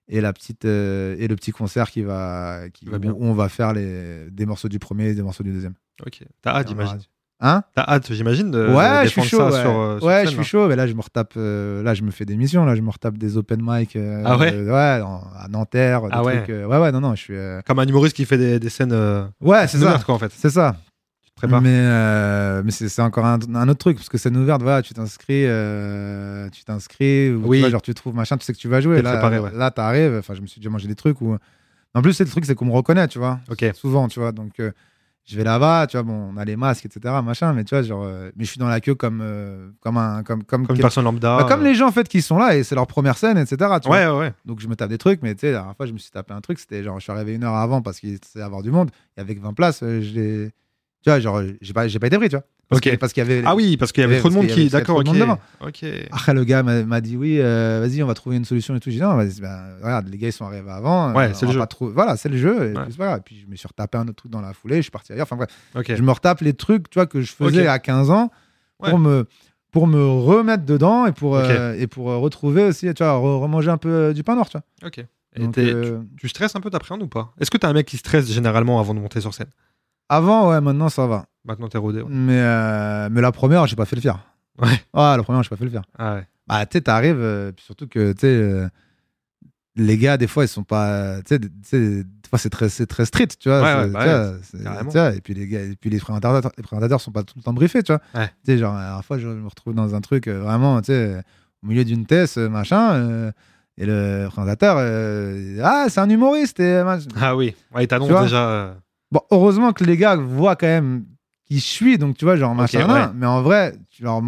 Speaker 2: et, la petite, euh, et le petit concert qui va, qui,
Speaker 1: Qui va bien.
Speaker 2: où on va faire les, des morceaux du premier et des morceaux du deuxième.
Speaker 1: Ok. T'as hâte, j'imagine.
Speaker 2: Hein
Speaker 1: T'as hâte, j'imagine, de
Speaker 2: Euh, ouais,
Speaker 1: de
Speaker 2: je suis
Speaker 1: défendre
Speaker 2: chaud.
Speaker 1: ça
Speaker 2: ouais,
Speaker 1: sur, euh, sur
Speaker 2: Ouais,
Speaker 1: scène,
Speaker 2: je suis
Speaker 1: là.
Speaker 2: chaud, mais là, je me retape. euh, là, je me fais des missions. Là, je me retape des open mic. euh,
Speaker 1: Ah ouais
Speaker 2: euh, Ouais, en- à Nanterre. des
Speaker 1: Ah ouais.
Speaker 2: trucs, euh, ouais, ouais, non, non, je suis. euh,
Speaker 1: Comme un humoriste qui fait des, des scènes. euh,
Speaker 2: Ouais, c'est
Speaker 1: scènes
Speaker 2: ça.
Speaker 1: ouvertes, quoi, en fait.
Speaker 2: C'est ça.
Speaker 1: Tu te prépares.
Speaker 2: Mais, euh, mais c'est c'est encore un, un autre truc, parce que scène ouverte, voilà, tu t'inscris, euh, tu t'inscris, ou tu
Speaker 1: Oui.
Speaker 2: vois, genre tu trouves machin, tu sais que tu vas jouer.
Speaker 1: T'es
Speaker 2: Là,
Speaker 1: préparé, ouais.
Speaker 2: là t'arrives, enfin, je me suis déjà mangé des trucs où. En plus, c'est le truc, c'est qu'on me reconnaît, tu vois,
Speaker 1: Ok.
Speaker 2: souvent, tu vois. Donc, euh, je vais là-bas, tu vois, bon, on a les masques, etc., machin, mais tu vois, genre, euh, mais je suis dans la queue comme, euh, comme un. Comme, comme,
Speaker 1: Comme une
Speaker 2: quel-
Speaker 1: personne lambda.
Speaker 2: Bah, comme les gens, en fait, qui sont là, et c'est leur première scène, etc., tu
Speaker 1: euh,
Speaker 2: vois.
Speaker 1: Ouais, ouais, ouais.
Speaker 2: Donc je me tape des trucs, mais tu sais, la dernière fois, je me suis tapé un truc, c'était genre, je suis arrivé une heure avant parce qu'il y avoir du monde, et avec 20 places, euh, je l'ai. Tu vois, genre, j'ai pas, j'ai pas été pris, tu vois. Parce
Speaker 1: Ok.
Speaker 2: que- Parce qu'il y avait.
Speaker 1: Ah oui, parce qu'il y avait
Speaker 2: Ouais,
Speaker 1: trop de
Speaker 2: parce
Speaker 1: monde
Speaker 2: qu'il y
Speaker 1: qui.
Speaker 2: avait-
Speaker 1: D'accord,
Speaker 2: parce
Speaker 1: ok.
Speaker 2: qu'il y avait
Speaker 1: Ok.
Speaker 2: Après, le gars m'a m'a dit, oui, euh, vas-y, on va trouver une solution et tout. J'ai dit, non, vas-y, ben, regarde, les gars, ils sont arrivés avant.
Speaker 1: Ouais,
Speaker 2: euh,
Speaker 1: c'est le
Speaker 2: on va
Speaker 1: jeu.
Speaker 2: pas trop- Voilà, c'est le jeu. Et
Speaker 1: Ouais.
Speaker 2: puis, c'est pas grave. puis, je me suis retapé un autre truc dans la foulée, je suis parti ailleurs. Enfin, bref,
Speaker 1: Ok.
Speaker 2: je me retape les trucs, tu vois, que je faisais
Speaker 1: Ok.
Speaker 2: à 15 ans pour
Speaker 1: Ouais.
Speaker 2: me. Pour me remettre dedans et pour,
Speaker 1: Ok.
Speaker 2: euh, et pour euh, retrouver aussi, tu vois, re- remanger un peu euh, du pain noir, tu vois.
Speaker 1: Ok. Et
Speaker 2: Donc,
Speaker 1: t'es-
Speaker 2: euh,
Speaker 1: tu, tu stresses un peu, t'appréhendes ou pas Est-ce que t'as un mec qui stresse généralement avant de monter sur scène
Speaker 2: Avant, ouais, maintenant ça va.
Speaker 1: Maintenant, t'es rodé. Ouais.
Speaker 2: Mais, euh, mais la première, j'ai pas fait le faire.
Speaker 1: Ouais.
Speaker 2: Ah, la première, j'ai pas fait le faire.
Speaker 1: Ah ouais.
Speaker 2: Bah, tu sais, t'arrives, euh, puis surtout que, tu sais, euh, les gars, des fois, ils sont pas. Tu sais, des- tu sais, des fois, c'est très, c'est très street, tu vois.
Speaker 1: Ouais,
Speaker 2: c'est-
Speaker 1: ouais,
Speaker 2: tu
Speaker 1: bah
Speaker 2: vois, c'est-
Speaker 1: carrément.
Speaker 2: tu vois, et puis les gars, et puis les présentateurs, les présentateurs sont pas tout le temps briefés, tu vois.
Speaker 1: Ouais.
Speaker 2: Tu sais, genre, la dernière fois, je me retrouve dans un truc euh, vraiment, tu sais, au milieu d'une thèse, euh, machin, euh, et le présentateur, euh, ah, c'est un humoriste, et machin.
Speaker 1: Ah oui. Ouais, il t'annonce
Speaker 2: Tu vois
Speaker 1: déjà. euh,
Speaker 2: Bon, heureusement que les gars voient quand même qui je suis, donc tu vois, genre machin.
Speaker 1: ouais.
Speaker 2: Mais en vrai, tu leur...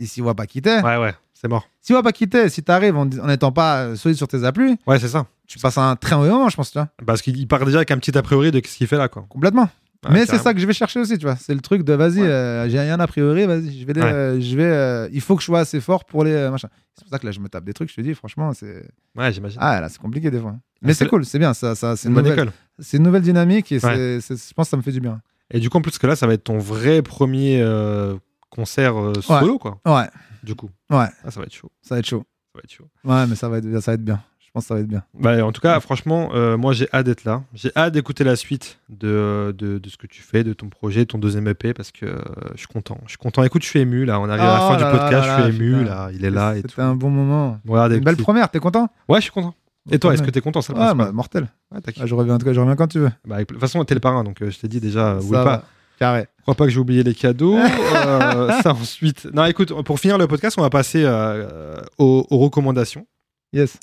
Speaker 2: et s'ils voient pas qui t'es,
Speaker 1: Ouais, ouais. C'est mort.
Speaker 2: s'ils voient pas qui t'es, si t'arrives en en n'étant pas euh, solide sur tes appuis,
Speaker 1: Ouais, c'est ça.
Speaker 2: tu passes un très mauvais moment, je pense, tu vois,
Speaker 1: Parce qu'il part déjà avec un petit a priori de ce qu'il fait là, quoi.
Speaker 2: complètement.
Speaker 1: Ouais,
Speaker 2: mais c'est
Speaker 1: carrément.
Speaker 2: ça que je vais chercher aussi, tu vois. C'est le truc de vas-y,
Speaker 1: Ouais.
Speaker 2: euh, j'ai rien a priori, vas-y, je vais, les-
Speaker 1: Ouais.
Speaker 2: euh, je vais, euh, il faut que je sois assez fort pour les euh, machins. C'est pour ça que là, je me tape des trucs, je te dis, franchement, c'est
Speaker 1: Ouais, j'imagine.
Speaker 2: ah là, c'est compliqué des fois. Mais
Speaker 1: c'est
Speaker 2: c'est
Speaker 1: le-
Speaker 2: cool, c'est bien, ça, ça,
Speaker 1: c'est
Speaker 2: c'est
Speaker 1: une
Speaker 2: une,
Speaker 1: bonne
Speaker 2: nouvelle,
Speaker 1: école.
Speaker 2: c'est une nouvelle dynamique et c'est-
Speaker 1: Ouais.
Speaker 2: c'est- je pense que ça me fait du bien.
Speaker 1: Et du coup, en plus que là, ça va être ton vrai premier euh, concert euh, solo, quoi.
Speaker 2: Ouais,
Speaker 1: Du coup.
Speaker 2: Ouais.
Speaker 1: Ah, ça va être chaud.
Speaker 2: ça va être chaud.
Speaker 1: Ça va être chaud.
Speaker 2: Ouais, mais ça va être, ça va être bien. Je Je pense que ça va être bien.
Speaker 1: Bah, en tout cas, franchement, euh, moi j'ai hâte d'être là. J'ai hâte d'écouter la suite de, de, de ce que tu fais, de ton projet, ton deuxième EP, parce que euh, je suis content. Je suis content. Écoute, je suis ému là. On arrive à la
Speaker 2: Oh
Speaker 1: fin
Speaker 2: là
Speaker 1: du podcast.
Speaker 2: là
Speaker 1: je
Speaker 2: là,
Speaker 1: suis ému
Speaker 2: putain.
Speaker 1: là. Il est là et tout. Ah,
Speaker 2: C'était un bon moment.
Speaker 1: Regarde,
Speaker 2: Une
Speaker 1: des
Speaker 2: belle
Speaker 1: petits-
Speaker 2: première, t'es content
Speaker 1: Ouais, je suis content. Et toi, est-ce que t'es content ça, le
Speaker 2: Ouais,
Speaker 1: principal
Speaker 2: bah, mortel.
Speaker 1: Ouais, t'as
Speaker 2: Ah,
Speaker 1: kiffé.
Speaker 2: je reviens, en tout cas, je reviens quand tu veux.
Speaker 1: Bah, avec- De toute façon, t'es le parrain, donc euh, je t'ai dit déjà, euh,
Speaker 2: Ça
Speaker 1: oublie pas.
Speaker 2: va. Carré.
Speaker 1: Je crois pas que j'ai oublié les cadeaux. Euh, ça ensuite. Non, écoute, pour finir le podcast, on va passer euh, aux, aux recommandations
Speaker 2: Yes.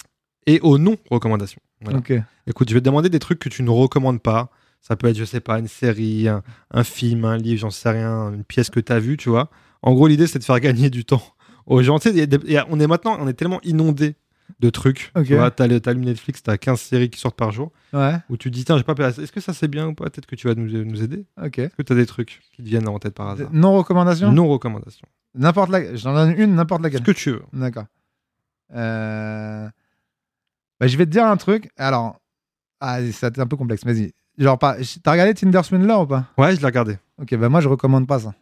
Speaker 1: et aux non-recommandations. Voilà.
Speaker 2: Ok.
Speaker 1: Écoute, je vais te demander des trucs que tu ne recommandes pas. Ça peut être, je sais pas, une série, un, un film, un livre, j'en sais rien, une pièce que tu as vue, tu vois. En gros, l'idée, c'est de faire gagner du temps aux gens. Tu sais, il y a des- il y a- on est maintenant, on est tellement inondé de trucs.
Speaker 2: Ok.
Speaker 1: Tu vois, t'as le- t'allumes Netflix, t'as 15 séries qui sortent par jour,
Speaker 2: Ouais.
Speaker 1: où tu te dis, tiens, j'ai pas payé assez. Est-ce que ça c'est bien ou pas Peut-être que tu vas nous, nous aider.
Speaker 2: Ok.
Speaker 1: Est-ce que t'as des trucs qui te viennent là en tête par hasard
Speaker 2: Non recommandation
Speaker 1: Non recommandation.
Speaker 2: N'importe laquelle. J'en donne une, n'importe
Speaker 1: Ce
Speaker 2: laquelle.
Speaker 1: que tu veux.
Speaker 2: D'accord. Euh, bah, je vais te dire un truc. Alors, ah, ça t'est un peu complexe. Vas-y. Genre, pas... t'as regardé Tinder Swindler ou pas
Speaker 1: Ouais, je l'ai regardé.
Speaker 2: Ok, bah moi je recommande pas ça.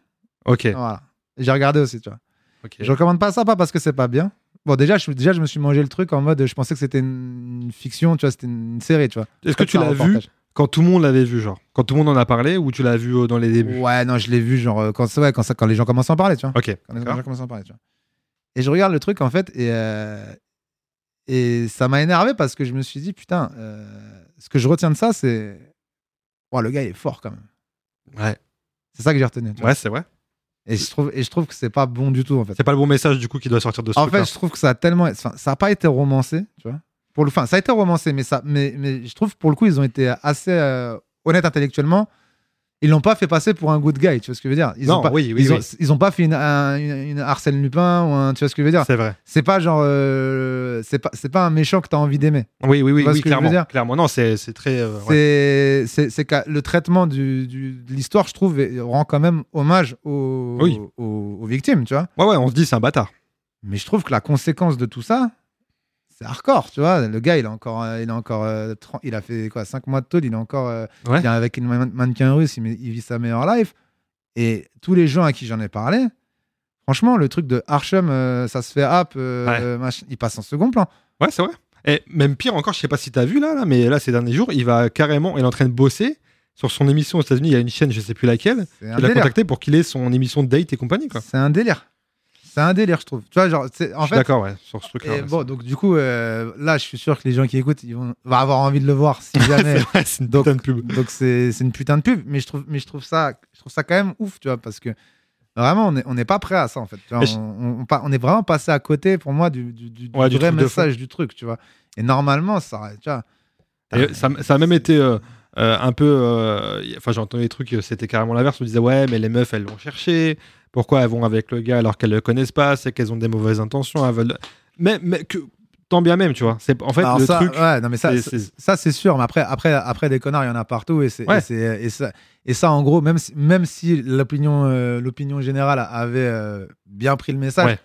Speaker 1: Ok.
Speaker 2: Voilà. J'ai regardé aussi, tu vois.
Speaker 1: ok.
Speaker 2: Je recommande pas ça, pas parce que c'est pas bien. Bon, déjà je, déjà, je me suis mangé le truc en mode, je pensais que c'était une une fiction, tu vois, c'était une série, tu vois.
Speaker 1: Est-ce que tu
Speaker 2: C'est un
Speaker 1: l'as vu
Speaker 2: reportage.
Speaker 1: quand tout le monde l'avait vu, genre Quand tout le monde en a parlé ou tu l'as vu euh, dans les débuts
Speaker 2: Ouais, non, je l'ai vu, genre, euh, quand, ouais, quand, ça, quand les gens commencent à en parler, tu vois.
Speaker 1: Ok.
Speaker 2: Quand les
Speaker 1: D'accord.
Speaker 2: gens commencent à en parler, tu vois. Et je regarde le truc, en fait, et, euh, et ça m'a énervé parce que je me suis dit, putain, euh, ce que je retiens de ça, c'est. Ouah, le gars il est fort quand même.
Speaker 1: Ouais,
Speaker 2: C'est ça que j'ai retenu. tu vois.
Speaker 1: ouais c'est vrai.
Speaker 2: Et, je trouve, et je trouve que c'est pas bon du tout, en fait.
Speaker 1: C'est pas le bon message du coup qui doit sortir de ce
Speaker 2: En
Speaker 1: truc-là.
Speaker 2: fait, je trouve que ça a tellement. enfin, ça n'a pas été romancé, tu vois. Pour le... Enfin, ça a été romancé, mais, ça... mais, mais je trouve pour le coup, ils ont été assez euh, honnêtes intellectuellement. Ils l'ont pas fait passer pour un good guy, tu vois ce que je veux dire Ils
Speaker 1: non,
Speaker 2: ont pas...
Speaker 1: oui, oui,
Speaker 2: ils, ont,
Speaker 1: oui.
Speaker 2: ils ont pas fait une, un- une- une Arsène Lupin ou un. Tu vois ce que je veux dire
Speaker 1: c'est vrai.
Speaker 2: C'est pas genre. euh, C'est pas, c'est pas un méchant que tu as envie d'aimer.
Speaker 1: Oui, oui, oui,
Speaker 2: vois
Speaker 1: oui,
Speaker 2: ce que je veux
Speaker 1: clairement.
Speaker 2: dire
Speaker 1: Clairement, non, c'est c'est très. euh, ouais.
Speaker 2: C'est- C'est c'est que le traitement du, du- de l'histoire, je trouve, est- rend quand même hommage aux,
Speaker 1: Oui.
Speaker 2: aux, aux victimes, tu vois.
Speaker 1: Ouais, ouais, on se dit c'est un bâtard.
Speaker 2: Mais je trouve que la conséquence de tout ça, c'est hardcore, tu vois. Le gars, il a encore, euh, il a encore, euh, 30 il a fait quoi, 5 mois de tôle, il est encore, euh,
Speaker 1: Ouais.
Speaker 2: il est avec une man- mannequin russe, il, il vit sa meilleure life. Et tous les gens à qui j'en ai parlé, franchement, le truc de Archem, euh, ça se fait app, euh,
Speaker 1: Ouais.
Speaker 2: euh, machin, il passe en second plan.
Speaker 1: Ouais, c'est vrai. Et même pire encore, je sais pas si t'as vu là, là, mais là, ces derniers jours, il va carrément, il est en train de bosser sur son émission aux États-Unis. Il y a une chaîne, je sais plus laquelle,
Speaker 2: C'est un
Speaker 1: qui l'a
Speaker 2: délire.
Speaker 1: contacté pour qu'il ait son émission de date et compagnie, quoi.
Speaker 2: C'est un délire. C'est un délire, je trouve. Tu vois, genre, c'est- en
Speaker 1: je suis
Speaker 2: fait,
Speaker 1: d'accord, ouais, sur ce truc-là.
Speaker 2: et
Speaker 1: ouais,
Speaker 2: bon, donc du coup, euh, là, je suis sûr que les gens qui écoutent, ils vont, vont avoir envie de le voir si
Speaker 1: c'est-
Speaker 2: jamais.
Speaker 1: c'est vrai, c'est une
Speaker 2: Donc-
Speaker 1: putain de pub.
Speaker 2: Donc c'est c'est une putain de pub, mais je trouve, mais je trouve ça, je trouve ça quand même ouf, tu vois, parce que vraiment on n'est on n'est pas prêt à ça en fait. tu vois.
Speaker 1: Mais je-
Speaker 2: on, on pa- on est vraiment passé à côté pour moi du, du- du- du
Speaker 1: Ouais, du
Speaker 2: vrai
Speaker 1: truc de
Speaker 2: message du truc, tu vois. Et normalement ça, aurait- tu vois.
Speaker 1: Et ça, ça a même été euh, euh, un peu. euh, y- Enfin, j'ai entendu des trucs, euh, c'était carrément l'inverse. On disait, ouais, mais les meufs, elles l'ont cherché. Pourquoi elles vont avec le gars alors qu'elles le connaissent pas C'est qu'elles ont des mauvaises intentions. Elles veulent... mais, mais que, tant bien même, tu vois. C'est, en fait,
Speaker 2: Alors
Speaker 1: le
Speaker 2: ça,
Speaker 1: truc.
Speaker 2: ouais, non mais ça,
Speaker 1: c'est-
Speaker 2: ça-
Speaker 1: c'est-
Speaker 2: ça, c'est sûr. Mais après, après, après des connards, il y en a partout et c'est
Speaker 1: Ouais.
Speaker 2: et, c'est- et ça et ça en gros, même si, même si l'opinion euh, l'opinion générale avait euh, bien pris le message.
Speaker 1: Ouais.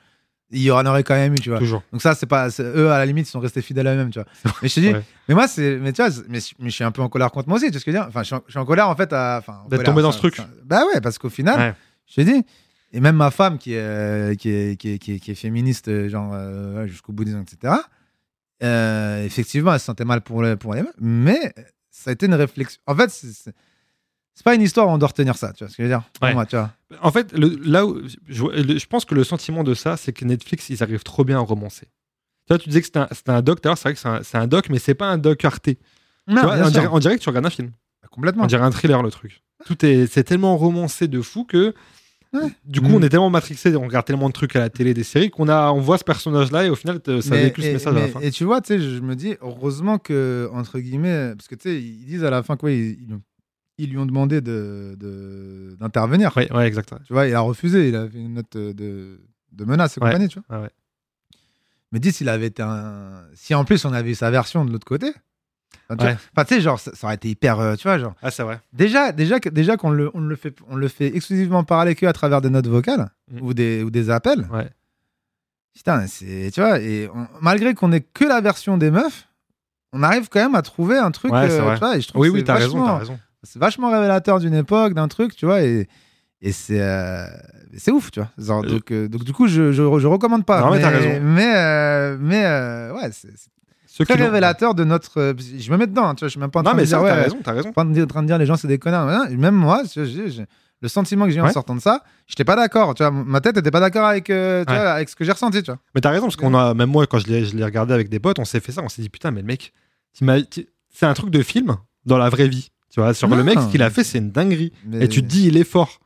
Speaker 2: Il y en aurait quand même eu, tu vois.
Speaker 1: Toujours.
Speaker 2: Donc ça, c'est pas c'est- eux à la limite, ils sont restés fidèles à eux-mêmes, tu vois. Mais je te dis,
Speaker 1: Ouais.
Speaker 2: mais moi c'est, mais tu vois, c'est- mais, je- mais je suis un peu en colère contre moi aussi, tu vois ce que je veux dire. Enfin, je suis, en, je suis en colère en fait à, enfin, en
Speaker 1: D'être
Speaker 2: colère,
Speaker 1: tombé dans
Speaker 2: ça-
Speaker 1: ce truc.
Speaker 2: ça- bah ouais, parce qu'au final,
Speaker 1: Ouais.
Speaker 2: je te dis, et même ma femme qui est, euh, qui est, qui est, qui est- qui est féministe, euh, genre euh, ouais, jusqu'au bout des ongles, etc. euh, effectivement, elle se sentait mal pour le, pour les meufs, mais ça a été une réflexion. En fait, c'est, c'est- c'est pas une histoire où on doit retenir ça, tu vois ce que je veux dire. Pour
Speaker 1: Ouais.
Speaker 2: moi, tu vois.
Speaker 1: En fait, le- là où je, le- je pense que le sentiment de ça, c'est que Netflix, ils arrivent trop bien à romancer. Tu vois, tu disais que c'était un, c'était un doc, tout à l'heure, c'est vrai que c'est un, c'est un doc, mais c'est pas un doc arté.
Speaker 2: Non,
Speaker 1: tu vois,
Speaker 2: bien
Speaker 1: on,
Speaker 2: sûr.
Speaker 1: dirait, on dirait que tu regardes un film.
Speaker 2: complètement.
Speaker 1: On dirait un thriller le truc. Tout est, c'est tellement romancé de fou que
Speaker 2: Ouais.
Speaker 1: du coup
Speaker 2: Mm.
Speaker 1: on est tellement matrixé, on regarde tellement de trucs à la télé, des séries qu'on a, on voit ce personnage là et au final te- ça
Speaker 2: Mais-
Speaker 1: véhicule ce
Speaker 2: et-
Speaker 1: message à la
Speaker 2: mais-
Speaker 1: fin.
Speaker 2: Et tu vois, tu sais, je je me dis, heureusement que, entre guillemets, euh, parce que tu sais, ils disent à la fin quoi, ils, ils lui ont- ils lui ont demandé d'intervenir. De, d'intervenir
Speaker 1: Ouais, ouais, exact. ouais.
Speaker 2: Tu vois, il a refusé, il a fait une note euh, de, de menace et
Speaker 1: Ouais, Ah
Speaker 2: compagnie, tu vois.
Speaker 1: ouais, ouais.
Speaker 2: Mais dis s'il avait été un. Si en plus on avait eu sa version de l'autre côté. Enfin, tu
Speaker 1: Ouais.
Speaker 2: vois- enfin, tu sais, genre, ça, ça aurait été hyper. euh, tu vois, genre.
Speaker 1: Ah c'est vrai.
Speaker 2: Déjà, déjà, que- déjà qu'on le, on le, fait- on le fait exclusivement parler que à travers des notes vocales
Speaker 1: Mm.
Speaker 2: ou, des, ou des appels.
Speaker 1: Ouais.
Speaker 2: Putain, c'est. Tu vois, et on- malgré qu'on ait que la version des meufs, on arrive quand même à trouver un truc.
Speaker 1: Ouais, c'est
Speaker 2: euh,
Speaker 1: vrai.
Speaker 2: tu vois, et je trouve
Speaker 1: Oui
Speaker 2: que
Speaker 1: oui
Speaker 2: c'est
Speaker 1: t'as raison
Speaker 2: vachement-
Speaker 1: t'as raison.
Speaker 2: C'est vachement révélateur d'une époque, d'un truc, tu vois, et, et c'est. euh, c'est ouf, tu vois. Genre,
Speaker 1: Euh.
Speaker 2: donc, euh, donc, du coup, je, je, je recommande pas.
Speaker 1: Non, mais t'as raison.
Speaker 2: Mais, euh, mais euh, ouais, c'est. c'est-
Speaker 1: Ceux
Speaker 2: très
Speaker 1: qui l'ont-
Speaker 2: révélateur de notre. euh, je me mets dedans, hein, tu vois, je suis même pas en train
Speaker 1: Non, mais
Speaker 2: de dire,
Speaker 1: ça,
Speaker 2: ouais,
Speaker 1: t'as
Speaker 2: euh,
Speaker 1: raison, t'as raison.
Speaker 2: pas en train de- en train de dire les gens c'est des connards. Non, Même moi, je- je- je- le sentiment que j'ai eu en
Speaker 1: Ouais.
Speaker 2: sortant de ça, j'étais pas d'accord. Tu vois, ma tête était pas d'accord avec, euh, tu
Speaker 1: Ouais.
Speaker 2: vois, avec ce que j'ai ressenti. Tu vois.
Speaker 1: Mais t'as raison, parce qu'on a, même moi, quand je l'ai, je l'ai regardé avec des potes, on s'est fait ça, on s'est dit, putain, mais le mec, t'ima- t'i- c'est un truc de film dans la vraie vie. Tu vois, sur le
Speaker 2: Non.
Speaker 1: mec, ce qu'il a fait, c'est une dinguerie.
Speaker 2: Mais-
Speaker 1: Et tu te dis, il est fort.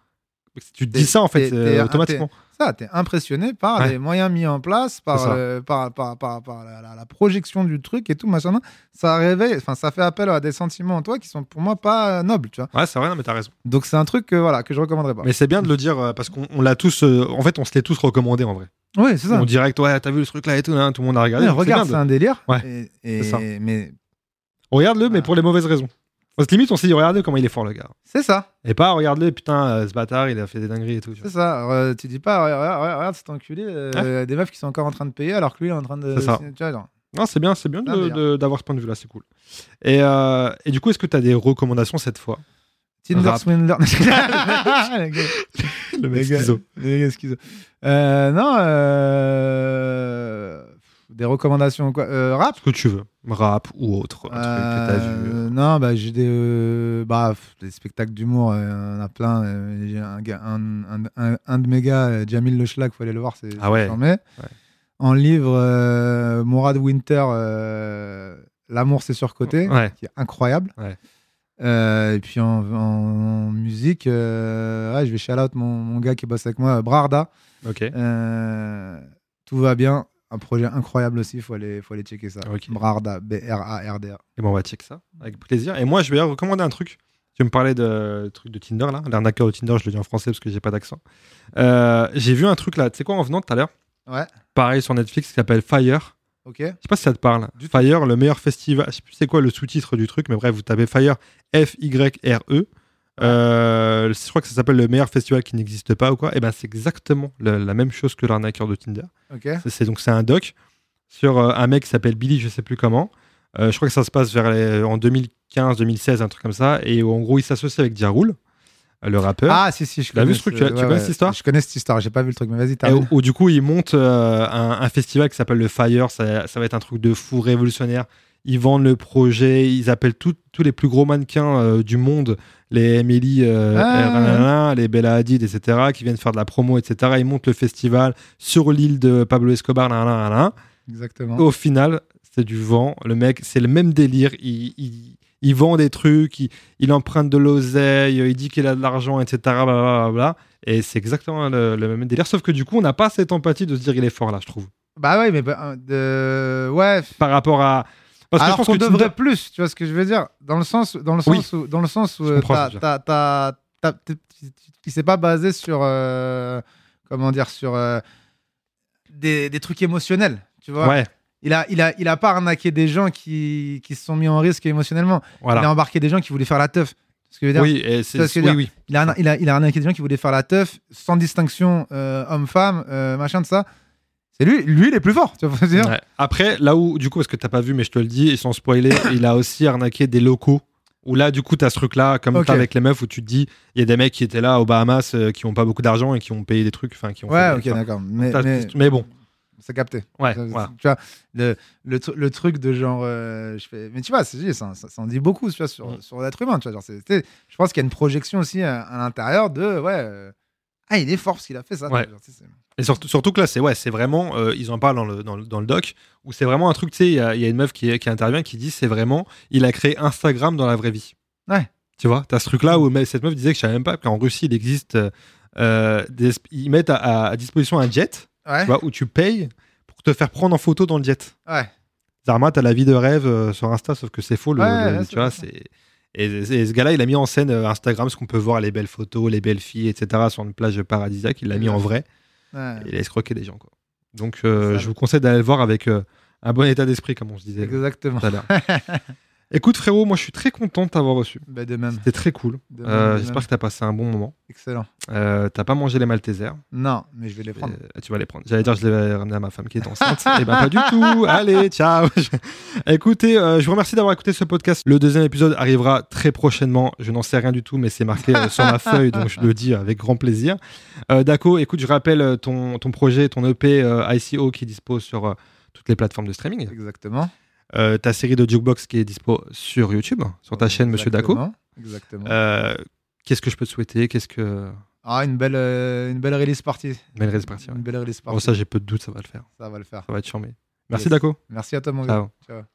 Speaker 1: Tu te
Speaker 2: T'es-
Speaker 1: dis ça, en fait,
Speaker 2: t'es-
Speaker 1: euh,
Speaker 2: t'es-
Speaker 1: automatiquement.
Speaker 2: ça, t'es impressionné par
Speaker 1: Ouais.
Speaker 2: les moyens mis en place,
Speaker 1: C'est
Speaker 2: par,
Speaker 1: ça.
Speaker 2: euh, par, par, par, par la, la- la projection du truc et tout, machin. Ça réveille, enfin, ça fait appel à des sentiments en toi qui sont pour moi pas euh, nobles, tu vois.
Speaker 1: Ouais, c'est vrai, non, mais t'as raison.
Speaker 2: Donc c'est un truc que, voilà, que je recommanderais pas.
Speaker 1: Mais c'est bien de le dire, euh, parce qu'on on l'a tous, euh, en fait, on se l'est tous recommandé, en vrai.
Speaker 2: Ouais, c'est ça.
Speaker 1: On direct, ouais, t'as vu le truc là et tout, hein, tout le monde a regardé.
Speaker 2: Ouais,
Speaker 1: donc c'est
Speaker 2: regarde,
Speaker 1: bien de-
Speaker 2: c'est un délire.
Speaker 1: Ouais,
Speaker 2: Et- et-
Speaker 1: c'est ça.
Speaker 2: Mais
Speaker 1: Regarde-le, mais
Speaker 2: Voilà.
Speaker 1: pour les mauvaises raisons. Parce que limite, on s'est dit, regarde comment il est fort, le gars.
Speaker 2: c'est ça.
Speaker 1: Et pas, regarde-le, putain, euh, ce bâtard, il a fait des dingueries et tout. tu vois.
Speaker 2: C'est ça, euh, tu dis pas, regarde, regarde, regarde, regarde cet enculé, euh, des meufs qui sont encore en train de payer alors que lui il est en train de.
Speaker 1: Hein C'est ça.
Speaker 2: Tu vois, genre.
Speaker 1: Non, c'est bien, c'est bien
Speaker 2: Ah,
Speaker 1: de-
Speaker 2: d'ailleurs.
Speaker 1: de- d'avoir ce point de vue-là, c'est cool. Et, euh, et du coup, est-ce que tu as des recommandations cette fois
Speaker 2: Tinder
Speaker 1: Rap.
Speaker 2: Swindler. Le gars-
Speaker 1: Le
Speaker 2: le gars-
Speaker 1: schizo.
Speaker 2: le gars schizo. Euh, non, euh, pff, des recommandations quoi. Euh, rap
Speaker 1: Ce que tu veux, rap ou autre, un truc que t'as vu.
Speaker 2: Euh, Non, bah, j'ai des, euh, bah, pff, des spectacles d'humour, euh, on en a plein. euh, j'ai un, gars- un, un- un- un de mes gars, euh, Jamil Le Schlag, faut aller le voir, c'est
Speaker 1: Ah ouais.
Speaker 2: c'est charmé. En livre, euh, Mourad Winter, euh, L'amour c'est surcoté,
Speaker 1: Ouais.
Speaker 2: qui est incroyable.
Speaker 1: Ouais.
Speaker 2: Euh, et puis en, en musique, euh, ouais, je vais shout out mon, mon gars qui bosse avec moi, Brarda.
Speaker 1: Ok.
Speaker 2: Euh, tout va bien. Un projet incroyable aussi, faut aller, faut aller checker ça.
Speaker 1: Ok.
Speaker 2: Brarda, B-R-A-R-D-A.
Speaker 1: Et bon, on va check ça avec plaisir. Et moi, je vais recommander un truc. Tu me parlais de truc de Tinder là, l'arnaqueur au Tinder. Je le dis en français parce que j'ai pas d'accent. Euh, j'ai vu un truc là. Tu sais quoi en venant tout à l'heure
Speaker 2: Ouais.
Speaker 1: Pareil sur Netflix qui s'appelle Fire.
Speaker 2: Ok.
Speaker 1: Je sais pas si ça te parle.
Speaker 2: Du tout.
Speaker 1: Fire, le meilleur festival. Je sais plus c'est quoi le sous-titre du truc, mais bref, vous tapez Fire, F-Y-R-E. E. Euh, je crois que ça s'appelle le meilleur festival qui n'existe pas ou quoi. Et ben c'est exactement le- la même chose que l'arnaqueur de Tinder.
Speaker 2: Ok.
Speaker 1: C'est- C'est donc c'est un doc sur euh, un mec qui s'appelle Billy, je sais plus comment. Euh, je crois que ça se passe vers les- euh, en 2015-2016, un truc comme ça. Et en gros, il s'associe avec Ja Rule, euh, le rappeur.
Speaker 2: Ah, si, si, je
Speaker 1: T'as
Speaker 2: connais.
Speaker 1: vu ce truc, tu- tu connais cette histoire Eh, oh.
Speaker 2: Je connais cette histoire, j'ai pas vu le truc, mais vas-y,
Speaker 1: Et
Speaker 2: t'as
Speaker 1: où, où du coup, il monte euh, un, un festival qui s'appelle le Fire. Ça, ça va être un truc de fou révolutionnaire. Ils vendent le projet. Ils appellent tout- tous les plus gros mannequins euh, du monde, les Emily, euh,
Speaker 2: Ah.
Speaker 1: Ranana, les Bella Hadid, etc., qui viennent faire de la promo, etc. Ils montent le festival sur l'île de Pablo Escobar. nan, nan, nan, nan.
Speaker 2: Exactement.
Speaker 1: Au final, c'est du vent. Le mec, c'est le même délire. Il, il, il vend des trucs, il, il emprunte de l'oseille, il dit qu'il a de l'argent, etc. Blablabla. Et c'est exactement le, le même délire. Sauf que du coup, on n'a pas cette empathie de se dire il est fort là, je trouve.
Speaker 2: Bah ouais, mais bah, euh, de... ouais. f-
Speaker 1: Par rapport à. Parce que je
Speaker 2: Alors
Speaker 1: pense
Speaker 2: qu'on
Speaker 1: que Tinder-
Speaker 2: devrait plus, tu vois ce que je veux dire, dans le sens, dans le
Speaker 1: Oui.
Speaker 2: sens où, dans le sens où,
Speaker 1: Je
Speaker 2: euh,
Speaker 1: comprends
Speaker 2: t'as,
Speaker 1: ce que tu veux
Speaker 2: t'as, t'as, t'as- t'es- tu- tu- tu s'est pas basé sur, euh, comment dire, sur euh, des, des trucs émotionnels, tu vois.
Speaker 1: Ouais,
Speaker 2: Il a, il a, il a pas arnaqué des gens qui, qui se sont mis en risque émotionnellement. Il a
Speaker 1: voilà.
Speaker 2: embarqué des gens qui voulaient faire la teuf. Tu vois Ce que je veux dire.
Speaker 1: Oui, et
Speaker 2: Tu vois ce
Speaker 1: c'est.
Speaker 2: que
Speaker 1: Oui,
Speaker 2: je veux
Speaker 1: oui.
Speaker 2: Il a, il, a, il a arnaqué des gens qui voulaient faire la teuf, sans distinction euh, homme-femme, euh, machin de ça. C'est lui, lui, il est plus fort. Tu vois ce que je veux dire
Speaker 1: Ouais. Après, là où, du coup, parce que t'as pas vu, mais je te le dis, et sans spoiler, il a aussi arnaqué des locaux. Où là, du coup, t'as ce truc-là, comme
Speaker 2: Ok.
Speaker 1: t'as avec les meufs, où tu te dis, il y a des mecs qui étaient là aux Bahamas, euh, qui ont pas beaucoup d'argent et qui ont payé des trucs. Enfin, qui ont
Speaker 2: Ouais,
Speaker 1: fait-
Speaker 2: ok,
Speaker 1: enfin,
Speaker 2: d'accord. Mais,
Speaker 1: T'as-
Speaker 2: mais-
Speaker 1: mais bon.
Speaker 2: c'est capté.
Speaker 1: Ouais,
Speaker 2: Ça,
Speaker 1: voilà.
Speaker 2: Tu vois, le, le, tru- le truc de genre. euh, je fais... Mais tu vois, c'est- ça, ça, ça en dit beaucoup tu vois, sur,
Speaker 1: Mm.
Speaker 2: sur l'être humain. Tu vois, genre, c'est- c'est- je pense qu'il y a une projection aussi à, à l'intérieur de. Ouais, euh, ah, il est fort parce qu'il a fait ça.
Speaker 1: Ouais.
Speaker 2: Genre, tu sais, c'est-
Speaker 1: Et surtout, surtout que là, c'est ouais, c'est vraiment, euh, ils en parlent dans le, dans le, dans le doc, où c'est vraiment un truc, tu sais, il y, a il y a une meuf qui, qui intervient qui dit, c'est vraiment, il a créé Instagram dans la vraie vie.
Speaker 2: Ouais.
Speaker 1: Tu vois, t'as ce truc-là où mais cette meuf disait que je savais même pas qu'en Russie, il existe, euh, euh, des, ils mettent à, à- à disposition un jet,
Speaker 2: Ouais.
Speaker 1: tu vois, où tu payes pour te faire prendre en photo dans le jet.
Speaker 2: ouais.
Speaker 1: Zarma, t'as la vie de rêve euh, sur Insta, sauf que c'est faux, le-
Speaker 2: Ouais,
Speaker 1: le-
Speaker 2: ouais,
Speaker 1: tu
Speaker 2: c'est
Speaker 1: vois,
Speaker 2: ça.
Speaker 1: c'est... Et, et ce gars-là, il a mis en scène euh, Instagram, ce qu'on peut voir, les belles photos, les belles filles, etc., sur une plage paradisiaque, il l'a mis en vrai.
Speaker 2: ouais.
Speaker 1: Et il a escroqué des gens. Quoi. Donc, euh,
Speaker 2: Ça
Speaker 1: je
Speaker 2: va.
Speaker 1: vous conseille d'aller le voir avec euh, un bon état d'esprit, comme on se disait tout
Speaker 2: Exactement.
Speaker 1: à l'heure. Écoute, frérot, moi, je suis très content de t'avoir reçu.
Speaker 2: Bah, de même.
Speaker 1: C'était très cool.
Speaker 2: De
Speaker 1: Euh,
Speaker 2: même, de
Speaker 1: J'espère
Speaker 2: même.
Speaker 1: que t'as passé un bon moment.
Speaker 2: Excellent.
Speaker 1: Euh, t'as pas mangé les Maltesers.
Speaker 2: Non, mais je vais les prendre.
Speaker 1: Euh, tu vas les prendre. J'allais dire, je les vais ramener à ma femme qui est enceinte. Et ben, pas du tout. Allez, ciao. Écoutez, euh, je vous remercie d'avoir écouté ce podcast. Le deuxième épisode arrivera très prochainement. Je n'en sais rien du tout, mais c'est marqué euh, sur ma feuille, donc je le dis avec grand plaisir. Euh, Daco, écoute, je rappelle euh, E ton, ton projet, ton EP euh, ICO qui dispose sur euh, toutes les plateformes de streaming.
Speaker 2: Exactement.
Speaker 1: euh, ta série de Jukebox qui est dispo sur YouTube, hein, sur ta chaîne Monsieur Daco.
Speaker 2: Exactement, Exactement.
Speaker 1: Euh, Qu'est-ce que je peux te souhaiter Qu'est-ce que.
Speaker 2: Ah, une belle, euh, une belle release party.
Speaker 1: Belle release party, ouais.
Speaker 2: Une belle release
Speaker 1: Bon,
Speaker 2: party.
Speaker 1: ça, j'ai peu de doute, ça va le faire.
Speaker 2: ça va le faire.
Speaker 1: Ça va être charmé. Merci,
Speaker 2: Yes.
Speaker 1: Daco.
Speaker 2: Merci à toi, mon gars.
Speaker 1: Ciao.
Speaker 2: Ciao.